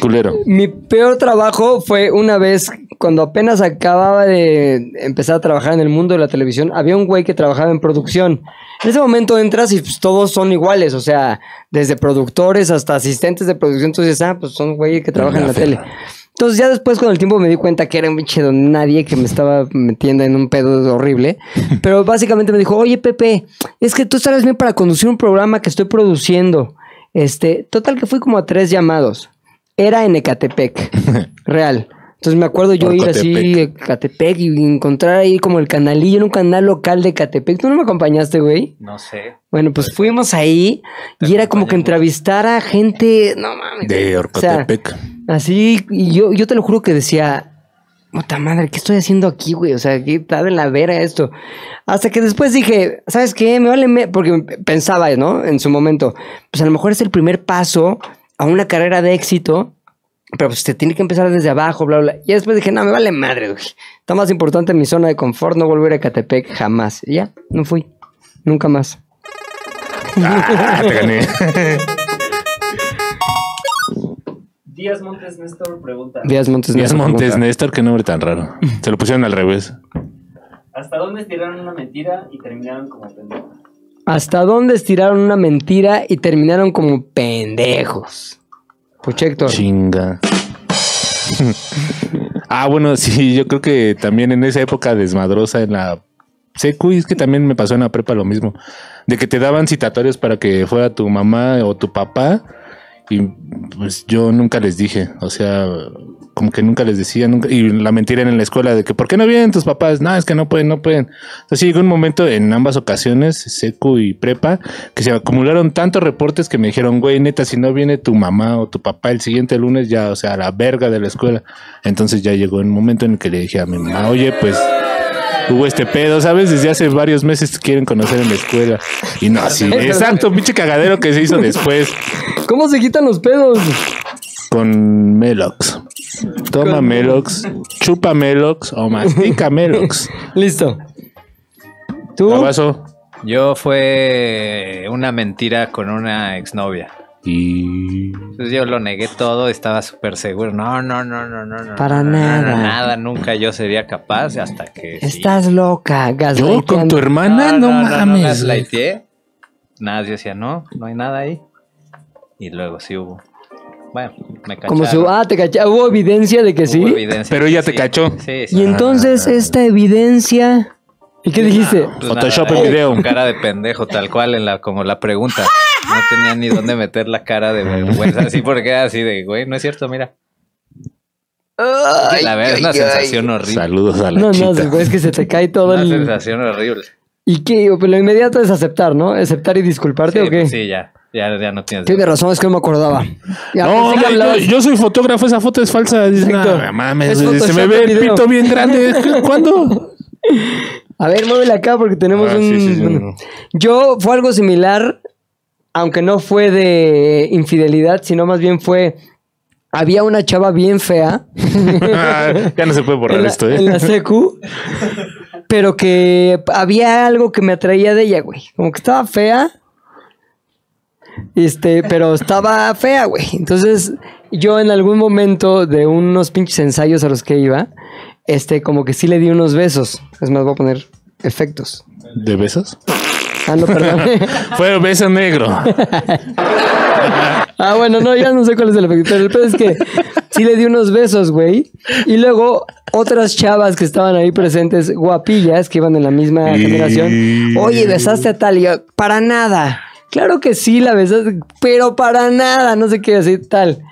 Speaker 2: Culero.
Speaker 1: Mi peor trabajo fue una vez cuando apenas acababa de empezar a trabajar en el mundo de la televisión, había un güey que trabajaba en producción. En ese momento entras y pues, todos son iguales, o sea, desde productores hasta asistentes de producción, entonces dices, ah, pues son güeyes que trabajan en la
Speaker 2: la
Speaker 1: tele. Entonces ya después con el tiempo me di cuenta que era un pinche don nadie que me estaba metiendo en un pedo horrible. Pero básicamente me dijo, oye Pepe, es que tú estarás bien para conducir un programa que estoy produciendo. Este, total que fui como a tres llamados. Era en Ecatepec, real. Entonces me acuerdo yo ir así a Ecatepec y encontrar ahí como el canalillo en un canal local de Ecatepec. ¿Tú no me acompañaste, güey?
Speaker 5: No sé.
Speaker 1: Bueno, pues fuimos ahí y era como que entrevistar a gente, no mames.
Speaker 2: De
Speaker 1: O sea,
Speaker 2: Orcotepec.
Speaker 1: Así, y yo, yo te lo juro que decía, puta madre, ¿qué estoy haciendo aquí, güey? O sea, ¿qué tal en la vera esto? Hasta que después dije, ¿sabes qué? Me vale, me-", porque pensaba, ¿no? En su momento, pues a lo mejor es el primer paso a una carrera de éxito, pero pues te tiene que empezar desde abajo, bla, bla. Y después dije, no, me vale madre, güey. Está más importante mi zona de confort, no volver a Catepec jamás. Y ya, no fui. Nunca más.
Speaker 2: Ah, te gané.
Speaker 4: Díaz Montes Néstor pregunta:
Speaker 1: Díaz Montes.
Speaker 2: Díaz
Speaker 1: Néstor
Speaker 2: Montes
Speaker 1: pregunta.
Speaker 2: Néstor, qué nombre tan raro. Se lo pusieron al revés.
Speaker 4: ¿Hasta dónde estiraron una mentira y terminaron como pendeja?
Speaker 1: ¿Hasta dónde estiraron una mentira y terminaron como pendejos? Pues, Puchector.
Speaker 2: Chinga. ah, bueno, sí, yo creo que también en esa época desmadrosa en la secu, y es que también me pasó en la prepa lo mismo, de que te daban citatorios para que fuera tu mamá o tu papá, y pues yo nunca les dije, o sea, como que nunca les decía, nunca, y la mentira en la escuela de que, ¿por qué no vienen tus papás? No, es que no pueden, no pueden. Entonces llegó un momento en ambas ocasiones, secu y prepa, que se acumularon tantos reportes que me dijeron, güey, neta, si no viene tu mamá o tu papá el siguiente lunes, ya, o sea, a la verga de la escuela. Entonces ya llegó un momento en el que le dije a mi mamá, oye, pues hubo este pedo, ¿sabes? Desde hace varios meses te quieren conocer en la escuela. Y no, sí, exacto, pinche cagadero que se hizo después
Speaker 1: ¿Cómo se quitan los pedos?
Speaker 2: con Melox. Toma Melox, chupa Melox o mastica Melox.
Speaker 1: Listo. ¿Tú?
Speaker 2: Abrazo.
Speaker 5: Yo fue una mentira con una exnovia.
Speaker 2: Y
Speaker 5: Entonces yo lo negué todo, estaba súper seguro. No, no, no, no, no, no.
Speaker 1: Para
Speaker 5: no, no, no,
Speaker 1: nada.
Speaker 5: nada, nunca yo sería capaz hasta que. sí.
Speaker 1: Estás loca,
Speaker 2: yo con tu
Speaker 1: gaslighteando.
Speaker 2: hermana no, mames. güey.
Speaker 5: gaslighteé. Nada, yo decía, no, no hay nada ahí. Y luego sí hubo. Bueno, me cacharon.
Speaker 1: Como si, ah, te caché. Hubo evidencia de que sí.
Speaker 5: Hubo evidencia
Speaker 2: Pero
Speaker 5: que
Speaker 2: ella te cachó.
Speaker 5: Sí, sí.
Speaker 1: Y entonces esta evidencia... ¿Y qué dijiste?
Speaker 5: Pues
Speaker 2: Photoshop
Speaker 5: nada,
Speaker 2: en
Speaker 5: eh,
Speaker 2: video.
Speaker 5: Cara de pendejo, tal cual, en la, como la pregunta. No tenía ni dónde meter la cara de vergüenza, así porque era así de, güey, no es cierto, mira. La verdad es una sensación horrible.
Speaker 2: Saludos a la
Speaker 1: No, no,
Speaker 2: chita.
Speaker 1: es que se te cae todo
Speaker 5: Una
Speaker 1: el...
Speaker 5: sensación horrible.
Speaker 1: ¿Y qué? Lo inmediato es aceptar, ¿no? ¿Aceptar y disculparte
Speaker 5: Sí,
Speaker 1: o qué?
Speaker 5: pues sí, ya, ya, ya no tienes.
Speaker 1: Tienes razón, es que no me acordaba. Ya pues,
Speaker 2: No,
Speaker 1: pensé que
Speaker 2: hombre,
Speaker 1: hablabas-
Speaker 2: yo, yo soy fotógrafo, esa foto es falsa. Dices,
Speaker 1: Exacto.
Speaker 2: "No, mames,
Speaker 1: Es
Speaker 2: se me
Speaker 1: Photoshop
Speaker 2: ve
Speaker 1: el
Speaker 2: el
Speaker 1: video".
Speaker 2: pito bien grande. ¿Cuándo?
Speaker 1: A ver, muévela acá porque tenemos
Speaker 2: Ah,
Speaker 1: un.
Speaker 2: sí, sí, sí,
Speaker 1: bueno.
Speaker 2: no.
Speaker 1: Yo fue algo similar, aunque no fue de infidelidad, sino más bien fue. Había una chava bien fea
Speaker 2: ya no se puede borrar
Speaker 1: en la,
Speaker 2: esto, ¿eh?
Speaker 1: en la secu, pero que había algo que me atraía de ella, güey. Como que estaba fea, este, pero estaba fea, güey. Entonces, yo en algún momento de unos pinches ensayos a los que iba, este, como que sí le di unos besos. Es más, voy a poner efectos.
Speaker 2: ¿De besos?
Speaker 1: Ah, no, perdón.
Speaker 2: Fue beso negro.
Speaker 1: Ah, bueno, no, ya no sé cuál es el efecto. Pero el pedo es que sí le di unos besos, güey. Y luego otras chavas que estaban ahí presentes, guapillas, que iban en la misma
Speaker 2: Y-
Speaker 1: generación. Oye, besaste a tal y yo, para nada. Claro que sí, la besaste, pero para nada, no sé qué decir, tal.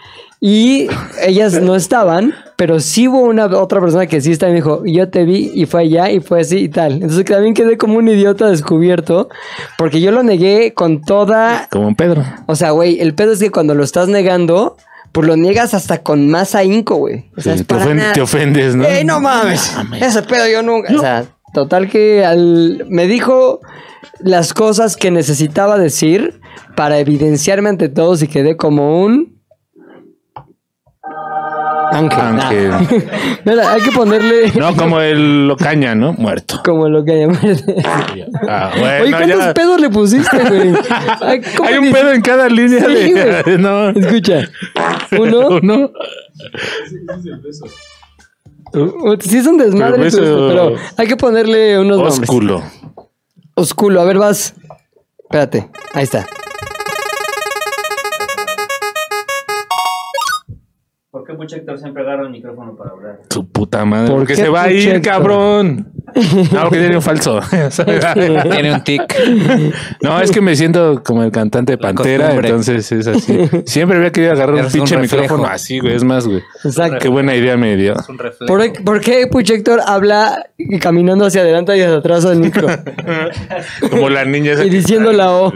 Speaker 1: Y ellas no estaban, Pero sí hubo una otra persona que sí está y me dijo, yo te vi y fue allá y fue así y tal. Entonces también quedé como un idiota descubierto porque yo lo negué con toda...
Speaker 2: Como un Pedro.
Speaker 1: O sea, güey, el pedo es que cuando lo estás negando, pues lo niegas hasta con más ahínco, güey. O sea, es
Speaker 2: te,
Speaker 1: para
Speaker 2: ofen-
Speaker 1: nada.
Speaker 2: te ofendes, ¿no?
Speaker 1: ¡Ey, no mames!
Speaker 2: No mames.
Speaker 1: Ese pedo yo nunca. O sea, total que al- me dijo las cosas que necesitaba decir para evidenciarme ante todos y quedé como un. Ángel.
Speaker 2: Ángel.
Speaker 1: Ah. Mira, hay que ponerle
Speaker 2: No, como el Locaña, ¿no? Muerto.
Speaker 1: como lo que llamamos.
Speaker 2: Ah, bueno,
Speaker 1: Oye, ¿cuántos
Speaker 2: ya.
Speaker 1: pedos le pusiste, güey? Ay, ¿cómo
Speaker 2: Hay un
Speaker 1: ni-
Speaker 2: pedo en cada línea
Speaker 1: Sí,
Speaker 2: de- No.
Speaker 1: Escucha. Uno.
Speaker 2: Uno.
Speaker 1: u- Sí es un desmadre,
Speaker 2: Pero
Speaker 1: pero,
Speaker 2: eso-
Speaker 1: pero hay que ponerle unos nombres.
Speaker 2: Ósculo.
Speaker 1: Osculo, a ver, vas. Espérate, ahí está.
Speaker 4: ¿Por qué Pucho Héctor siempre agarra el micrófono para hablar?
Speaker 2: Tu puta madre.
Speaker 1: ¿Por
Speaker 2: Porque
Speaker 1: qué
Speaker 2: se va a
Speaker 1: tu
Speaker 2: ir,
Speaker 1: cheque?
Speaker 2: cabrón. No, porque tiene un falso.
Speaker 5: Tiene un tic.
Speaker 2: no, es que me siento como el cantante de Pantera,
Speaker 5: costumbre.
Speaker 2: entonces es así. Siempre había querido agarrar un
Speaker 5: Eres un
Speaker 2: pinche
Speaker 5: reflejo.
Speaker 2: micrófono así, güey. Es más, güey. Qué
Speaker 1: Exacto.
Speaker 2: buena idea me dio.
Speaker 5: Un reflejo.
Speaker 1: ¿Por, por qué Puchector habla y caminando hacia adelante y hacia atrás del micro?
Speaker 2: Como la niña esa
Speaker 1: y
Speaker 2: que-
Speaker 1: diciendo la O.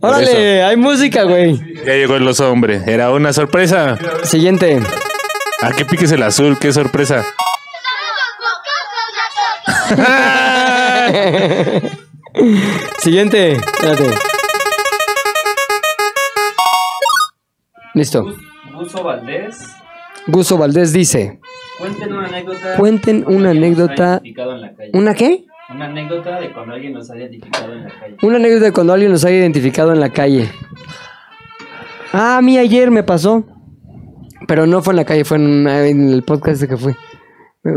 Speaker 1: Órale, hay música, güey.
Speaker 2: Ya llegó el oso hombre. Era una sorpresa.
Speaker 1: Siguiente.
Speaker 2: ¿A qué piques el azul? Qué sorpresa.
Speaker 1: Siguiente. Espérate. Listo.
Speaker 4: Gus- Guso Valdés,
Speaker 1: Guso Valdés dice,
Speaker 4: cuenten una anécdota.
Speaker 1: Cuenten
Speaker 4: cuando
Speaker 1: una
Speaker 4: alguien los haya
Speaker 1: anécdota-
Speaker 4: identificado en la calle.
Speaker 1: ¿una qué?
Speaker 4: Una anécdota de cuando alguien nos ha identificado en la calle.
Speaker 1: Una anécdota de cuando alguien nos haya identificado en la calle. Ah, a mí ayer me pasó. Pero no fue en la calle, fue en, una- en el podcast de que fui.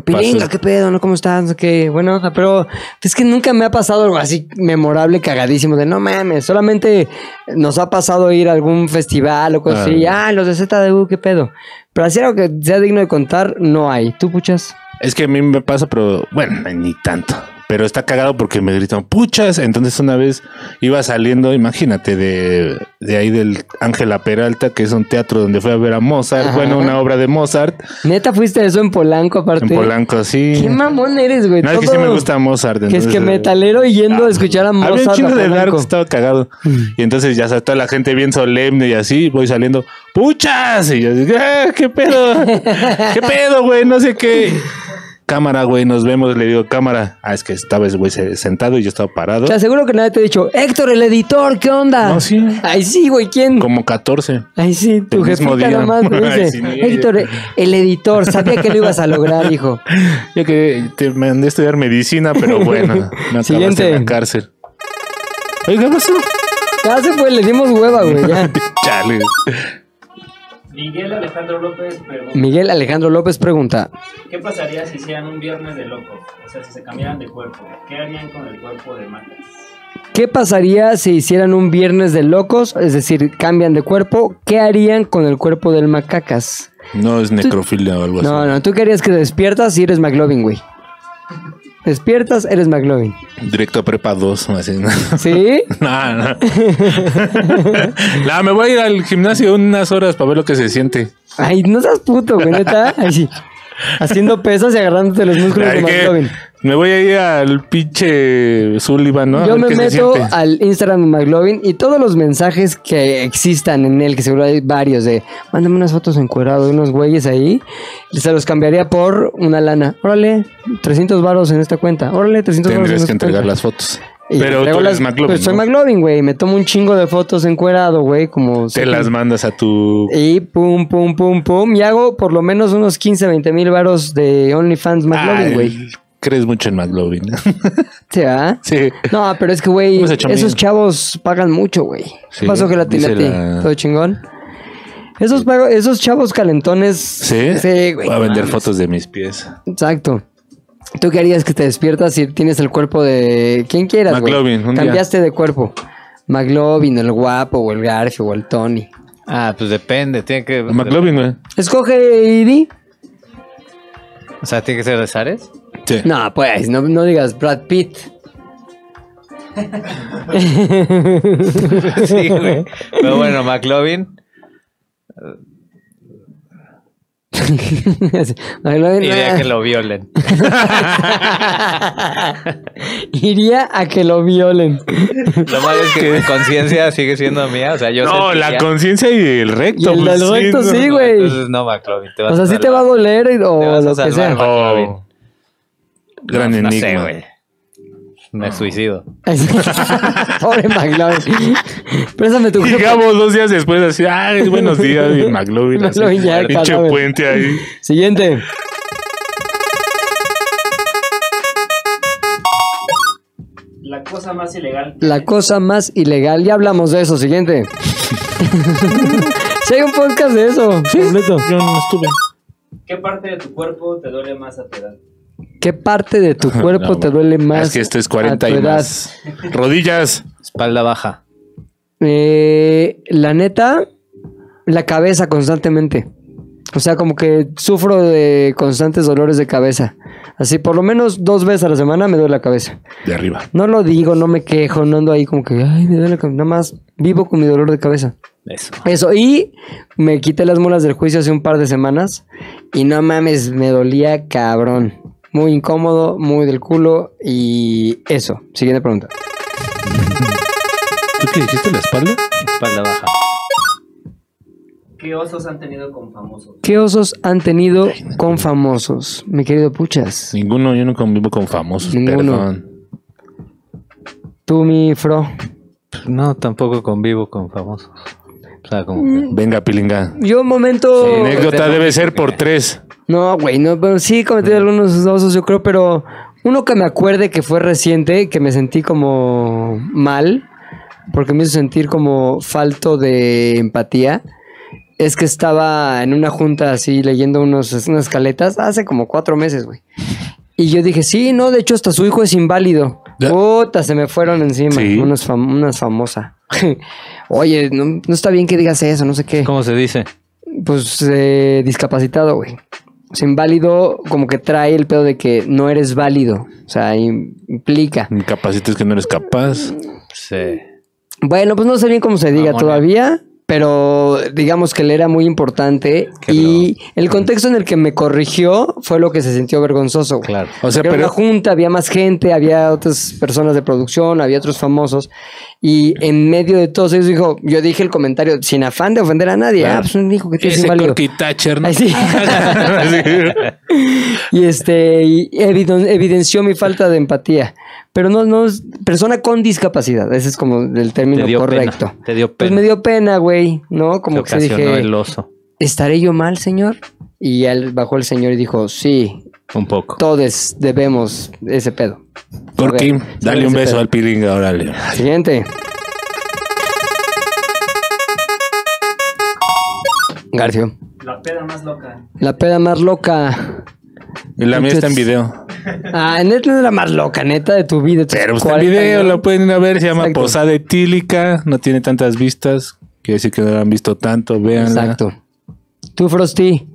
Speaker 1: Pilinga,
Speaker 2: Pasó.
Speaker 1: ¿qué pedo? ¿No? ¿Cómo estás? No sé ¿Qué? Bueno, o sea, pero es que nunca me ha pasado algo así memorable, cagadísimo, de no mames. Solamente nos ha pasado ir a algún festival o cosas así. Ah, los de ZDU, ¿qué pedo? Pero así algo que sea digno de contar, no hay. ¿Tú puchas?
Speaker 2: Es que a mí me pasa, pero bueno, ni tanto. Pero está cagado porque me gritan puchas. Entonces una vez iba saliendo, imagínate, de, de ahí del Ángela Peralta, que es un teatro donde fue a ver a Mozart.
Speaker 1: Ajá.
Speaker 2: Bueno, una obra de Mozart
Speaker 1: ¿Neta fuiste a eso en Polanco aparte?
Speaker 2: en Polanco, así.
Speaker 1: ¿Qué mamón eres, güey?
Speaker 2: No, es que sí
Speaker 1: Todo-
Speaker 2: me gusta Mozart.
Speaker 1: Que es que
Speaker 2: entonces- Ah,
Speaker 1: metalero y yendo a escuchar a
Speaker 2: Había un
Speaker 1: Mozart.
Speaker 2: chingo
Speaker 1: a
Speaker 2: de Dark,
Speaker 1: Polanco.
Speaker 2: estaba cagado.
Speaker 1: Mm.
Speaker 2: Y entonces ya está toda la gente bien solemne y así, voy saliendo, ¡puchas! Y yo así, "Ah, ¿qué pedo? ¿Qué pedo, güey? No sé qué. Cámara, güey, nos vemos. Le digo, cámara. Ah, es que estaba ese güey se- sentado y yo estaba parado.
Speaker 1: Te aseguro que nadie te ha dicho, Héctor, el editor, ¿qué onda?
Speaker 2: No, sí.
Speaker 1: Ay, sí, güey, ¿quién?
Speaker 2: Como 14.
Speaker 1: Ay, sí, tu
Speaker 2: mismo
Speaker 1: jefita
Speaker 2: día.
Speaker 1: nomás te
Speaker 2: Ay,
Speaker 1: dice,
Speaker 2: sí, ni-
Speaker 1: Héctor, el editor, sabía que lo ibas a lograr, hijo.
Speaker 2: Yo que te mandé a estudiar medicina, pero bueno, no acabaste
Speaker 1: Siguiente.
Speaker 2: en la cárcel. Oiga, ¿qué pasó?
Speaker 1: Ya se fue, le dimos hueva, güey, ya.
Speaker 2: Chale.
Speaker 4: Miguel Alejandro López pregunta:
Speaker 1: Miguel Alejandro López pregunta,
Speaker 4: ¿Qué pasaría si hicieran un viernes de locos? O sea, si se cambiaran de cuerpo. ¿Qué harían con el cuerpo de Matas?
Speaker 1: ¿qué pasaría si hicieran un viernes de locos? Es decir, cambian de cuerpo, ¿qué harían con el cuerpo del macacas?
Speaker 2: No es necrofilia o algo así.
Speaker 1: No, no, tú querías que despiertas y eres McLovin, güey. Despiertas, eres McLovin.
Speaker 2: Directo a prepa 2, así. ¿no?
Speaker 1: ¿Sí?
Speaker 2: No, no. no, me voy a ir al gimnasio unas horas para ver lo que se siente.
Speaker 1: Ay, no seas puto, güey, neta. Ay, sí. Haciendo pesas y agarrándote los músculos de
Speaker 2: Ay, que
Speaker 1: McLovin.
Speaker 2: me voy a ir al pinche Sullivan, ¿no? A
Speaker 1: Yo
Speaker 2: ver
Speaker 1: me
Speaker 2: qué se
Speaker 1: meto
Speaker 2: siente.
Speaker 1: al Instagram de McLovin y todos los mensajes que existan en él, que seguro hay varios, de mándame unas fotos encuerado de unos güeyes ahí, se los cambiaría por una lana. Órale, 300 varos en esta cuenta. Órale, 300 varos en
Speaker 2: Tendrías
Speaker 1: esta
Speaker 2: que entregar
Speaker 1: cuenta.
Speaker 2: las fotos.
Speaker 1: Y
Speaker 2: Pero
Speaker 1: traigo
Speaker 2: tú eres
Speaker 1: las-
Speaker 2: McLovin.
Speaker 1: Pues soy
Speaker 2: ¿no?
Speaker 1: McLovin, güey. Me tomo un chingo de fotos encuerado, güey, como...
Speaker 2: Te las mandas a tu.
Speaker 1: Y pum, pum, pum, pum. Y hago por lo menos unos 15, 20 mil varos de OnlyFans
Speaker 2: Ay,
Speaker 1: McLovin, güey.
Speaker 2: Crees mucho en McLovin.
Speaker 1: ¿Sí, ah?
Speaker 2: sí.
Speaker 1: No, pero es que, güey,
Speaker 2: Hemos hecho
Speaker 1: esos
Speaker 2: mil.
Speaker 1: chavos pagan mucho, güey.
Speaker 2: Sí,
Speaker 1: ¿Qué pasó que la tiene a
Speaker 2: dice
Speaker 1: ti?
Speaker 2: la-
Speaker 1: ¿Todo chingón? Esos, pago- esos chavos calentones.
Speaker 2: ¿Sí?
Speaker 1: Sí, güey.
Speaker 2: Voy a vender fotos de mis pies.
Speaker 1: Exacto. ¿Tú qué harías que te despiertas si tienes el cuerpo de quien quieras, güey?
Speaker 2: McLovin, un día.
Speaker 1: Cambiaste de cuerpo. McLovin, el guapo, o el Garfio, o el Tony.
Speaker 5: Ah, pues depende. Tiene que.
Speaker 2: McLovin, güey.
Speaker 1: Escoge y di.
Speaker 5: O sea, tiene que ser de Zares.
Speaker 2: Sí.
Speaker 1: No, pues, no, no digas Brad Pitt.
Speaker 5: Sí, güey. Pero bueno, McLovin.
Speaker 1: McLovin,
Speaker 5: Idea
Speaker 1: ah,
Speaker 5: que lo violen.
Speaker 1: Iría a que lo violen.
Speaker 5: Lo malo es que mi conciencia sigue siendo mía. O sea, yo
Speaker 2: No,
Speaker 5: sentía-
Speaker 2: la conciencia y el recto. pues,
Speaker 1: Y el del recto,
Speaker 2: no.
Speaker 1: sí,
Speaker 5: No,
Speaker 1: güey.
Speaker 5: Entonces, no, McLovin.
Speaker 1: O sea, sí te va a doler y-
Speaker 5: Te
Speaker 1: o
Speaker 5: vas
Speaker 1: lo
Speaker 5: a
Speaker 1: que sea.
Speaker 5: salvar, güey.
Speaker 2: Oh. Gran
Speaker 5: no, no
Speaker 2: enigma.
Speaker 5: sé, güey. Me suicido.
Speaker 1: Pobre McLovin. Présame tu grupo.
Speaker 2: Llegamos dos días después así, ah, es buenos días, y McLovin. así,
Speaker 1: McLovin ya,
Speaker 2: pinche
Speaker 1: cadáver.
Speaker 2: puente ahí.
Speaker 1: Siguiente.
Speaker 4: La cosa más ilegal.
Speaker 1: La cosa más ilegal. Ya hablamos de eso. Siguiente. Si hay un podcast de eso. completo. Mm.
Speaker 4: ¿Qué parte de tu cuerpo te duele más a tu edad?
Speaker 1: ¿Qué parte de tu cuerpo
Speaker 2: Ah, No,
Speaker 1: te duele más?
Speaker 2: Es que esto es
Speaker 1: a
Speaker 2: 40
Speaker 1: tu
Speaker 2: y
Speaker 1: edad?
Speaker 2: más. Rodillas.
Speaker 5: Espalda baja.
Speaker 1: Eh, la neta, la cabeza constantemente. O sea, como que sufro de constantes dolores de cabeza. Así, por lo menos dos veces a la semana me duele la cabeza.
Speaker 2: De arriba.
Speaker 1: No lo digo, no me quejo, no ando ahí como que, ay, me duele la cabeza. Nada más vivo con mi dolor de cabeza.
Speaker 5: Eso.
Speaker 1: Eso, y me quité las mulas del juicio hace un par de semanas y no mames, me dolía cabrón. Muy incómodo, muy del culo y eso. Siguiente pregunta.
Speaker 2: ¿Tú qué dijiste la espalda?
Speaker 5: Espalda baja.
Speaker 4: ¿Qué osos han tenido con famosos?
Speaker 1: ¿Qué osos han tenido con famosos, mi querido Puchas?
Speaker 2: Ninguno, yo no convivo con famosos,
Speaker 1: Ninguno.
Speaker 2: perdón.
Speaker 1: Tú, mi Fro.
Speaker 5: No, tampoco convivo con famosos. O sea, como que...
Speaker 2: Venga, pilinga.
Speaker 1: Yo un momento...
Speaker 2: La anécdota
Speaker 5: Pero-
Speaker 2: debe ser por tres.
Speaker 1: No, güey, no, pero sí he cometido algunos osos, yo creo, pero uno que me acuerde que fue reciente, que me sentí como mal, porque me hizo sentir como falto de empatía, es que estaba en una junta así leyendo unos, unas caletas hace como cuatro meses, güey. Y yo dije, sí, no, de hecho hasta su hijo es inválido.
Speaker 2: Ya.
Speaker 1: Puta, se me fueron encima.
Speaker 2: Sí.
Speaker 1: Unos fam- unas famosa. Oye, no, no está bien que digas eso, no sé qué.
Speaker 5: ¿Cómo se dice?
Speaker 1: Pues eh, discapacitado, güey. O sea, inválido como que trae el pedo de que no eres válido. O sea, im- implica.
Speaker 2: Incapacites que no eres capaz.
Speaker 5: Sí.
Speaker 1: Bueno, pues no sé bien cómo se diga
Speaker 5: Mamona.
Speaker 1: todavía, pero digamos que le era muy importante.
Speaker 5: Qué
Speaker 1: y el contexto en el que me corrigió fue lo que se sintió vergonzoso. güey.
Speaker 5: Claro.
Speaker 2: O
Speaker 1: Porque
Speaker 2: sea,
Speaker 1: era una
Speaker 2: pero
Speaker 1: junta, había más gente, había otras personas de producción, había otros famosos. Y en medio de todos ellos dijo, yo dije el comentario sin afán de ofender a nadie.
Speaker 2: Claro.
Speaker 1: Ah, pues dijo que tú eres
Speaker 2: ese
Speaker 1: inválido.
Speaker 2: Corky Thatcher, ¿no?
Speaker 1: Ay, sí.
Speaker 2: Sí.
Speaker 1: Y este y eviden- evidenció mi falta de empatía. Pero no, no, es- persona con discapacidad, ese es como el
Speaker 5: Te
Speaker 1: término
Speaker 5: dio
Speaker 1: correcto.
Speaker 5: pena. Te dio
Speaker 1: Pues
Speaker 5: pena.
Speaker 1: me dio pena, güey, ¿no? Como
Speaker 5: Te
Speaker 1: que sí
Speaker 5: ocasionó
Speaker 1: dije,
Speaker 5: el oso.
Speaker 1: ¿estaré yo mal, señor? Y él bajó el señor y dijo, sí,
Speaker 5: Un poco.
Speaker 1: todos debemos ese pedo.
Speaker 2: Corky,
Speaker 1: Ok,
Speaker 2: dale
Speaker 1: sí,
Speaker 2: un
Speaker 1: sí,
Speaker 2: beso
Speaker 1: pero-
Speaker 2: al pilinga, órale.
Speaker 1: Siguiente. Garfio.
Speaker 4: La peda más loca.
Speaker 1: La peda más loca.
Speaker 2: Y La mía está en
Speaker 1: Entonces-
Speaker 2: video.
Speaker 1: Ah, neta es la más loca, neta, de tu vida. de tus
Speaker 2: Pero está en
Speaker 1: 40
Speaker 2: video,
Speaker 1: años.
Speaker 2: lo pueden ir a ver. Se llama
Speaker 1: Exacto.
Speaker 2: Posada Etílica. No tiene tantas vistas. Quiere decir que no la han visto tanto. Véanla.
Speaker 1: Exacto. Tú, Frosty.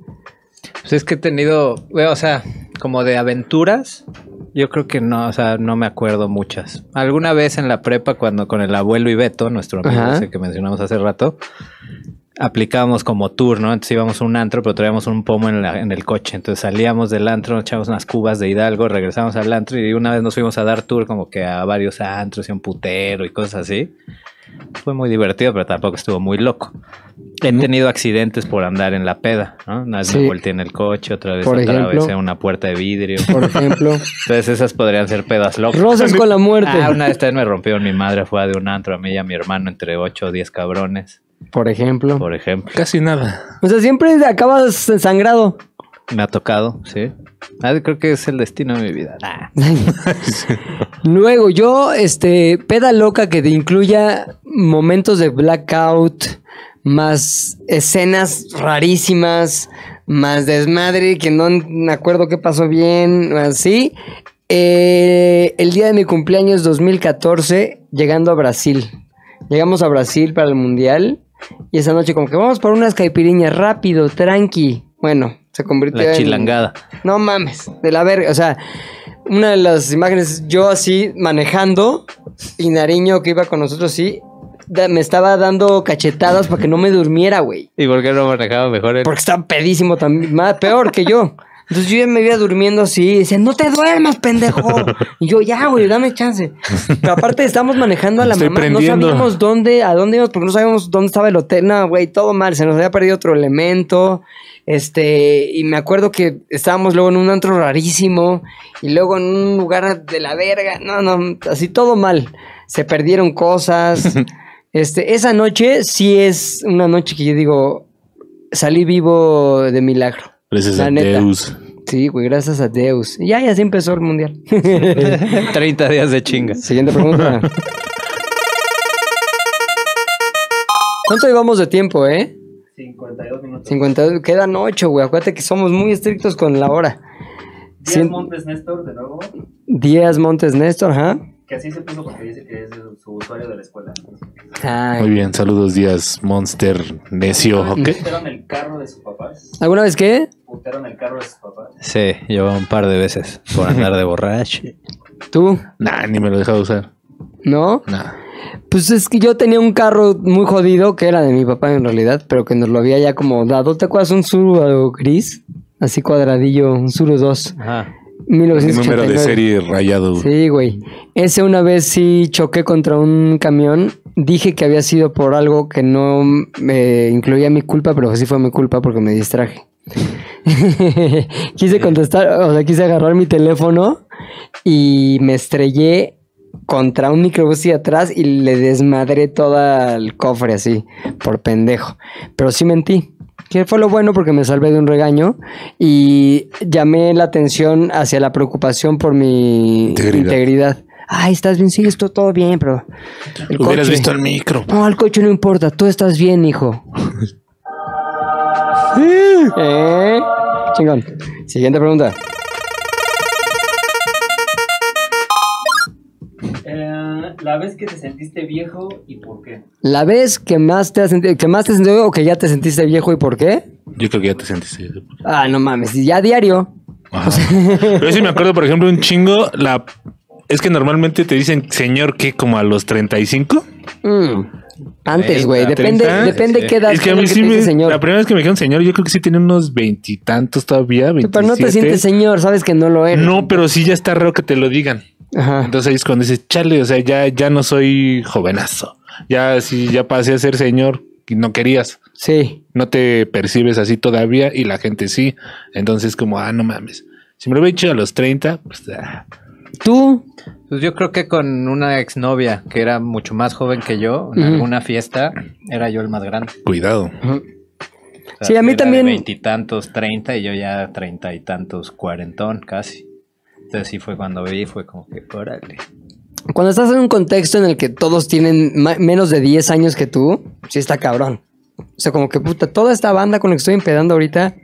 Speaker 5: Pues es que he tenido, güey, o sea, como de aventuras, yo creo que no, o sea, no me acuerdo muchas. Alguna vez en la prepa, cuando con el abuelo y Beto, nuestro amigo
Speaker 1: Ajá.
Speaker 5: ese que mencionamos hace rato, aplicábamos como tour, ¿no? Entonces íbamos a un antro, pero traíamos un pomo en, la- en el coche. Entonces salíamos del antro, echábamos unas cubas de Hidalgo, regresábamos al antro y una vez nos fuimos a dar tour como que a varios antros y a un putero y cosas así. Fue muy divertido, pero tampoco estuvo muy loco. He tenido accidentes por andar en la peda, ¿no? Una vez
Speaker 1: Sí.
Speaker 5: me volteé en el coche, otra vez
Speaker 1: Por ejemplo.
Speaker 5: atravesé una puerta de vidrio.
Speaker 1: Por ejemplo,
Speaker 5: Entonces esas podrían ser pedas locas.
Speaker 1: Rosas con la muerte.
Speaker 5: Ah, una vez también me rompieron mi madre, fue de un antro a mí y a mi hermano entre 8 o 10 cabrones,
Speaker 1: Por ejemplo.
Speaker 5: por ejemplo.
Speaker 2: Casi nada.
Speaker 1: O sea, siempre acabas ensangrado.
Speaker 5: Me ha tocado, sí. Ah, creo que es el destino de mi vida. Ah,
Speaker 1: Luego, yo, este, peda loca que te incluya momentos de blackout, más escenas rarísimas, más desmadre, que no me acuerdo qué pasó bien, así. Eh, el día de mi cumpleaños 2014, llegando a Brasil. Llegamos a Brasil para el Mundial y esa noche como que vamos por unas caipiriñas rápido, tranqui. Bueno, se convirtió
Speaker 5: la
Speaker 1: en...
Speaker 5: chilangada.
Speaker 1: No mames, de la verga. O sea, una de las imágenes, yo así manejando y Nariño que iba con nosotros, sí, da- me estaba dando cachetadas para que no me durmiera, güey.
Speaker 5: ¿Y por qué no manejaba mejor el...
Speaker 1: Porque estaba pedísimo también, más peor que yo. Entonces yo ya me iba durmiendo así, dice, no te duermas, pendejo. Y yo, ya, güey, dame chance. Pero aparte estamos manejando a la
Speaker 2: Estoy
Speaker 1: mamá,
Speaker 2: prendiendo.
Speaker 1: no sabíamos dónde, a dónde íbamos, porque no sabíamos dónde estaba el hotel, nada, güey, todo mal, se nos había perdido otro elemento. Este, y me acuerdo que estábamos luego en un antro rarísimo, y luego en un lugar de la verga, no, no, así todo mal. Se perdieron cosas. Este, esa noche sí es una noche que yo digo, salí vivo de milagro.
Speaker 2: Gracias
Speaker 1: La
Speaker 2: a
Speaker 1: neta.
Speaker 2: Deus.
Speaker 1: Sí, güey, gracias a Deus. Ya, ya se empezó el mundial.
Speaker 5: 30 días de chinga?
Speaker 1: Siguiente pregunta. ¿Cuánto llevamos de tiempo, eh?
Speaker 4: 52 minutos.
Speaker 1: 52, quedan 8, güey. Acuérdate que somos muy estrictos con la hora.
Speaker 4: Díaz
Speaker 1: cien-
Speaker 4: Montes Néstor, de nuevo,
Speaker 1: Díaz Montes Néstor, ajá.
Speaker 4: que así se puso porque dice que es su usuario de la escuela.
Speaker 2: Muy bien, saludos días, Monster Necio. ¿ok?
Speaker 4: Putearon el carro de sus papás.
Speaker 1: ¿Alguna vez qué?
Speaker 4: Putearon el carro de sus papás.
Speaker 5: Sí, llevaba un par de veces por andar de borracho.
Speaker 1: ¿Tú?
Speaker 2: Nah, ni me lo dejaba usar.
Speaker 1: ¿No?
Speaker 2: Nah.
Speaker 1: Pues es que yo tenía un carro muy jodido, que era de mi papá en realidad, pero que nos lo había ya como dado. ¿Te acuerdas un Suru gris? Así cuadradillo, un Suru 2.
Speaker 5: Ajá.
Speaker 2: El
Speaker 1: 1989.
Speaker 2: número de serie rayado.
Speaker 1: Sí, güey. Ese una vez sí choqué contra un camión. Dije que había sido por algo que no me incluía mi culpa, pero sí fue mi culpa porque me distraje. quise contestar, o sea, quise agarrar mi teléfono y me estrellé contra un microbús y atrás y le desmadré todo el cofre así, por pendejo. Pero sí mentí. Que fue lo bueno porque me salvé de un regaño y llamé la atención hacia la preocupación por mi
Speaker 2: Integridad.
Speaker 1: integridad. Ay, estás bien, sí, esto todo bien, pero. El
Speaker 2: Hubieras
Speaker 1: coche.
Speaker 2: visto el micro.
Speaker 1: No, al coche no importa, tú estás bien, hijo. ¿Eh? Chingón. Siguiente pregunta.
Speaker 4: Eh, la vez que te sentiste viejo y por qué.
Speaker 1: La vez que más te has sentido, que más te has sentido o que ya te sentiste viejo y por qué?
Speaker 2: Yo creo que ya te sentiste.
Speaker 1: Ah, no mames, ya diario.
Speaker 2: Ajá. Pero yo sí me acuerdo, por ejemplo, un chingo. La es que normalmente te dicen señor que como a los 35.
Speaker 1: Mm. Antes, güey,
Speaker 5: Treinta,
Speaker 1: depende,
Speaker 2: treinta.
Speaker 1: depende
Speaker 5: Sí.
Speaker 1: qué edad
Speaker 2: es que a
Speaker 1: tenga
Speaker 2: mí
Speaker 1: que
Speaker 2: sí
Speaker 1: te
Speaker 2: me.
Speaker 1: dice señor.
Speaker 2: La primera vez que me dijeron señor, yo creo que sí tenía unos veintitantos todavía.
Speaker 1: Pero no te
Speaker 2: 27.
Speaker 1: sientes señor, sabes que no lo eres.
Speaker 2: No, pero sí ya está raro que te lo digan.
Speaker 1: Ajá.
Speaker 2: Entonces ahí es cuando dices, chale, o sea, ya, ya no soy jovenazo. Ya sí, ya pasé a ser señor y no querías.
Speaker 1: Sí.
Speaker 2: No te percibes así todavía y la gente sí. Entonces como, ah, no mames. Si me lo hubiera hecho a los 30, pues... ah.
Speaker 1: Tú,
Speaker 5: Pues yo creo que con una exnovia que era mucho más joven que yo, en
Speaker 1: Ujú.
Speaker 5: alguna fiesta, era yo el más grande.
Speaker 2: Cuidado.
Speaker 5: O sea,
Speaker 1: Sí, a mí
Speaker 5: era de
Speaker 1: también-
Speaker 5: Veintitantos, treinta, y yo ya treinta y tantos, cuarentón casi. Entonces sí fue cuando vi, fue como que, órale.
Speaker 1: cuando estás en un contexto en el que todos tienen ma- menos de 10 años que tú, sí está cabrón. O sea, como que puta, toda esta banda con la que estoy empedando ahorita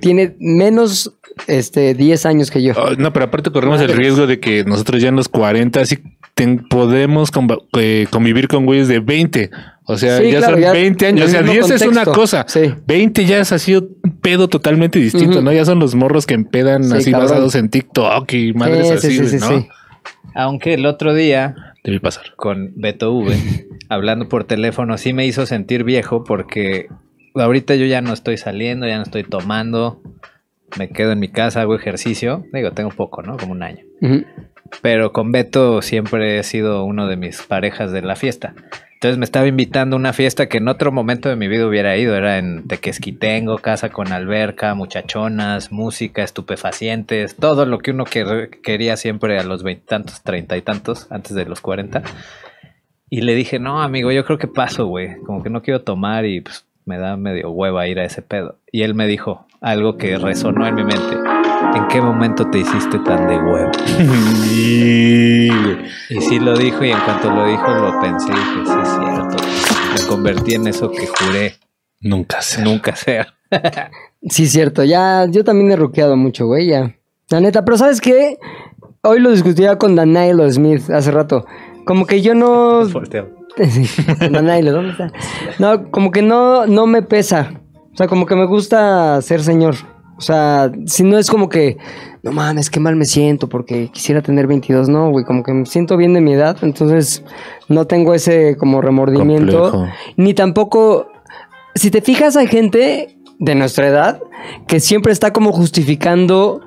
Speaker 1: tiene menos este 10 años que yo.
Speaker 2: Oh, no, pero aparte corremos el riesgo de que nosotros ya en los 40 sí ten- podemos comba- eh, convivir con güeyes de 20. O sea,
Speaker 1: Sí,
Speaker 2: ya
Speaker 1: claro,
Speaker 2: son
Speaker 1: ya
Speaker 2: 20 años. O
Speaker 1: en el
Speaker 2: sea, 10
Speaker 1: mismo
Speaker 2: es una
Speaker 1: contexto.
Speaker 2: cosa.
Speaker 1: Sí.
Speaker 2: 20 ya es así un pedo totalmente distinto,
Speaker 1: Ujú.
Speaker 2: ¿no? Ya son los morros que empedan
Speaker 1: Sí,
Speaker 2: así
Speaker 1: cabrón.
Speaker 2: basados en TikTok y madres
Speaker 1: Sí,
Speaker 2: así,
Speaker 1: sí, sí, sí,
Speaker 2: ¿no?
Speaker 1: sí.
Speaker 5: Aunque el otro día,
Speaker 2: Debe pasar.
Speaker 5: con Beto V, hablando por teléfono, sí me hizo sentir viejo porque ahorita yo ya no estoy saliendo, ya no estoy tomando, me quedo en mi casa, hago ejercicio. Digo, tengo poco, ¿no? Como un año.
Speaker 1: Ujú.
Speaker 5: Pero con Beto siempre he sido uno de mis parejas de la fiesta. Entonces me estaba invitando a una fiesta que en otro momento de mi vida hubiera ido. Era en Tequesquitengo, casa con alberca, muchachonas, música, estupefacientes, todo lo que uno que- quería siempre a los veintitantos, treinta y tantos, antes de los cuarenta. Y le dije, no, amigo, yo creo que paso, güey. Como que no quiero tomar y pues, me da medio hueva ir a ese pedo. Y él me dijo algo que resonó en mi mente. ¿En qué momento te hiciste tan de huevo?
Speaker 2: Y-
Speaker 5: Y sí lo dijo y en cuanto lo dijo lo pensé y dije, sí es cierto. Me convertí en eso que juré
Speaker 2: Nunca sé.
Speaker 5: nunca ser.
Speaker 1: Sí, cierto. Ya, yo también he ruqueado mucho, güey, ya. La neta, pero ¿sabes qué? Hoy lo discutía con Danailo Smith hace rato. Como que yo no... Danailo, ¿dónde está? No, como que no, no me pesa. O sea, como que me gusta ser señor. O sea, si no es como que, no mames, qué mal me siento porque quisiera tener 22, no, güey, como que me siento bien de mi edad, entonces no tengo ese como remordimiento.
Speaker 2: Complejo.
Speaker 1: Ni tampoco, si te fijas, hay gente de nuestra edad que siempre está como justificando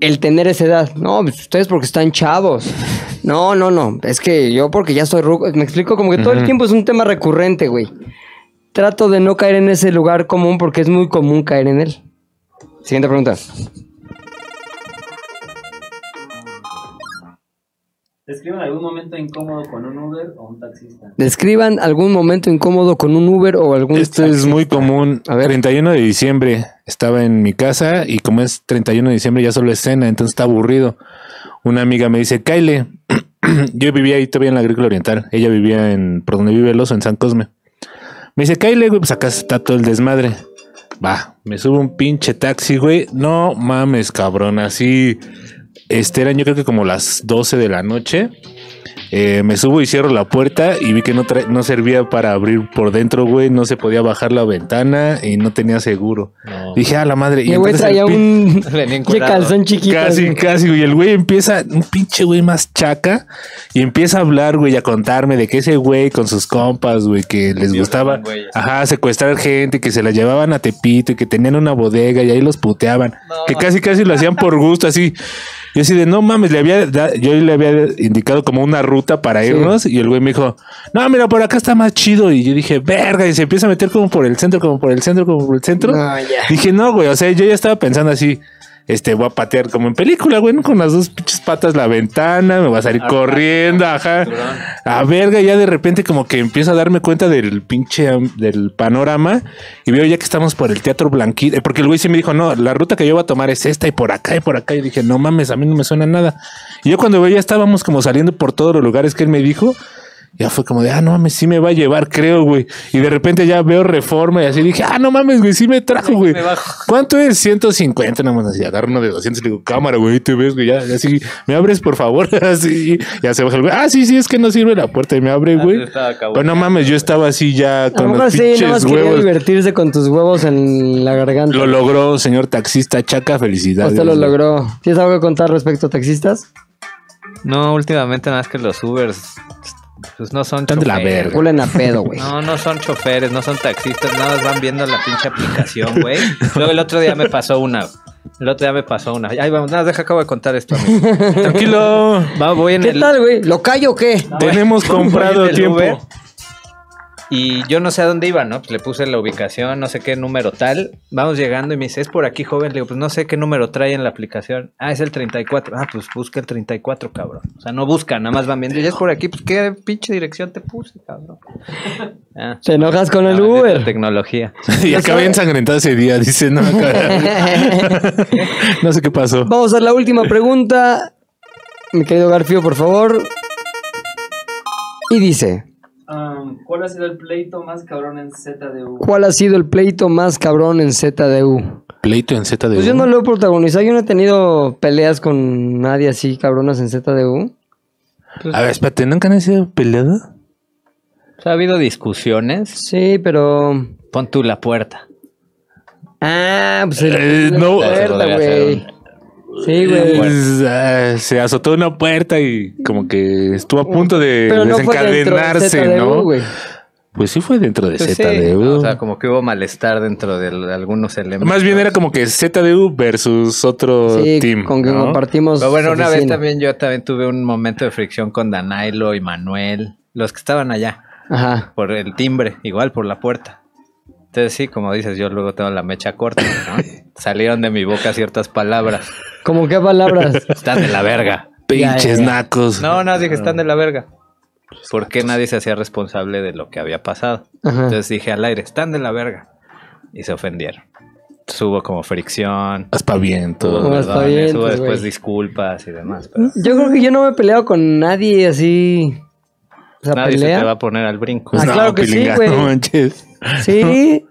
Speaker 1: el tener esa edad. No, pues ustedes porque están chavos. No, no, no, es que yo porque ya soy ruco, me explico como que todo el
Speaker 2: Ujú.
Speaker 1: tiempo es un tema recurrente, güey. Trato de no caer en ese lugar común porque es muy común caer en él. Siguiente pregunta.
Speaker 4: Describan algún momento incómodo con un Uber o un taxista.
Speaker 1: Describan algún momento incómodo con un Uber o algún...
Speaker 2: Esto Este es muy común.
Speaker 1: A ver.
Speaker 2: 31 de diciembre estaba en mi casa y como es 31 de diciembre ya solo es cena, entonces está aburrido. Una amiga me dice, Kyle, yo vivía ahí todavía en la agrícola oriental. Ella vivía en, por donde vive el oso, en San Cosme. Me dice, Kyle, güey, pues acá está todo el desmadre. Va, me subo un pinche taxi, güey. No mames, cabrón, así... Este eran yo creo que como las 12 de la noche. Eh, me subo y cierro la puerta y vi que no, tra- no servía para abrir por dentro, güey. No se podía bajar la ventana y no tenía seguro. Dije, a la madre.
Speaker 1: Y güey
Speaker 2: entonces
Speaker 1: traía
Speaker 2: el pin-
Speaker 1: un...
Speaker 5: Venía
Speaker 1: Qué
Speaker 5: encuerado.
Speaker 1: calzón chiquito.
Speaker 2: Casi,
Speaker 1: güey.
Speaker 2: casi, güey. El güey empieza, un pinche güey más chaca, y empieza a hablar, güey, a contarme de que ese güey con sus compas, güey, que les gustaba, ajá, secuestrar gente, que se la llevaban a Tepito y que tenían una bodega y ahí los puteaban, que casi, casi lo hacían por gusto, así. Yo así de, no mames, le había, da- yo le había indicado como una ruta para irnos y el güey me dijo, no, mira, por acá está más chido. Y yo dije, verga, y se empieza a meter como por el centro, como por el centro, como por el centro.
Speaker 1: No, ya.
Speaker 2: Dije, no, güey, o sea, yo ya estaba pensando así, este, voy a patear como en película, güey, ¿no? con las dos pinches patas la ventana, me voy a salir corriendo, ajá. A verga, ya de repente como que empiezo a darme cuenta del pinche, am- del panorama y veo ya que estamos por el Teatro Blanquita, porque el güey sí me dijo, no, la ruta que yo voy a tomar es esta y por acá y por acá. Y dije, no mames, a mí no me suena nada. Y yo cuando veía estábamos como saliendo por todos los lugares que él me dijo, ya fue como de, ah, no mames, sí me va a llevar, creo, güey. Y de repente ya veo reforma y así dije, ah, no mames, güey, sí me trajo, güey. ¿Cuánto es? 150, nada más así, agarro uno de 200 y le digo, cámara, güey, te ves, güey, ya, así, me abres, por favor, así, ya se baja el güey, ah, sí, sí, es que no sirve la puerta y me abre, güey. Pero no mames, yo estaba así ya
Speaker 1: A lo
Speaker 2: con
Speaker 1: mejor
Speaker 2: los
Speaker 1: sí, nada
Speaker 2: pinches
Speaker 1: más quería
Speaker 2: huevos.
Speaker 1: divertirse con tus huevos en la garganta.
Speaker 2: Lo logró, señor taxista Chaca, felicidades.
Speaker 1: Usted lo
Speaker 2: güey.
Speaker 1: logró. ¿Tienes algo que contar respecto a taxistas?
Speaker 5: No, últimamente nada más que los Ubers pues no son
Speaker 2: Están de la
Speaker 5: choferes.
Speaker 2: verga.
Speaker 1: Huelen a pedo, güey.
Speaker 5: No, no son choferes, no son taxistas, nada más van viendo la pinche aplicación, güey. Luego el otro día me pasó una. El otro día me pasó una. Ay, vamos, nada, deja acabo de contar esto. amigo.
Speaker 2: Tranquilo,
Speaker 5: Va, voy en
Speaker 1: ¿Qué
Speaker 5: el
Speaker 1: tal, güey? ¿Lo callo o qué?
Speaker 2: tenemos comprado
Speaker 5: voy en el
Speaker 2: tiempo.
Speaker 5: Uber y yo no sé a dónde iba, ¿no? Pues le puse la ubicación, no sé qué número tal. Vamos llegando y me dice, "Es por aquí, joven." Le digo, "Pues no sé qué número trae en la aplicación." Ah, es el 34. Ah, pues busca el 34, cabrón. O sea, no busca, nada más van viendo, "Ya es por aquí." Pues qué pinche dirección te puse, cabrón. Ah.
Speaker 1: ¿Te enojas con el
Speaker 5: Ah, bendita
Speaker 1: Uber?
Speaker 5: Tecnología.
Speaker 2: y acabé ensangrentado ese día, dice, no, cabrón. no sé qué pasó.
Speaker 1: Vamos a la última pregunta. Mi querido Garfio, por favor. Y dice,
Speaker 4: Am, Ah, ¿Cuál ha sido el pleito más cabrón en ZDU?
Speaker 1: ¿cuál ha sido el pleito más cabrón en ZDU?
Speaker 2: Pleito en Z de
Speaker 1: Pues yo no lo he protagonizado, yo no he tenido peleas con nadie así cabronas en ZDU.
Speaker 2: A ver, espérate, ¿nunca han sido peleados?
Speaker 5: O sea, ha habido discusiones.
Speaker 1: Sí, pero...
Speaker 5: Pon tú la puerta.
Speaker 1: Ah, pues
Speaker 2: Eh,
Speaker 1: la
Speaker 2: no.
Speaker 1: puerta, güey. Sí, güey.
Speaker 2: Es, ah, se azotó una puerta y como que estuvo a punto de
Speaker 1: Pero no fue dentro de
Speaker 2: desencadenarse,
Speaker 1: ZDU,
Speaker 2: ¿no?
Speaker 1: güey.
Speaker 2: Pues sí fue dentro de
Speaker 5: Pues sí,
Speaker 2: ZDU.
Speaker 5: ¿no? O sea, como que hubo malestar dentro de l- algunos elementos.
Speaker 2: Más bien era como que ZDU versus otro
Speaker 1: Sí,
Speaker 2: team.
Speaker 1: con que
Speaker 2: ¿no?
Speaker 1: compartimos.
Speaker 5: Pero bueno, una vez
Speaker 1: oficina.
Speaker 5: también yo también tuve un momento de fricción con Danailo y Manuel, los que estaban allá,
Speaker 1: Ajá.
Speaker 5: por el timbre, igual por la puerta. Entonces sí, como dices, yo luego tengo la mecha corta, ¿no? Salieron de mi boca ciertas palabras.
Speaker 1: ¿Cómo qué palabras?
Speaker 5: Están de la verga.
Speaker 2: Pinches
Speaker 1: Ya, ya, ya.
Speaker 2: nacos.
Speaker 5: No, no, dije, están de la verga. ¿Por qué nadie se hacía responsable de lo que había pasado?
Speaker 1: Ajá.
Speaker 5: Entonces dije al aire, están de la verga. Y se ofendieron. Entonces hubo como fricción.
Speaker 2: Aspaviento.
Speaker 5: Hubo,
Speaker 1: No, está
Speaker 5: perdones,
Speaker 1: bien,
Speaker 5: hubo
Speaker 1: pues,
Speaker 5: después
Speaker 1: güey.
Speaker 5: disculpas y demás. Pero
Speaker 1: Yo creo que yo no me he peleado con nadie así. O sea,
Speaker 5: nadie
Speaker 1: pelea.
Speaker 5: se te va a poner al brinco.
Speaker 1: Ah, claro que sí,
Speaker 2: pilinga,
Speaker 1: güey.
Speaker 2: Pues No manches.
Speaker 1: Sí.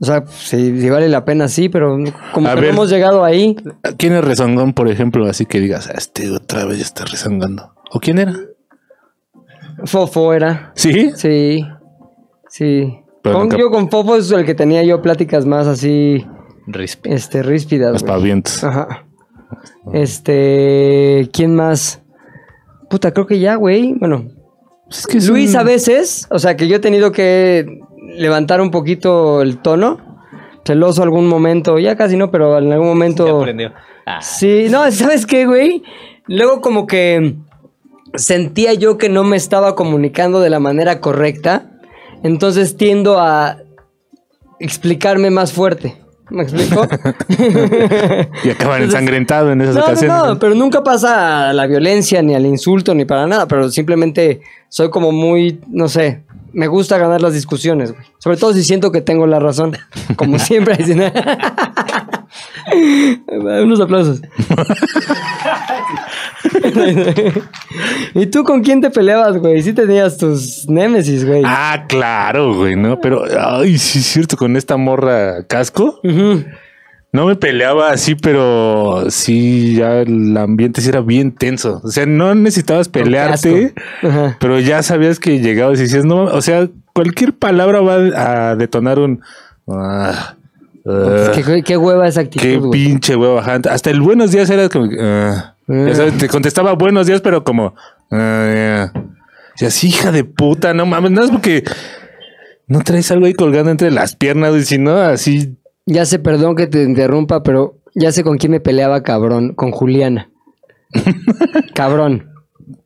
Speaker 1: O sea, si vale la pena, sí, pero como
Speaker 2: A
Speaker 1: que
Speaker 2: ver.
Speaker 1: no hemos llegado ahí.
Speaker 2: ¿Quién es rezongón, por ejemplo? Así que digas, "Ah, este otra vez ya está rezongando. ¿O quién era?
Speaker 1: Fofo era.
Speaker 2: ¿Sí?
Speaker 1: Sí. Sí.
Speaker 2: Pero
Speaker 1: Con-
Speaker 2: nunca-
Speaker 1: Yo con Fofo es el que tenía yo pláticas más así
Speaker 5: Rispe.
Speaker 1: Este, ríspidas.
Speaker 2: Los
Speaker 1: güey. Ah.
Speaker 2: pavientos.
Speaker 1: Ajá. Este, ¿quién más? Puta, creo que ya, güey. Bueno,
Speaker 2: Pues es que es
Speaker 1: Luis
Speaker 2: un-
Speaker 1: a veces, o sea, que yo he tenido que levantar un poquito el tono. Celoso algún momento, ya casi no, pero en algún
Speaker 5: Ya
Speaker 1: momento...
Speaker 5: aprendió. Ah,
Speaker 1: Sí, no, ¿sabes qué, güey? Luego como que sentía yo que no me estaba comunicando de la manera correcta, entonces tiendo a explicarme más fuerte. ¿Me explico?
Speaker 2: Y acaban
Speaker 1: Entonces-
Speaker 2: ensangrentados en esas
Speaker 1: no, no,
Speaker 2: ocasiones.
Speaker 1: no, pero nunca pasa a la violencia, ni al insulto, ni para nada, pero simplemente soy como muy, no sé, me gusta ganar las discusiones, güey. Sobre todo si siento que tengo la razón, como siempre. si no- Unos aplausos. ¿Y tú con quién te peleabas, güey? Sí tenías tus némesis, güey.
Speaker 2: Ah, claro, güey, ¿no? Pero, ay, sí es cierto, con esta morra casco.
Speaker 1: Ujú.
Speaker 2: No me peleaba así, pero sí, ya el ambiente sí era bien tenso. O sea, no necesitabas pelearte,
Speaker 1: Ajá.
Speaker 2: pero ya sabías que llegabas y decías, no, o sea, cualquier palabra va a detonar un... ah, ah,
Speaker 1: Pues, ¿Qué, qué hueva esa
Speaker 2: qué
Speaker 1: actitud, güey.
Speaker 2: pinche huevo bajante. Hasta el buenos días era como... que, ah.
Speaker 1: Ah.
Speaker 2: Ya sabes, te contestaba buenos días, pero como... ah, ya. Y así, hija de puta, no mames, no es porque... No traes algo ahí colgando entre las piernas, y si no, así...
Speaker 1: Ya sé, perdón que te interrumpa, pero ya sé con quién me peleaba, cabrón. Con Juliana. cabrón.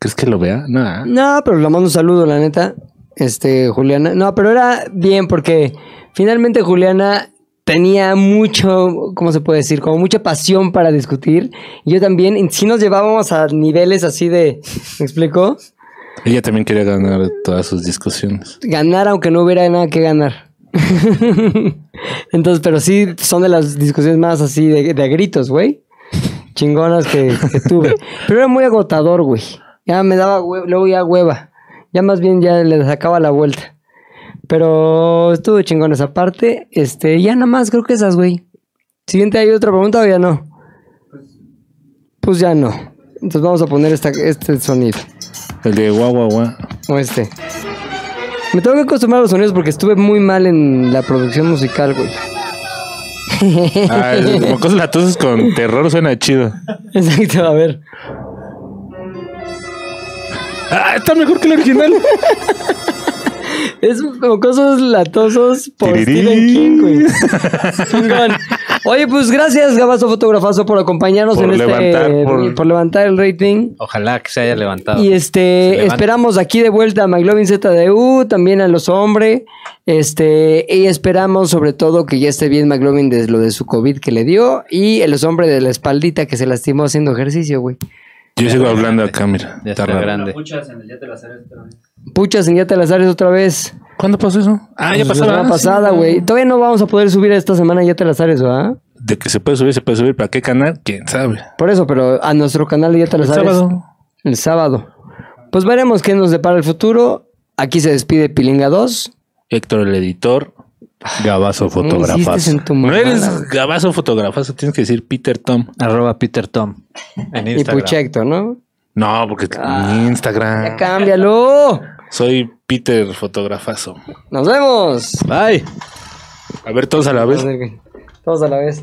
Speaker 2: ¿Crees que lo vea? No. ¿ah?
Speaker 1: No, pero le mando un saludo, la neta. Este, Juliana. No, pero era bien porque finalmente Juliana tenía mucho, ¿cómo se puede decir? Como mucha pasión para discutir. Y yo también, y sí nos llevábamos a niveles así de, ¿me explico?
Speaker 2: Ella también quería ganar todas sus discusiones.
Speaker 1: Ganar aunque no hubiera nada que ganar. Entonces, pero sí son de las discusiones más así de, de gritos, güey. Chingonas que, que tuve. Pero era muy agotador, güey. Ya me daba hue- luego ya hueva. Ya más bien ya le sacaba la vuelta. Pero estuvo chingón esa parte. Este, ya nada más creo que esas, güey. Siguiente, ¿hay otra pregunta o ya no? Pues ya no. Entonces vamos a poner esta- este sonido.
Speaker 2: El de guau, guau, guau.
Speaker 1: O este. Me tengo que acostumbrar a los sonidos porque estuve muy mal en la producción musical, güey.
Speaker 2: Ah, el mocos latosos con terror suena chido.
Speaker 1: Exacto, a ver.
Speaker 2: Ah, está mejor que el original.
Speaker 1: Es mocosos latosos por
Speaker 2: Tirirí.
Speaker 1: Stephen King, güey. Chingón. Oye, pues gracias, Gabazo Fotografazo, por acompañarnos
Speaker 2: Por
Speaker 1: en este.
Speaker 2: levantar,
Speaker 1: Por...
Speaker 2: por-
Speaker 1: levantar el rating.
Speaker 5: ojalá que se haya levantado.
Speaker 1: Y
Speaker 5: Se
Speaker 1: este,
Speaker 5: levanta.
Speaker 1: esperamos aquí de vuelta a McLovin ZDU, también a los hombres. Este, y esperamos sobre todo que ya esté bien McLovin de lo de su COVID que le dio y el hombre de la espaldita que se lastimó haciendo ejercicio, güey.
Speaker 2: Yo sigo hablando acá, mira.
Speaker 5: Ya
Speaker 2: Está
Speaker 5: está
Speaker 2: raro.
Speaker 5: grande.
Speaker 4: Lo puchas en el ya te la sabes, pero-
Speaker 1: Pucha, sin ya te las ares otra vez.
Speaker 2: ¿Cuándo pasó eso? Ah, ya
Speaker 1: Pues,
Speaker 2: pasó.
Speaker 1: La semana pasada, güey. Todavía no vamos a poder subir esta semana ya te las ares, ¿verdad?
Speaker 2: De que se puede subir, se puede subir. ¿Para qué canal? ¿Quién sabe?
Speaker 1: Por eso, pero a nuestro canal de ya te
Speaker 2: El
Speaker 1: las ares.
Speaker 2: sábado.
Speaker 1: El sábado. Pues veremos qué nos depara el futuro. Aquí se despide Pilinga 2.
Speaker 2: Héctor, el editor. Gabazo
Speaker 1: No insistes en tu
Speaker 2: No
Speaker 1: mamada,
Speaker 2: eres
Speaker 1: güey.
Speaker 2: Gabazo fotografazo, tienes que decir Peter Tom.
Speaker 5: Arroba Peter Tom en
Speaker 1: Y
Speaker 5: Instagram.
Speaker 1: Puchecto, ¿no?
Speaker 2: No, porque mi
Speaker 1: Ya
Speaker 2: Instagram.
Speaker 1: cámbialo.
Speaker 2: Soy Peter fotografazo.
Speaker 1: Nos vemos.
Speaker 5: Bye.
Speaker 2: A ver, todos a la
Speaker 1: Pues.
Speaker 2: vez.
Speaker 1: Todos a la vez.